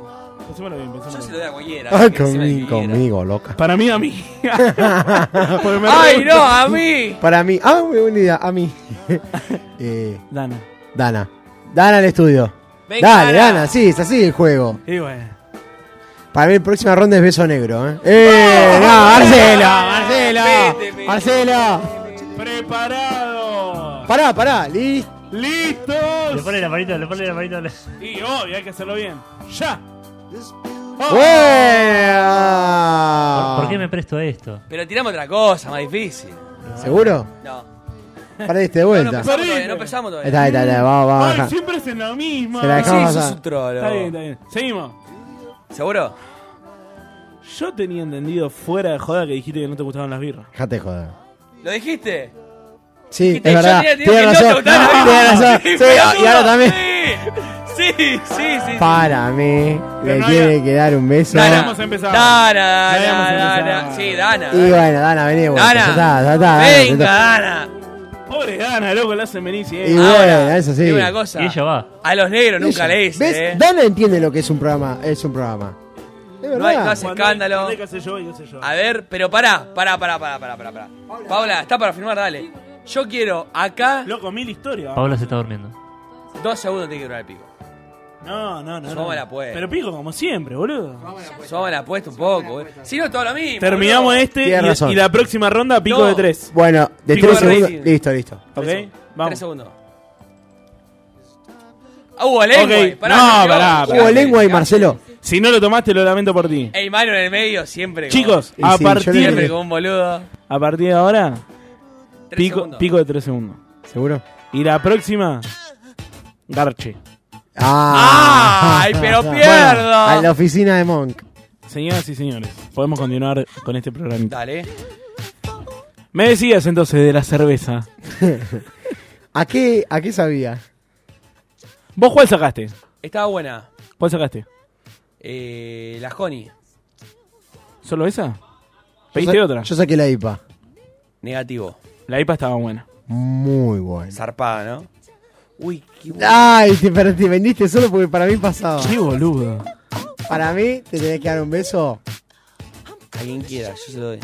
F: Pensémoslo bien,
G: Yo
F: pensémoslo
G: se lo
F: bien.
G: doy a cualquiera.
C: Ay,
G: que encima
C: conmigo,
G: que quiera.
C: conmigo, loca.
F: Para mí, a mí. Porque me
G: ¡Ay,
F: re-
G: no! ¡A mí!
C: Para mí. Ah, muy buena idea. A mí. eh,
F: Dana.
C: Dana. Dana al estudio.
G: Venga,
C: Dale,
G: Dana.
C: Dana. Sí, es así el juego.
F: Y bueno.
C: Para mí, la próxima ronda es beso negro, ¿eh?
G: ¡Oh!
C: ¡Eh! ¡No! ¡Marcelo!
G: Vete, vete.
C: ¡Marcelo! ¡Marcelo!
F: ¡Preparado!
C: Pará, pará. Listo.
E: Le
F: ¡Listos!
E: pone la manito, le pone la manito. le-
F: Y obvio, hay que hacerlo bien. ¡Ya!
C: Oh.
F: Oh.
C: ¡Buena!
E: ¿Por qué me presto a esto?
G: Pero tiramos otra cosa, más difícil.
C: ¿Seguro?
G: No.
C: Perdiste este de
G: No, no
C: vuelta.
G: empezamos todavía, no empezamos
C: Ahí
G: todavía.
C: Está, ahí está, ahí está. Vamos, vamos.
F: Ay,
C: baja.
F: siempre es en la misma.
C: Se la
G: Sí,
C: dejamos
G: sos
C: pasar.
G: un trolo.
F: Está bien, está bien. Seguimos.
G: ¿Seguro?
F: Yo tenía entendido fuera de joda que dijiste que no te gustaban las birras.
C: Dejate de joder.
G: ¿Lo dijiste?
C: Sí,
G: Dijiste,
C: es verdad.
G: yo tenía- tenía
C: Tiene
G: que no
C: razón.
G: te gustaba la
C: Tiene
G: birra.
C: razón.
G: Sí,
C: Sí, y ahora
G: boludo,
C: también.
G: Sí, sí, sí. sí.
C: Para mí, le
F: no
C: tiene
F: había-
C: que dar un beso.
F: No, habíamos empezado.
G: Dana,
F: Ya habíamos
G: Dana, Dana.
F: empezado.
G: Sí, Dana.
C: Y bueno, Dana, vení de vuelta.
G: Dana.
C: Ya está, ya está, Dana, ya
G: Venga,
C: está.
G: Dana.
F: Pobre Dana, loco, la hacen venir
C: Y
F: siempre.
C: bueno,
G: Ahora,
C: eso sí.
G: digo una cosa.
E: Y ella va.
G: A los negros nunca le
C: ¿Ves?
G: hice. eh.
C: Dana entiende lo que es un programa. Es un programa. Es verdad.
G: No hay cosas-
F: Cuando-
G: escándalo.
F: cuando hay que hacer yo, hay que hacer yo.
G: A ver, pero pará, pará, pará, pará, pará, pará. pará. Paula, está para firmar, dale. Yo quiero acá
F: Loco, mil historias.
E: Paula se está durmiendo.
G: dos segundos tiene que durar el pico.
F: No, no, no.
G: Subamos
F: no.
G: la apuesta.
F: Pero pico como siempre, boludo.
G: Subamos la apuesta un poco. boludo. Si no, todo lo mismo.
F: Terminamos
G: boludo.
F: este
C: Tienes
F: y,
C: razón.
F: y la próxima ronda pico
G: No.
F: de tres.
C: Bueno, de
G: Pico
C: tres
G: de
C: segundos.
G: rating.
C: Listo, listo.
F: ¿Ok?
G: Tres
F: Vamos.
G: segundos. Ah, hubo lengua.
F: Ok.
G: ahí. Pará,
F: No,
G: se quedó.
F: pará, pará.
C: Hubo lengua y Marcelo.
F: Si no lo tomaste, lo lamento por ti.
G: Ey, mano en el medio, siempre. como-
F: Chicos,
C: Y
F: a,
C: sí, yo
F: partir,
G: siempre
C: le-
F: de-
G: como un boludo.
F: a partir de ahora,
G: Tres
F: pico,
G: segundos.
F: pico de tres segundos.
C: ¿Seguro?
F: Y la próxima, Garche.
C: Ah.
G: Ay, pero
C: Bueno,
G: pierdo.
C: a la oficina de Monk.
F: Señoras y señores, podemos continuar con este programita.
G: Dale.
F: Me decías entonces de la cerveza.
C: ¿A qué, ¿A qué sabía?
F: ¿Vos cuál sacaste?
G: Estaba buena.
F: ¿Cuál sacaste?
G: Eh, la Joni.
F: ¿Solo esa? ¿Pediste
C: Yo sa-
F: otra?
C: Yo saqué la IPA.
G: Negativo.
F: La IPA estaba buena.
C: Muy buena.
G: Zarpada, ¿no? Uy, qué bu-
C: Ay, te, pero te vendiste solo porque para mí pasaba.
F: ¡Qué boludo!
C: Para mí, te tenés que dar un beso.
G: A quien quiera, yo se lo doy.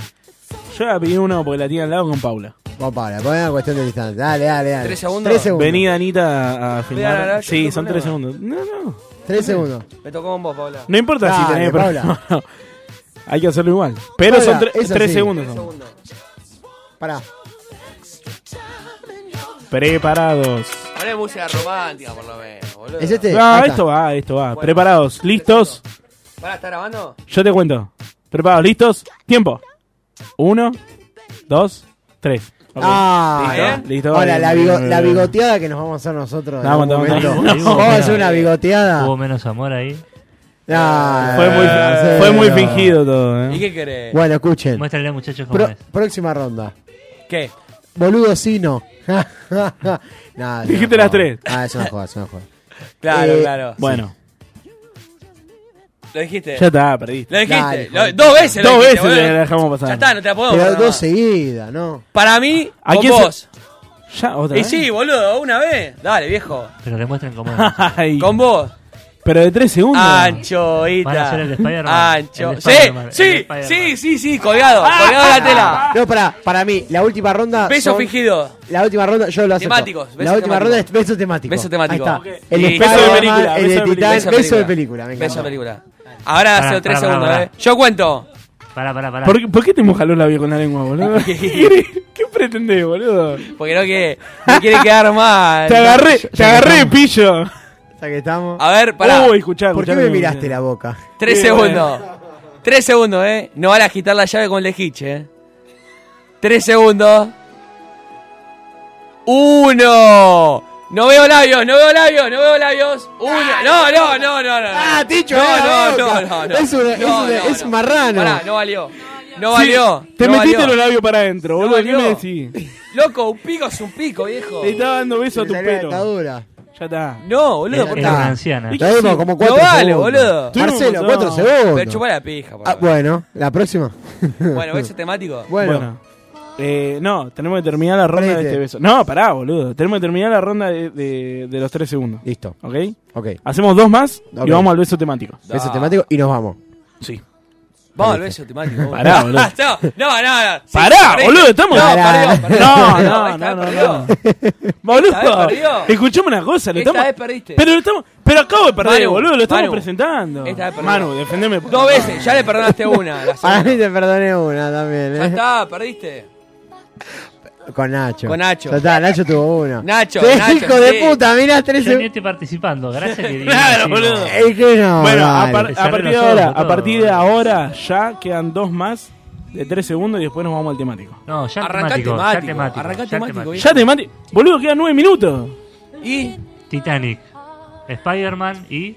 F: Yo la pedí una porque la tenía al lado con Paula.
C: Vamos para, poné una cuestión de distancia. Dale, dale, dale.
G: ¿Tres segundos?
C: Tres segundos.
F: Vení, Anita, a- a
G: Dale, dale,
F: filmar.
G: dale,
F: Sí,
G: yo
F: son
G: tengo
F: tres
G: problema.
F: segundos. No, no.
C: Tres segundos.
G: Me tocó con vos, Paula.
F: No importa si
C: Dale,
F: tenés
C: Paula.
F: problema. o no. Hay que hacerlo igual. Pero
C: Paula,
F: son tre-
C: es
F: tres
C: así.
F: segundos. son.
C: Pará.
F: Preparados.
G: Poné música romántica, por lo menos, boludo.
C: ¿Es este?
F: Ah,
C: Acá.
F: esto va, esto va.
G: Bueno.
F: Preparados, listos.
G: ¿Para estar grabando?
F: Yo te cuento. Preparados, listos. Tiempo. Uno, dos, tres. Ok.
C: Ah,
F: ¿Listo? Eh. ¿Listo?
C: Ahora, la,
F: Bien,
C: bigo-
F: bien,
C: la
F: bien.
C: bigoteada que nos vamos a hacer nosotros. en
F: Vamos,
C: algún
F: vamos,
C: momento.
F: vamos, vamos.
C: Vamos a hacer una bigoteada.
E: Hubo menos amor ahí.
C: Nah,
F: Fue muy,
C: eh,
F: fue muy
C: no.
F: fingido todo, ¿eh?
G: ¿Y qué querés?
C: Bueno, escuchen.
E: Muéstrale a muchachos cómo
C: Pro-
E: es.
C: próxima ronda.
G: ¿Qué?
C: Boludo sino. Nah, es una
F: Dijiste las
C: joda.
F: tres.
C: Ah, es una joda, es una joda.
G: Claro,
C: Eh,
G: claro.
F: Bueno,
G: Lo dijiste.
F: ya está, perdiste.
G: Lo dijiste.
C: Dale,
G: Lo-
C: hijo de
G: dos veces lo
F: Dos
G: dijiste,
F: veces
G: boludo.
F: le dejamos pasar.
G: Ya está, no te la puedo.
C: Pero
G: poner
C: dos
G: más.
C: seguidas, ¿no?
G: Para mí,
F: ¿A
G: con
F: quién se-
G: vos.
F: Ya, otra
G: Y
F: vez.
G: sí, boludo, una vez. Dale, viejo.
E: Pero le muestren cómo es.
F: Ay,
G: Con vos. Ah,
F: Pero de tres segundos.
E: Van a
G: Anchoita.
E: hacer el de Spider-Man.
G: Ancho.
E: El de
G: Sí,
E: Spider-Man, el de
G: sí,
E: Spider-Man.
G: sí, sí, sí, colgado.
F: Ah,
G: Colgado en Ah, la tela.
C: No, para, para mí, la última ronda.
G: Beso
C: son-
G: fingido.
C: La última ronda, yo lo acepto.
G: Temáticos, besos
C: La última
G: temáticos.
C: ronda es beso temático.
G: Beso temático.
C: Ahí está.
G: Ok.
C: El
G: Y-
C: Spider-Man,
F: beso de película,
C: El
F: beso
C: de
F: de
C: Titán, beso, de película. me
G: Beso de
C: encanta.
G: película. Ahora
E: Pará,
G: hace tres
E: pará, pará,
G: segundos,
E: pará.
G: eh. Yo cuento.
E: Pará, pará, pará.
F: ¿Por, qué- por qué te mojaló el labio con la lengua, boludo? ¿Qué, qué pretendés, boludo?
G: Porque no que no quiere quedar mal.
F: Te agarré, te agarré, pillo.
C: Hasta que estamos.
G: A ver, pará.
F: Uy, escuchá,
C: ¿Por
F: escuchá
C: qué
F: lo
C: me
F: que
C: miraste
F: dice.
C: la boca?
G: Tres
F: Qué
G: segundos. Tres segundos, eh. No van a agitar la llave con el lejiche, eh. Tres segundos. Uno. No veo labios, no veo labios, no veo labios.
F: Ah,
G: Uno. No, no, no, no, no.
C: Ah, Ticho,
F: eh,
C: era la
G: no, no, no,
C: boca.
G: no, no.
C: Es una- es
G: No,
C: una-
G: no,
C: es
G: no.
C: un marrano.
G: Pará, no valió. No
F: Sí,
G: valió.
F: te
G: no
F: metiste
G: valió.
F: los labios para adentro,
G: No
F: boludo. ¿Qué
G: valió.
F: me decís?
G: Loco, un pico es un pico, viejo.
F: Te estaba dando beso a tu
C: Me salió la
F: pelo.
C: dentadura.
F: Ya está.
G: No, boludo,
E: Era-
G: por
E: era
G: favor.
E: una anciana.
C: Ya vimos como cuatro
G: No vale,
C: segundos.
G: boludo.
F: Tuvimos
C: Marcelo,
F: un
C: cuatro
F: montón.
C: segundos.
G: Pero chupá la pija, por
C: Ah,
G: favor.
C: bueno, la próxima.
G: Bueno, beso temático.
C: Bueno,
F: Bueno. Eh, no, tenemos que terminar la ronda de
C: Prendete.
F: este beso. No, pará, boludo. Tenemos que terminar la ronda de, de- de los tres segundos.
C: listo.
F: ¿Ok?
C: Ok.
F: Hacemos dos más
C: Ok.
F: y vamos al beso temático.
G: Ah.
C: Beso temático y nos vamos.
F: Sí.
G: Vamos al beso temático. boludo.
F: Pará, boludo.
G: no, no, no. no. Sí,
F: Pará,
G: perdí.
F: boludo, estamos.
G: No,
C: Pará.
G: perdió, perdió.
F: No,
G: Perdió,
F: no,
G: esta
F: no,
G: vez
F: no,
G: perdió.
F: no. Boludo,
G: Esta vez perdió.
F: escuchame una cosa, lo
G: Esta
F: estamos.
G: vez perdiste.
F: Pero lo estamos. Pero acabo de perder,
G: Manu,
F: boludo, lo estamos
G: Manu.
F: presentando.
G: Esta vez perdió.
F: Manu, defendeme. por
G: Dos
F: favor.
G: veces, ya le perdonaste una. la
C: Para mí
G: segunda.
C: te perdoné una también,
G: Ya
C: ¿eh?
G: está, perdiste.
C: Con Nacho.
G: Con Nacho.
C: Ya está, Nacho tuvo una.
G: Nacho,
C: Sí,
G: Nacho,
C: hijo de
G: sí.
C: puta, mirá, tres
E: Yo ni
C: segundos.
E: estoy participando, gracias que
F: Claro, boludo.
C: Es que no.
F: Bueno, a,
C: dale.
F: par-
E: Cerré
F: a partir
E: los
F: de ahora,
E: ojos,
F: a
E: todo.
F: partir de ahora ya quedan dos más de tres segundos y después nos vamos al temático.
E: No, ya
G: Arrancá
E: temático, ya
G: temático,
E: temático.
G: arrancá
E: ya
G: temático,
E: temático.
G: viejo.
F: Ya temático. Boludo, quedan nueve minutos.
G: Y
E: Titanic, Spider-Man y...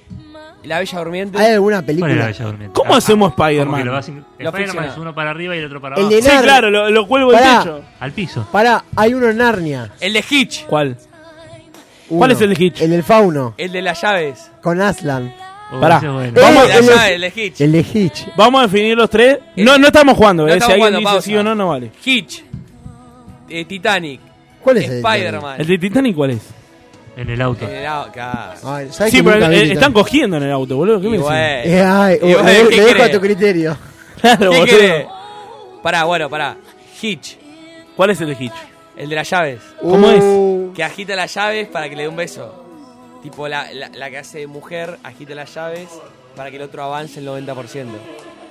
G: la bella durmiente.
C: ¿Hay alguna
E: ¿Cuál era la
C: película?
E: Bella Durmiente?
F: ¿Cómo
E: Ah,
F: hacemos
E: como que
F: Spider-Man?
E: lo vas in-
G: Lo
E: Spider-Man
G: ficciona.
E: es uno para arriba y el otro para
C: El
E: abajo.
C: de-
F: Sí,
C: Narnia.
F: claro, lo, lo cuelgo del
C: Pará.
F: techo.
E: Al piso.
C: Pará, hay uno en Narnia.
G: El de Hitch,
F: ¿Cuál?
C: Uno.
F: ¿Cuál es el de Hitch?
C: El del fauno,
G: el de las llaves.
C: con Aslan.
E: Oh,
F: Pará.
E: ese es bueno.
C: Eh,
G: El
F: Vamos-
G: de las
C: el-
G: llaves, el de Hitch.
C: El de Hitch.
F: Vamos a definir los tres. No, no estamos jugando,
G: No
F: eh.
G: estamos
F: si alguien
G: jugando,
F: dice
G: pausa.
F: sí o no, no vale.
G: Hitch. Eh, Titanic.
C: ¿Cuál es el?
G: Spider-Man.
F: ¿El de Titanic cuál es?
E: En el auto.
G: Eh, no, claro.
C: Ay, ¿sabés
F: Sí,
C: que
F: pero
C: nunca
F: el-
C: vi
F: el-
C: Titanic?
F: están cogiendo en el auto, boludo. ¿Qué me
G: Y
F: decís?
C: Eh,
G: bueno.
C: ay,
G: Y
C: oh,
G: bueno,
C: lo
G: ¿qué
C: dejo a
G: querés?
C: tu criterio.
F: Claro,
G: ¿Qué
F: boludo.
G: querés? Pará, bueno, pará. Hitch,
F: ¿Cuál es el de Hitch?
G: el de las llaves.
F: ¿Cómo
C: Uh,
G: Que agita las llaves para que le dé un beso. Tipo, la, la- la que hace de mujer agita las llaves para que el otro avance el 90%.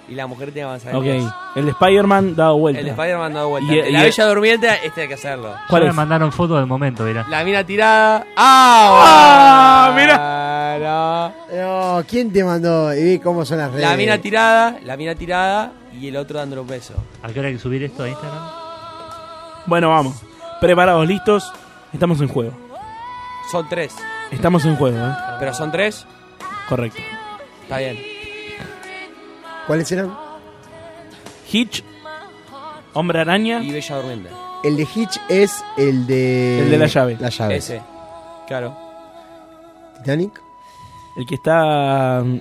G: Y la mujer tiene que avanzar el
F: Ok,
G: 10.
F: el de Spider-Man dado vuelta.
G: El de Spider-Man dado vuelta.
F: Y-
G: la
F: y-
G: Bella Durmiente, este hay que hacerlo.
F: ¿Cuál
E: Ya me
F: es?
E: mandaron fotos del momento, mirá.
G: La mina tirada. ¡Ah! mira!
C: No, Oh, ¿quién te mandó? Y vi cómo son las redes.
G: La mina tirada, la mina tirada y el otro dándole un beso.
E: ¿A qué hora hay que subir esto a Instagram?
F: Bueno, vamos. Preparados, listos. Estamos en juego.
G: Son tres.
F: Estamos en juego, ¿eh?
G: Pero son tres,
F: Correcto.
G: está bien.
C: ¿Cuáles eran?
F: Hitch, Hombre Araña.
G: Y Bella Durmiente.
C: El de Hitch es el de.
F: El de la llave.
C: Eh, La llave.
G: Ese. Claro.
C: Titanic.
F: El que está mm,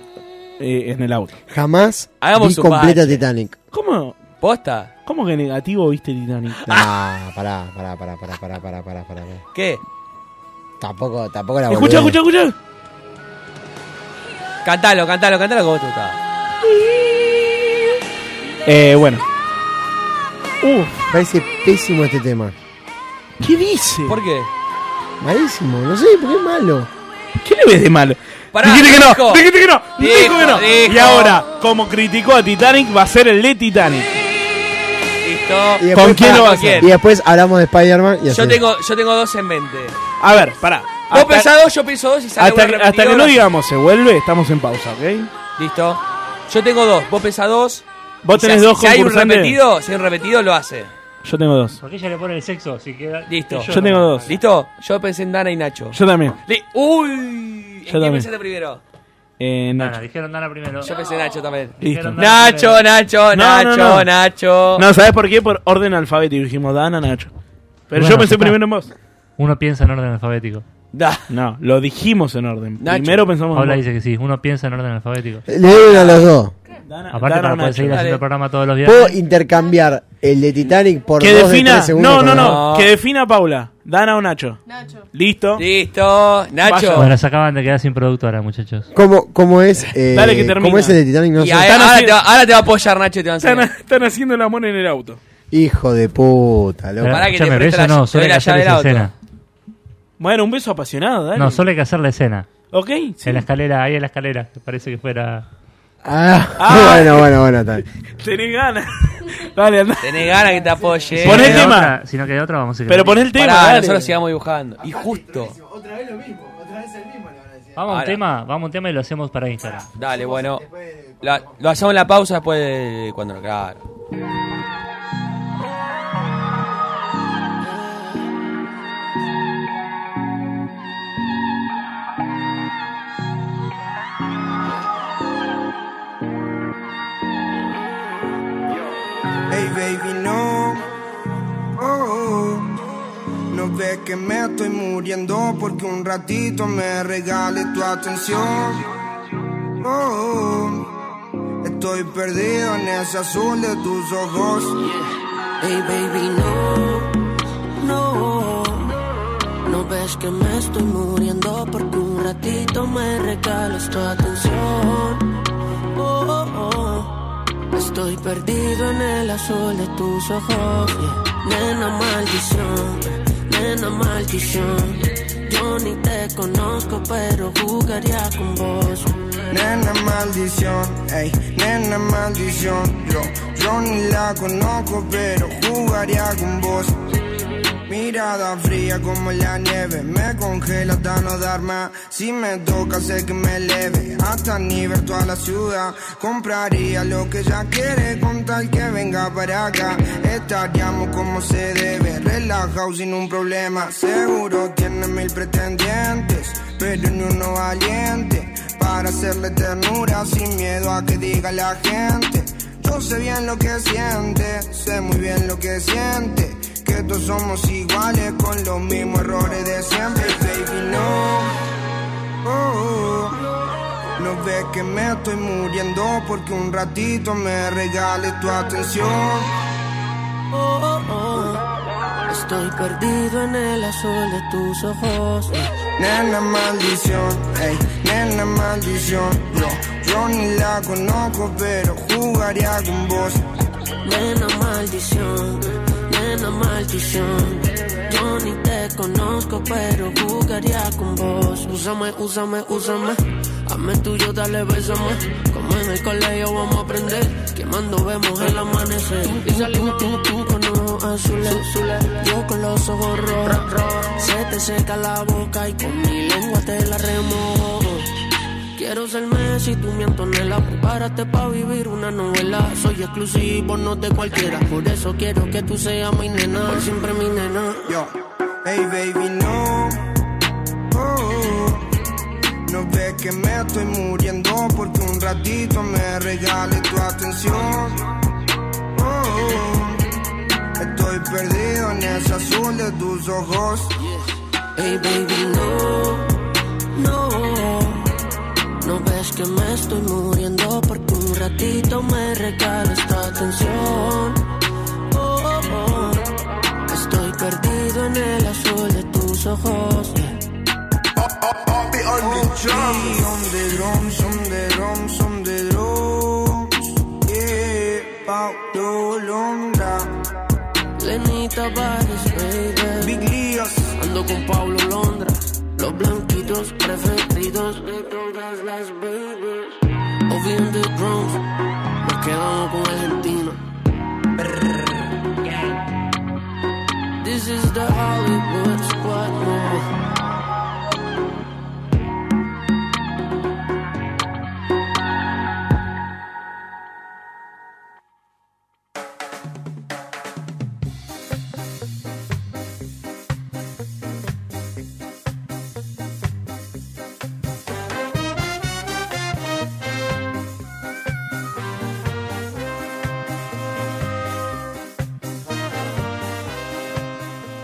F: eh, en el auto.
C: Jamás
G: Hagamos
C: vi
G: un
C: completa
G: bache.
C: Titanic.
F: ¿Cómo,
G: ¿Posta?
F: cómo que negativo viste Titanic?
C: Ah, pará, pará, pará, pará, pará, pará, pará, pará.
G: ¿Qué?
C: Tampoco, tampoco la
F: Escucha,
C: volvés.
F: escucha, escucha.
G: Cantalo, cantalo, cantalo como te gustaba.
F: Eh, bueno. Uf,
C: Parece pésimo este tema.
F: ¿qué dice?
G: ¿Por qué?
C: Malísimo, no sé, porque es malo.
F: ¿Qué le ves de malo?
G: Pará,
F: dijiste que no,
G: dijo.
F: dijiste que no, dijiste
G: Dijo,
F: que no.
G: dijo.
F: Y ahora, como criticó a Titanic, va a ser el de Titanic.
C: Y
G: Listo.
C: después-
F: ¿Con quién lo vas a
G: hacer?
C: Y después hablamos de Spider-Man y
G: Yo
C: así.
G: tengo, yo tengo dos en mente.
F: A ver, pará.
G: Vos
F: Hasta,
G: pensás dos, yo pienso dos y sale
F: hasta
G: uno
F: que,
G: repetido,
F: hasta que no
G: lo-
F: digamos se vuelve, estamos en pausa, ¿ok?
G: Listo. Yo tengo dos, vos pensás dos.
F: Vos
G: y si
F: tenés
G: ha-
F: dos
G: Si hay un
F: concursantes.
G: repetido, si hay un repetido lo hace.
F: Yo tengo dos.
E: Porque ella le pone el sexo, si queda.
G: Listo.
F: Yo tengo dos.
G: ¿Listo? Yo pensé en Dana y Nacho.
F: Yo también.
G: Li- ¡Uy! ¿En
F: también.
G: quién pensaste primero?
F: Eh,
E: Dana,
F: Nacho.
E: dijeron Dana primero.
G: Yo pensé en Nacho también.
F: Listo.
E: Dijeron Dana
G: Nacho,
E: primero.
F: No,
G: Nacho,
F: no,
G: Nacho,
F: no.
G: Nacho.
F: No, ¿sabes por qué? Por orden alfabético dijimos Dana, Nacho. Pero yo
E: Bueno,
F: pensé
E: ya está.
F: primero en vos.
E: Uno piensa en orden alfabético.
G: Da.
F: No, lo dijimos en orden.
G: Nacho.
F: Primero pensamos en
E: Paula
F: vos.
E: dice que sí, uno piensa en orden alfabético.
C: Le doy uno a los dos.
F: Dana,
E: Aparte,
F: Dana
E: para
F: o
E: poder
F: Nacho.
E: seguir
G: dale.
E: haciendo el programa todos los
C: Puedo
E: viernes.
C: intercambiar el de Titanic por
F: ¿Eh? Que
C: dos de
F: defina.
C: tres segundos.
F: No, no,
C: con
F: no.
G: No.
F: Que defina Paula. Dana o Nacho.
M: Nacho.
F: Listo.
G: Listo, Nacho.
E: Bueno, se acaban de quedar sin productora, muchachos.
C: ¿Cómo, cómo es, eh,
F: Dale que termina.
C: ¿Cómo es el de Titanic? No
G: Y
C: sé.
G: ahí-
F: Están
G: ahora,
F: haciendo-
G: te va, ahora te va a apoyar Nacho y te va a
F: Están,
G: enseñar.
F: están haciendo el amor en el auto.
C: Hijo de puta, loco.
G: Pará que te
E: Escuchame, beso
G: preste la-
E: no,
G: te doy
E: solo hay que
G: la
E: hacer
G: llave
E: esa
G: del
E: escena.
G: auto.
F: Bueno, un beso apasionado, dale.
E: No, solo hay que hacer la escena.
F: Ok. sí.
E: En la escalera, ahí en la escalera, que parece que fuera.
C: Ah,
F: Ah.
C: bueno, bueno, bueno. Está. bien.
F: Tenés ganas. dale, anda.
G: Tenés ganas que te apoye.
F: Pon el
E: queda
F: tema.
E: otra- si no queda otra, vamos a ir.
F: Pero pon el tema.
G: Pará,
F: dale.
G: nosotros sigamos dibujando. Y justo.
E: Vamos a un
G: Ahora.
E: tema, vamos a un tema y lo hacemos para Instagram.
G: Dale, bueno. La- lo hacemos en la pausa después de eh, cuando. Claro.
N: Hey baby, no. Oh, no ves que me estoy muriendo porque un ratito me regales tu atención. Oh, estoy perdido en ese azul de tus ojos.
L: Hey baby, no, no, no ves que me estoy muriendo porque un ratito me regalas tu atención. Oh, oh, oh. Estoy perdido en el azul de tus ojos. yeah. Nena maldición, nena maldición. Yo ni te conozco, pero jugaría con vos.
N: Nena maldición, ey, nena maldición. Yo, yo ni la conozco, pero jugaría con vos. Mirada fría como la nieve, me congela hasta no dar más. Si me toca, sé que me eleve hasta nivel toda la ciudad. Compraría lo que ella quiere con tal que venga para acá. Estaríamos como se debe, relajado sin un problema. Seguro tiene mil pretendientes, pero ni uno valiente. Para hacerle ternura sin miedo a que diga la gente. Yo sé bien lo que siente, sé muy bien lo que siente. Que todos somos iguales con los mismos errores de siempre, baby, no. Oh, no ves que me estoy muriendo porque un ratito me regales tu atención.
L: oh, oh, oh. Estoy perdido en el azul de tus ojos.
N: Nena maldición, ey, nena maldición. Yo, yo ni la conozco, pero jugaría con vos.
L: Nena maldición, nena maldición. Yo ni te conozco, pero jugaría con vos. Úsame, úsame, úsame. Hazme tuyo, dale, bésame. Como en el colegio vamos a aprender. Quemando vemos el amanecer. Y salimos tú, tú con ojos azules. Yo con los ojos rojos. Se te seca la boca y con mi lengua te la remojo. Quiero ser Messi, tú mi Antonella Prepárate pa' vivir una novela Soy exclusivo, no de cualquiera Por eso quiero que tú seas mi nena Por siempre mi nena
D: Yo, hey baby, no. Oh, no ves que me estoy muriendo porque un ratito me regales tu atención. Oh, estoy perdido en ese azul de tus ojos.
L: Hey baby, no, no No ves que me estoy muriendo Porque un ratito me regala esta atención Oh, oh, oh. Estoy perdido en el azul de tus ojos
D: Oh,
L: Oh,
D: on the drums. On the drums, on the drums, on the drums. Yeah, Pau Londra.
L: Lenita Bares, baby Big Ando con Pablo Londra Los blanquitos preferidos de todas las babies O bien de drums Nos quedamos con Argentina Brrr. This is the Hollywood squad, no.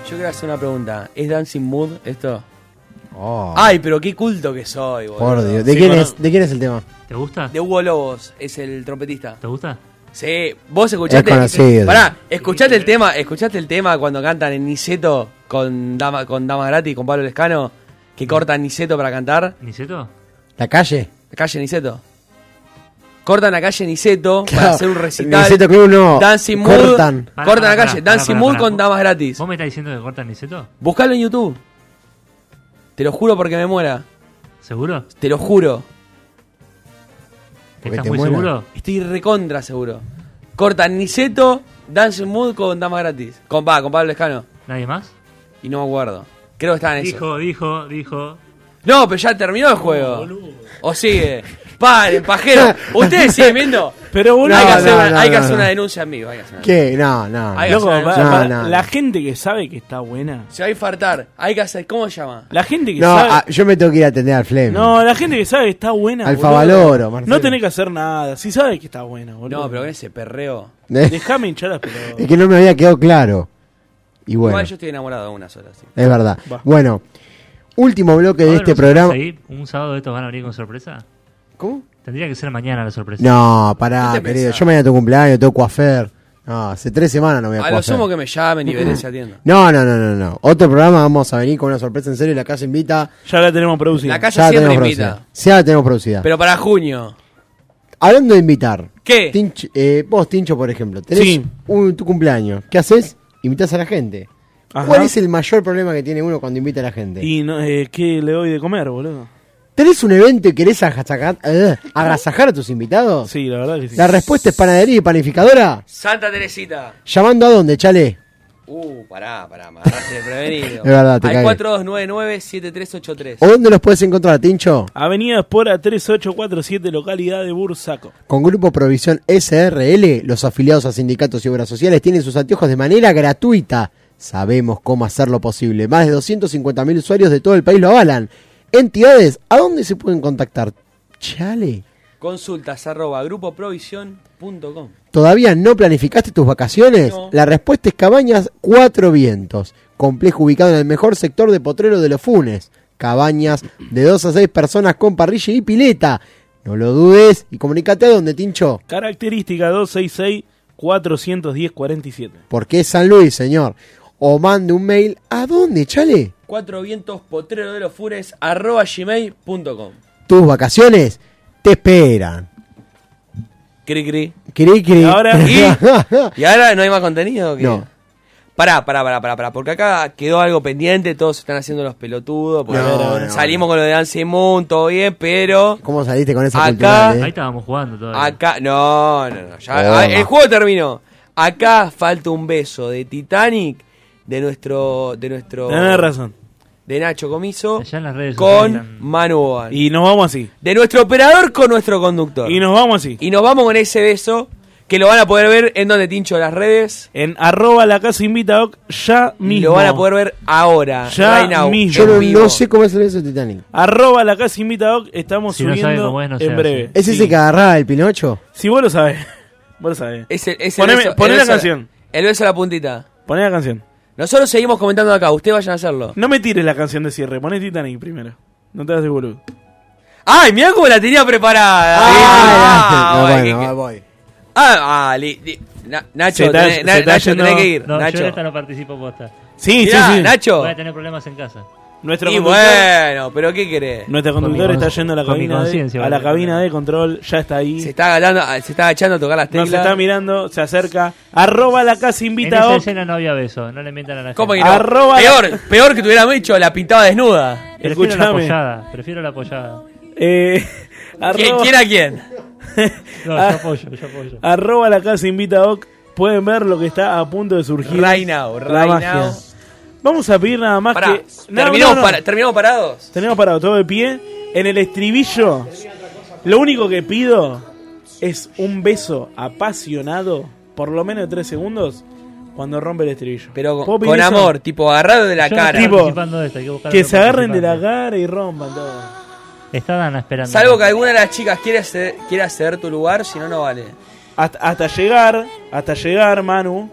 G: Yo quiero hacer una pregunta. ¿Es Dancing Mood esto? Ay, pero qué culto que soy, boludo.
C: Oh. Por Dios. ¿De, quién es, ¿De quién es el tema?
G: ¿Te gusta? De Hugo Lobos, es el trompetista. ¿Te
E: gusta?
G: Sí, vos escuchaste.
C: Es conocido.
G: Pará, escuchaste el tema, escuchaste el tema cuando cantan en Niceto con Dama, con Dama Gratis, con Pablo Lescano, que cortan Niceto para cantar.
E: ¿Niceto?
C: ¿La calle?
G: La calle Niceto. Cortan la calle Niceto para
C: Claro,
G: hacer un recital.
C: Niceto Club no,
G: Dancing Mood.
C: cortan.
G: Cortan, la calle. Dancing Mood con Damas Gratis.
E: ¿Vos me estás diciendo que cortan Niceto?
G: Buscalo en YouTube. Te lo juro porque me muera.
E: ¿Seguro?
G: Te lo juro.
E: ¿Estás muy seguro?
G: Estoy recontra seguro. Cortan Niceto, Dancing Mood con Damas Gratis. Con, va, con Pablo Escano.
E: ¿Nadie más?
G: Y no me acuerdo. Creo que estaba en eso.
E: Dijo, dijo, dijo.
G: No, pero ya terminó el juego. o sigue. Paren, pajero. Ustedes siguen viendo. Pero
F: boludo.
G: hay que, hacer,
F: No,
G: una,
F: no,
G: hay que
F: no,
G: hacer
F: no.
G: una denuncia en vivo. Hay que hacer una
C: ¿Qué? No, no.
G: Ay,
F: Loco,
G: o sea,
F: pa-
C: no,
F: pa-
C: no.
F: la gente que sabe que está buena.
G: Se va a infartar. Hay que hacer. ¿Cómo se llama?
F: La gente que
C: No,
F: sabe.
C: ah, yo me tengo que ir a atender al Flem.
F: No, la gente que sabe que está buena.
C: Alfa
F: boludo.
C: Valoro, Marcelo.
F: No tenés que hacer nada. Si sabes que está buena, boludo.
G: No, pero con ese perreo.
C: ¿Eh?
F: Dejame hinchar las pelotas.
C: Es que no me había quedado claro. Y bueno,
G: Igual yo estoy enamorado de una sola. sí.
C: es verdad.
G: Va.
C: Bueno, último bloque de
E: Ahora
C: este
E: nos
C: programa.
E: vamos a ir. ¿Un sábado de estos van a abrir con sorpresa?
C: ¿Cómo?
E: Tendría que ser mañana la sorpresa.
C: No,
G: Este
C: pará, querido. Yo mañana tengo cumpleaños, tengo cuafer. No, hace tres semanas no voy a
G: A
C: cuafer.
G: lo sumo que me llamen y veré si atiendo.
C: No, no, no, no, no. Otro programa vamos a venir con una sorpresa en serio y la casa invita.
F: Ya la tenemos producida.
G: La calle
C: Ya la
G: siempre
C: tenemos
G: invita.
C: producida. Ya la tenemos producida.
G: Pero para junio.
C: Hablando de invitar.
G: ¿Qué?
C: Tinch- eh, vos, Tincho, por ejemplo, tenés
G: Sí.
C: un, tu cumpleaños. ¿Qué haces? Invitás a la gente.
F: Ajá.
C: ¿Cuál es el mayor problema que tiene uno cuando invita a la gente?
F: Y no, eh, ¿qué le doy de comer, boludo?
C: ¿Tenés un evento y querés agasajar, eh, agasajar a tus invitados?
F: Sí, la verdad que sí.
C: La respuesta es panadería y panificadora.
G: Santa Teresita.
C: ¿Llamando a dónde, chale?
G: Uh, pará, pará, me agarraste desprevenido.
C: Es verdad, te
G: Al
C: cagué.
G: 4299-7383.
C: ¿O dónde los puedes encontrar, Tincho?
F: Avenida Espora 3847, localidad de Bursaco.
C: Con Grupo Provisión SRL, los afiliados a sindicatos y obras sociales tienen sus anteojos de manera gratuita. Sabemos cómo hacerlo posible. Más de 250.000 usuarios de todo el país lo avalan. Entidades, ¿a dónde se pueden contactar? Chale.
G: Consultas arroba grupoprovision.com.
C: ¿Todavía no planificaste tus vacaciones?
G: No.
C: La respuesta es Cabañas Cuatro Vientos, complejo ubicado en el mejor sector de Potrero de los Funes. Cabañas de 2 a 6 personas con parrilla y pileta. No lo dudes y comunícate a dónde, Tincho.
F: Característica 266-410-47.
C: Porque es San Luis, señor. O mande un mail. ¿A dónde, chale?
G: Cuatro vientos potrero de los fures arroba gmail.com.
C: Tus vacaciones te esperan.
G: Cri cri.
C: Cri, cri.
G: ¿Y ahora? ¿Y? ¿Y ahora no hay más contenido? o qué?
C: No.
G: Pará, pará, pará, pará, pará, porque acá quedó algo pendiente, todos están haciendo los pelotudos, porque
C: No, no.
G: salimos con lo de Dance Moon, todo bien, pero
C: ¿Cómo saliste con esa
G: Acá- Ah,
C: cultural, eh?
E: Ahí estábamos jugando todavía.
G: acá, no, no, no, ya,
C: Broma.
G: ah, el juego terminó. Acá falta un beso de Titanic, de nuestro, de nuestro,
F: Tenés razón.
G: de Nacho Comiso,
E: Allá en las redes sociales
G: con Manu Boal.
F: Y nos vamos así.
G: De nuestro operador con nuestro conductor.
F: Y nos vamos así.
G: Y nos vamos con ese beso que lo van a poder ver en donde tincho las redes.
F: En arroba la casa invita Doc, ya
G: Y
F: mismo.
G: lo van a poder ver ahora.
F: Ya
G: right now,
F: mismo.
G: en
C: Yo no,
G: vivo.
C: no sé cómo es el beso de Titanic.
F: Arroba la casa invita Doc, estamos
E: Si no
F: subiendo
E: sabe cómo es, no se
F: en
E: hace.
F: breve.
C: ¿Es ese
F: Sí.
C: que agarraba el Pinocho?
F: Si vos lo sabés. Vos lo sabés.
G: Es el- es el
F: Poneme,
G: beso- el
F: poné la
G: beso a
F: canción.
G: El beso a la puntita.
F: Poné la canción.
G: Nosotros seguimos comentando acá, ustedes vayan a hacerlo.
F: No me tires la canción de cierre, poné Titanic primero. No te hagas de boludo.
G: ¡Ay, mirá cómo la tenía preparada!
C: no,
G: ¡Ah!
C: bueno,
G: que- que-
C: voy.
G: ah, ah, li- li- Na- Nacho,
F: Se está-
G: tenés-
F: se
G: Na-
F: está
G: Nacho,
F: yendo-
G: tenés que ir.
E: No, yo en
G: Nacho.
E: esta no participo posta.
F: Sí,
G: Mirá,
F: sí, sí.
G: Nacho.
E: Voy a tener problemas en casa.
F: Nuestro
G: Y
F: conductor,
G: bueno, pero ¿qué querés?
F: nuestro
E: Con mi
F: conductor está
E: cons-
F: yendo a la
E: con mi
F: cabina, de,
E: conciencia,
F: a la
E: boludo.
F: cabina de control, ya está ahí.
G: Se está, agalando- se está agachando a tocar las
F: Nos
G: teclas.
F: está mirando, se acerca. Arroba la casa
E: En
F: invita
E: esa
F: Doc.
E: escena no había beso, no le mientan a la
G: ¿Cómo que
E: gente.
G: no?
F: Arroba-
G: peor, peor que te hubieran hecho la pintaba desnuda.
E: Prefiero la
F: Escuchame.
E: apoyada, prefiero la apoyada.
F: Eh,
G: ¿Quién,
F: arroba, Ah,
G: quién a quién?
E: No, yo apoyo, yo apoyo.
F: arroba la casa invita Doc. Pueden ver lo que está a punto de surgir.
G: Right now,
F: La
G: right
F: magia.
G: now.
F: Vamos a pedir nada más
G: Pará,
F: que. No, no,
G: ¿terminamos,
F: no.
G: para- ¿terminamos parados?
F: Tenemos parado todo de pie. En el estribillo, lo único que pido es un beso apasionado, por lo menos de 3 segundos, cuando rompe el estribillo.
G: Pero
F: ¿Puedo
G: con,
F: pedir
G: con
F: eso?
G: amor, tipo agarrado de la
E: Yo no
G: cara.
E: estoy
F: Tipo,
E: participando de esta, hay que buscar
F: Que
E: otro
F: se agarren de la
E: participante.
F: cara y rompan todo.
E: Está Dana esperando.
G: Salvo que alguna de las chicas quiera ceder, quiera ceder tu lugar, si no, no vale.
F: Hasta, hasta llegar, hasta llegar, Manu,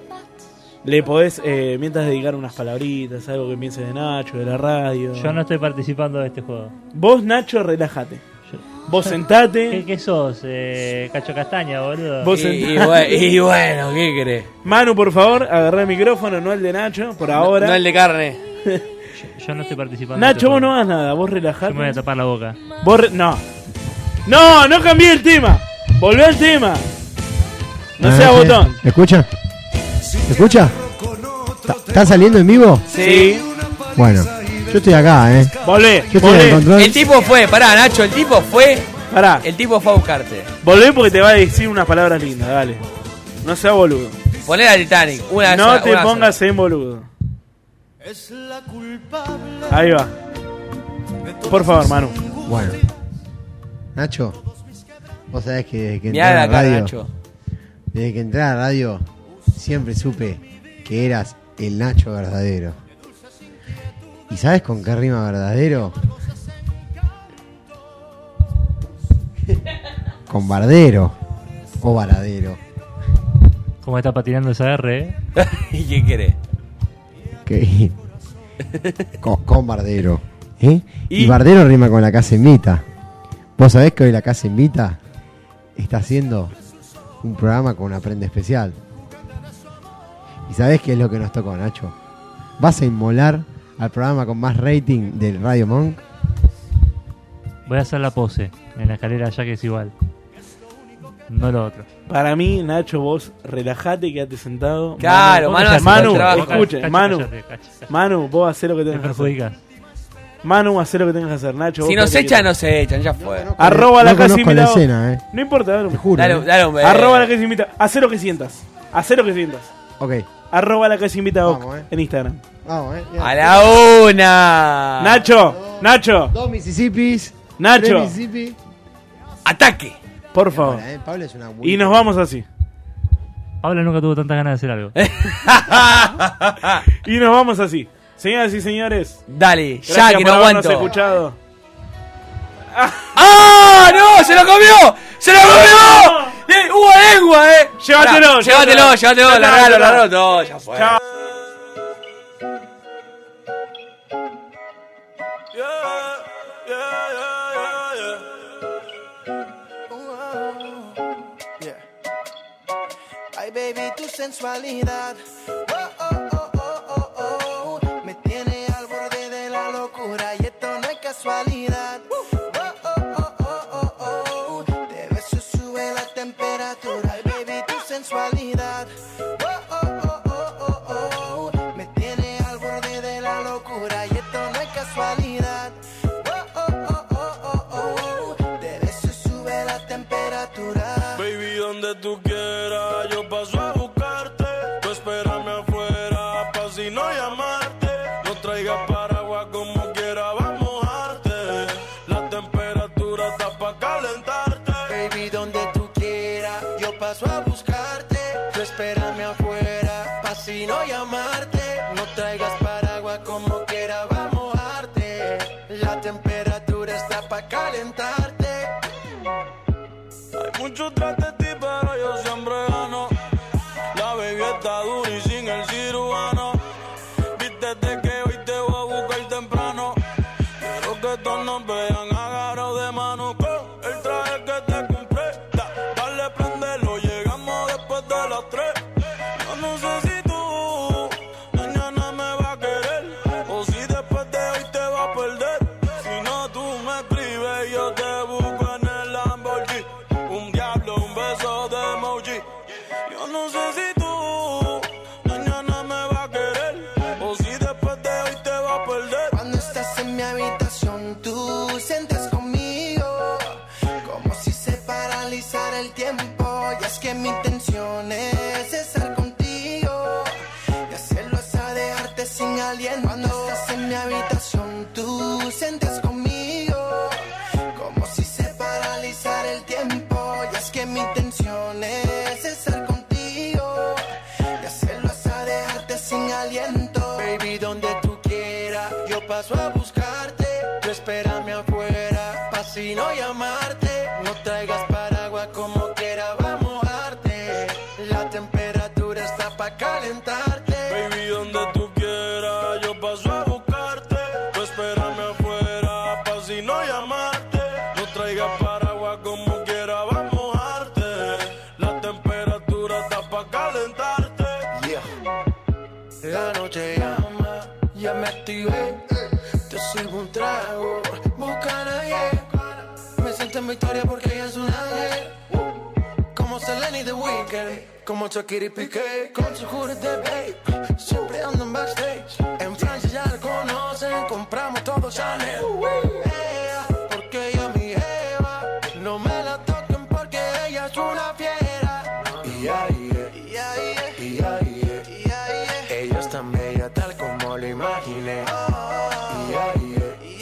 F: le podés, eh, mientras dedicar unas palabritas, algo que pienses de Nacho, de la radio.
E: Yo no estoy participando de este juego.
F: Vos, Nacho, relájate.
E: Yo-
F: Vos
E: ¿Qué,
F: sentate.
E: qué sos? Eh, Cacho Castaña, boludo.
F: Vos
G: Y, y
F: sentate.
G: bue- y bueno, ¿qué querés?
F: Manu, por favor, agarrá el micrófono, no el de Nacho, por ahora.
G: No el de carne.
E: Yo, yo no estoy participando. de este
F: Nacho,
E: juego.
F: vos no hagas nada, vos
E: Yo me voy a
F: relajate.
E: tapar la boca.
F: Vos re- No. No, no cambié el tema. Volvé al tema. No sea
C: Ah, sí.
F: botón.
C: ¿Me escucha? ¿Me escucha? ¿Está- ¿Está saliendo en vivo?
G: Sí.
C: Bueno, yo estoy acá, ¿eh?
F: Volvé,
C: Yo estoy en el
F: volvé.
C: control.
G: El tipo fue, pará, Nacho, el tipo fue.
F: Pará,
G: El tipo fue a buscarte.
F: volvé porque te va a decir unas palabras lindas, dale. No sea boludo.
G: Poner a Titanic. Una
F: No
G: sola-
F: te
G: una sola.
F: pongas en boludo. Ahí va. Por favor, Manu.
C: Bueno. Nacho, vos sabés que desde que entré
G: Mirá
C: a la
G: la cara,
C: radio,
G: Nacho.
C: desde que entré a la radio, siempre supe que eras el Nacho verdadero. ¿Y sabes con qué rima verdadero? Con bardero o varadero.
E: Como está patinando esa R, eh.
G: ¿Y qué querés?
C: Que- con, con Bardero. ¿eh? ¿Y?
G: Y-
C: Bardero rima con la casa invita. Vos sabés que hoy la casa invita está haciendo un programa con una prenda especial. ¿Y sabés qué es lo que nos tocó, Nacho? ¿Vas a inmolar al programa con más rating del Radio Monk?
E: Voy a hacer la pose en la escalera ya que es igual. No lo otro.
F: Para mí, Nacho, vos relajate, quédate sentado.
G: Claro,
E: Vos no
G: Manu
E: seas-
G: hace
F: Manu,
G: todo el trabajo.
E: Cacho,
F: escuche,
E: Cacho,
F: Manu.
E: cállate, Cacho, cállate.
F: Manu, vos hacés lo que
E: Te
F: tengas que hacer.
E: perjudicas.
F: Manu, hacé lo que tengas que hacer, Nacho.
G: Si
F: vos
G: nos
F: quédate
G: echan,
F: quieto.
G: nos echan, ya fue.
F: Arroba
C: no
F: la casa
C: conozco la
F: invitado.
C: escena, ¿eh?
F: No importa, dale.
C: Te juro.
G: Dale,
C: ¿eh?
G: dale un beso.
F: Arroba la casa invita. Hacé lo que sientas. Hacé lo que sientas.
C: Ok,
F: Arroba la casa invita Doc
C: Vamos, eh.
F: en Instagram.
C: vamos, ¿eh?
G: A la una.
F: Nacho, Nacho,
C: Dos Mississippis.
F: Nacho.
C: tres Mississippi.
G: Ataque.
F: por favor.
C: Ahora, ¿eh? Pablo es una
F: Y
C: buena.
F: nos vamos así.
E: Pablo nunca tuvo tantas ganas de hacer algo.
F: Y nos vamos así. Señoras y señores,
G: Dale,
F: gracias
G: ya que
F: por
G: no
F: habernos
G: aguanto.
F: escuchado.
G: ¡Ah! ¡No! ¡Se lo comió! ¡Se lo comió! Eh, ¡Hubo lengua, eh!
F: Llévatelo,
G: Pará,
F: llévatelo.
G: llévatelo, llévatelo,
F: Ya está, ya
G: largalo,
F: está.
G: largalo todo, ya fue.
F: Chao.
D: Ay, baby, tu sensualidad. Oh, oh, oh, oh, oh, oh. Me tiene al borde de la locura y esto no es casualidad. Oh, oh, oh, oh, oh, oh. Te beso, sube la temperatura. Ay, baby, tu sensualidad. Oh, oh, oh, oh, oh, oh. Oh,
O: que tú quieras, yo paso a buscarte. Tú espérame afuera, pa' si no llamarte. No traigas paraguas como quiera, va a mojarte. La temperatura está pa' calentarte.
P: Baby, donde tú quieras, yo paso a buscarte. Tú espérame afuera, pa' si no llamarte. No traigas paraguas como quiera, vamos a mojarte. La temperatura está pa' calentarte.
O: Hay mucho tras de ti, pero yo siempre gano. La baby está dura y sin el cirujano. Vístete que hoy te voy a buscar temprano. Quiero que todos nos vean agarrados de mano con el traje que te compré. Da- dale, prendelo, llegamos después de las tres. Yo no sé si tú mañana me vas a querer o si después de hoy te vas a perder. Si no, tú me escribes, yo te busco en el Lamborghini. Un diablo, un beso de emoji. Yo no sé si tú mañana me vas a querer o si después de hoy te vas a perder.
P: Cuando estás en mi habitación, tú sientes conmigo. Como si se paralizara el tiempo. Y es que mi intención es estar contigo. Y hacerlo es a dejarte sin aliento. Cuando estás en mi habitación, tú sientes conmigo. Como si se paralizara el tiempo. Y es que mi intención es estar contigo. Y hacerlo hasta dejarte sin aliento. Baby, donde tú quieras, yo paso a buscarte. Tú espérame afuera, pa' si no llamarte. No traigas paraguas como quiera, vamos a mojarte. La temperatura está pa' calentarte.
O: Baby, donde tú quieras, yo paso a buscarte. Tú espérame afuera, pa' si no llamarte. No traigas paraguas como quiera, va a mojarte. La temperatura está pa' calentarte.
P: La noche llama, ya me activé. Te sirvo un trago, busca a nadie. Me siento en victoria porque ella es un ángel. Como Selena y The Weeknd, como Shakira y Piqué. Con su jure de babe, siempre ando en backstage. En Francia ya la conocen, compramos todo Chanel. Ea, Porque ella es mi jeva, no me la toquen porque ella es una fiera. Y ahí, eh, y ahí, eh, y ahí, eh. Ella es tan bella tal como lo imaginé. Y ahí, eh,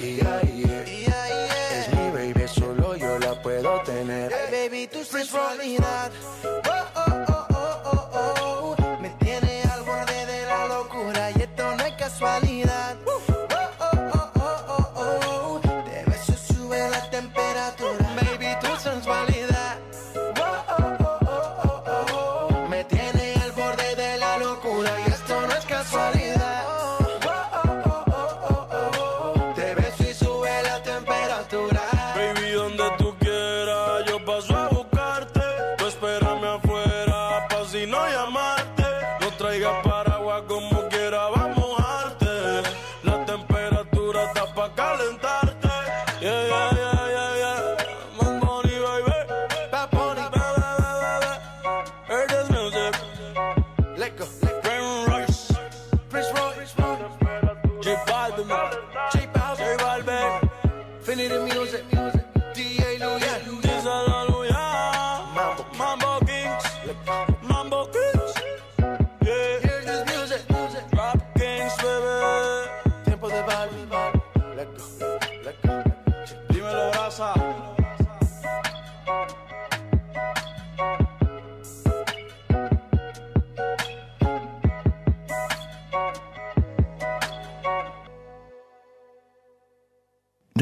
P: y ahí, eh. Es mi baby, solo yo la puedo tener.
Q: Hey,
P: baby, tu sensualidad. Oh, oh, oh, oh, oh, oh. Me tiene al borde de la locura y esto no es casualidad. Oh, oh, oh, oh, oh, oh. Te beso y sube la temperatura. Baby, tu sensualidad. Oh, oh, oh, oh, oh, oh. Me tiene al borde de la locura y esto no es casualidad. Oh, oh, oh, oh, oh, oh. Te beso y sube la temperatura.
O: Baby, donde tú quieras, yo paso a buscarte. Tú espérame afuera, pa' si no llamarte. No traigas paraguas como quiera, va a mojarte. La temperatura está pa' calentarte. Yeah, yeah, yeah, yeah, yeah. Mangoni, baby.
P: Bad Bunny.
O: Ba, ba, ba, ba, ba. Hear this music.
P: Let go.
O: Raymond Rice.
P: Prince Roy.
O: J Balvin.
P: J Balvin.
O: J Balvin.
P: Infinity Music. DJ Luya.
O: Dice la Luya. Mambo Kings. Mambo Kings. Yeah.
P: Hear this music. music.
O: Rap Kings, bebé.
P: Tiempo de Balvin. Let go. Let go.
O: Dímelo, brasa.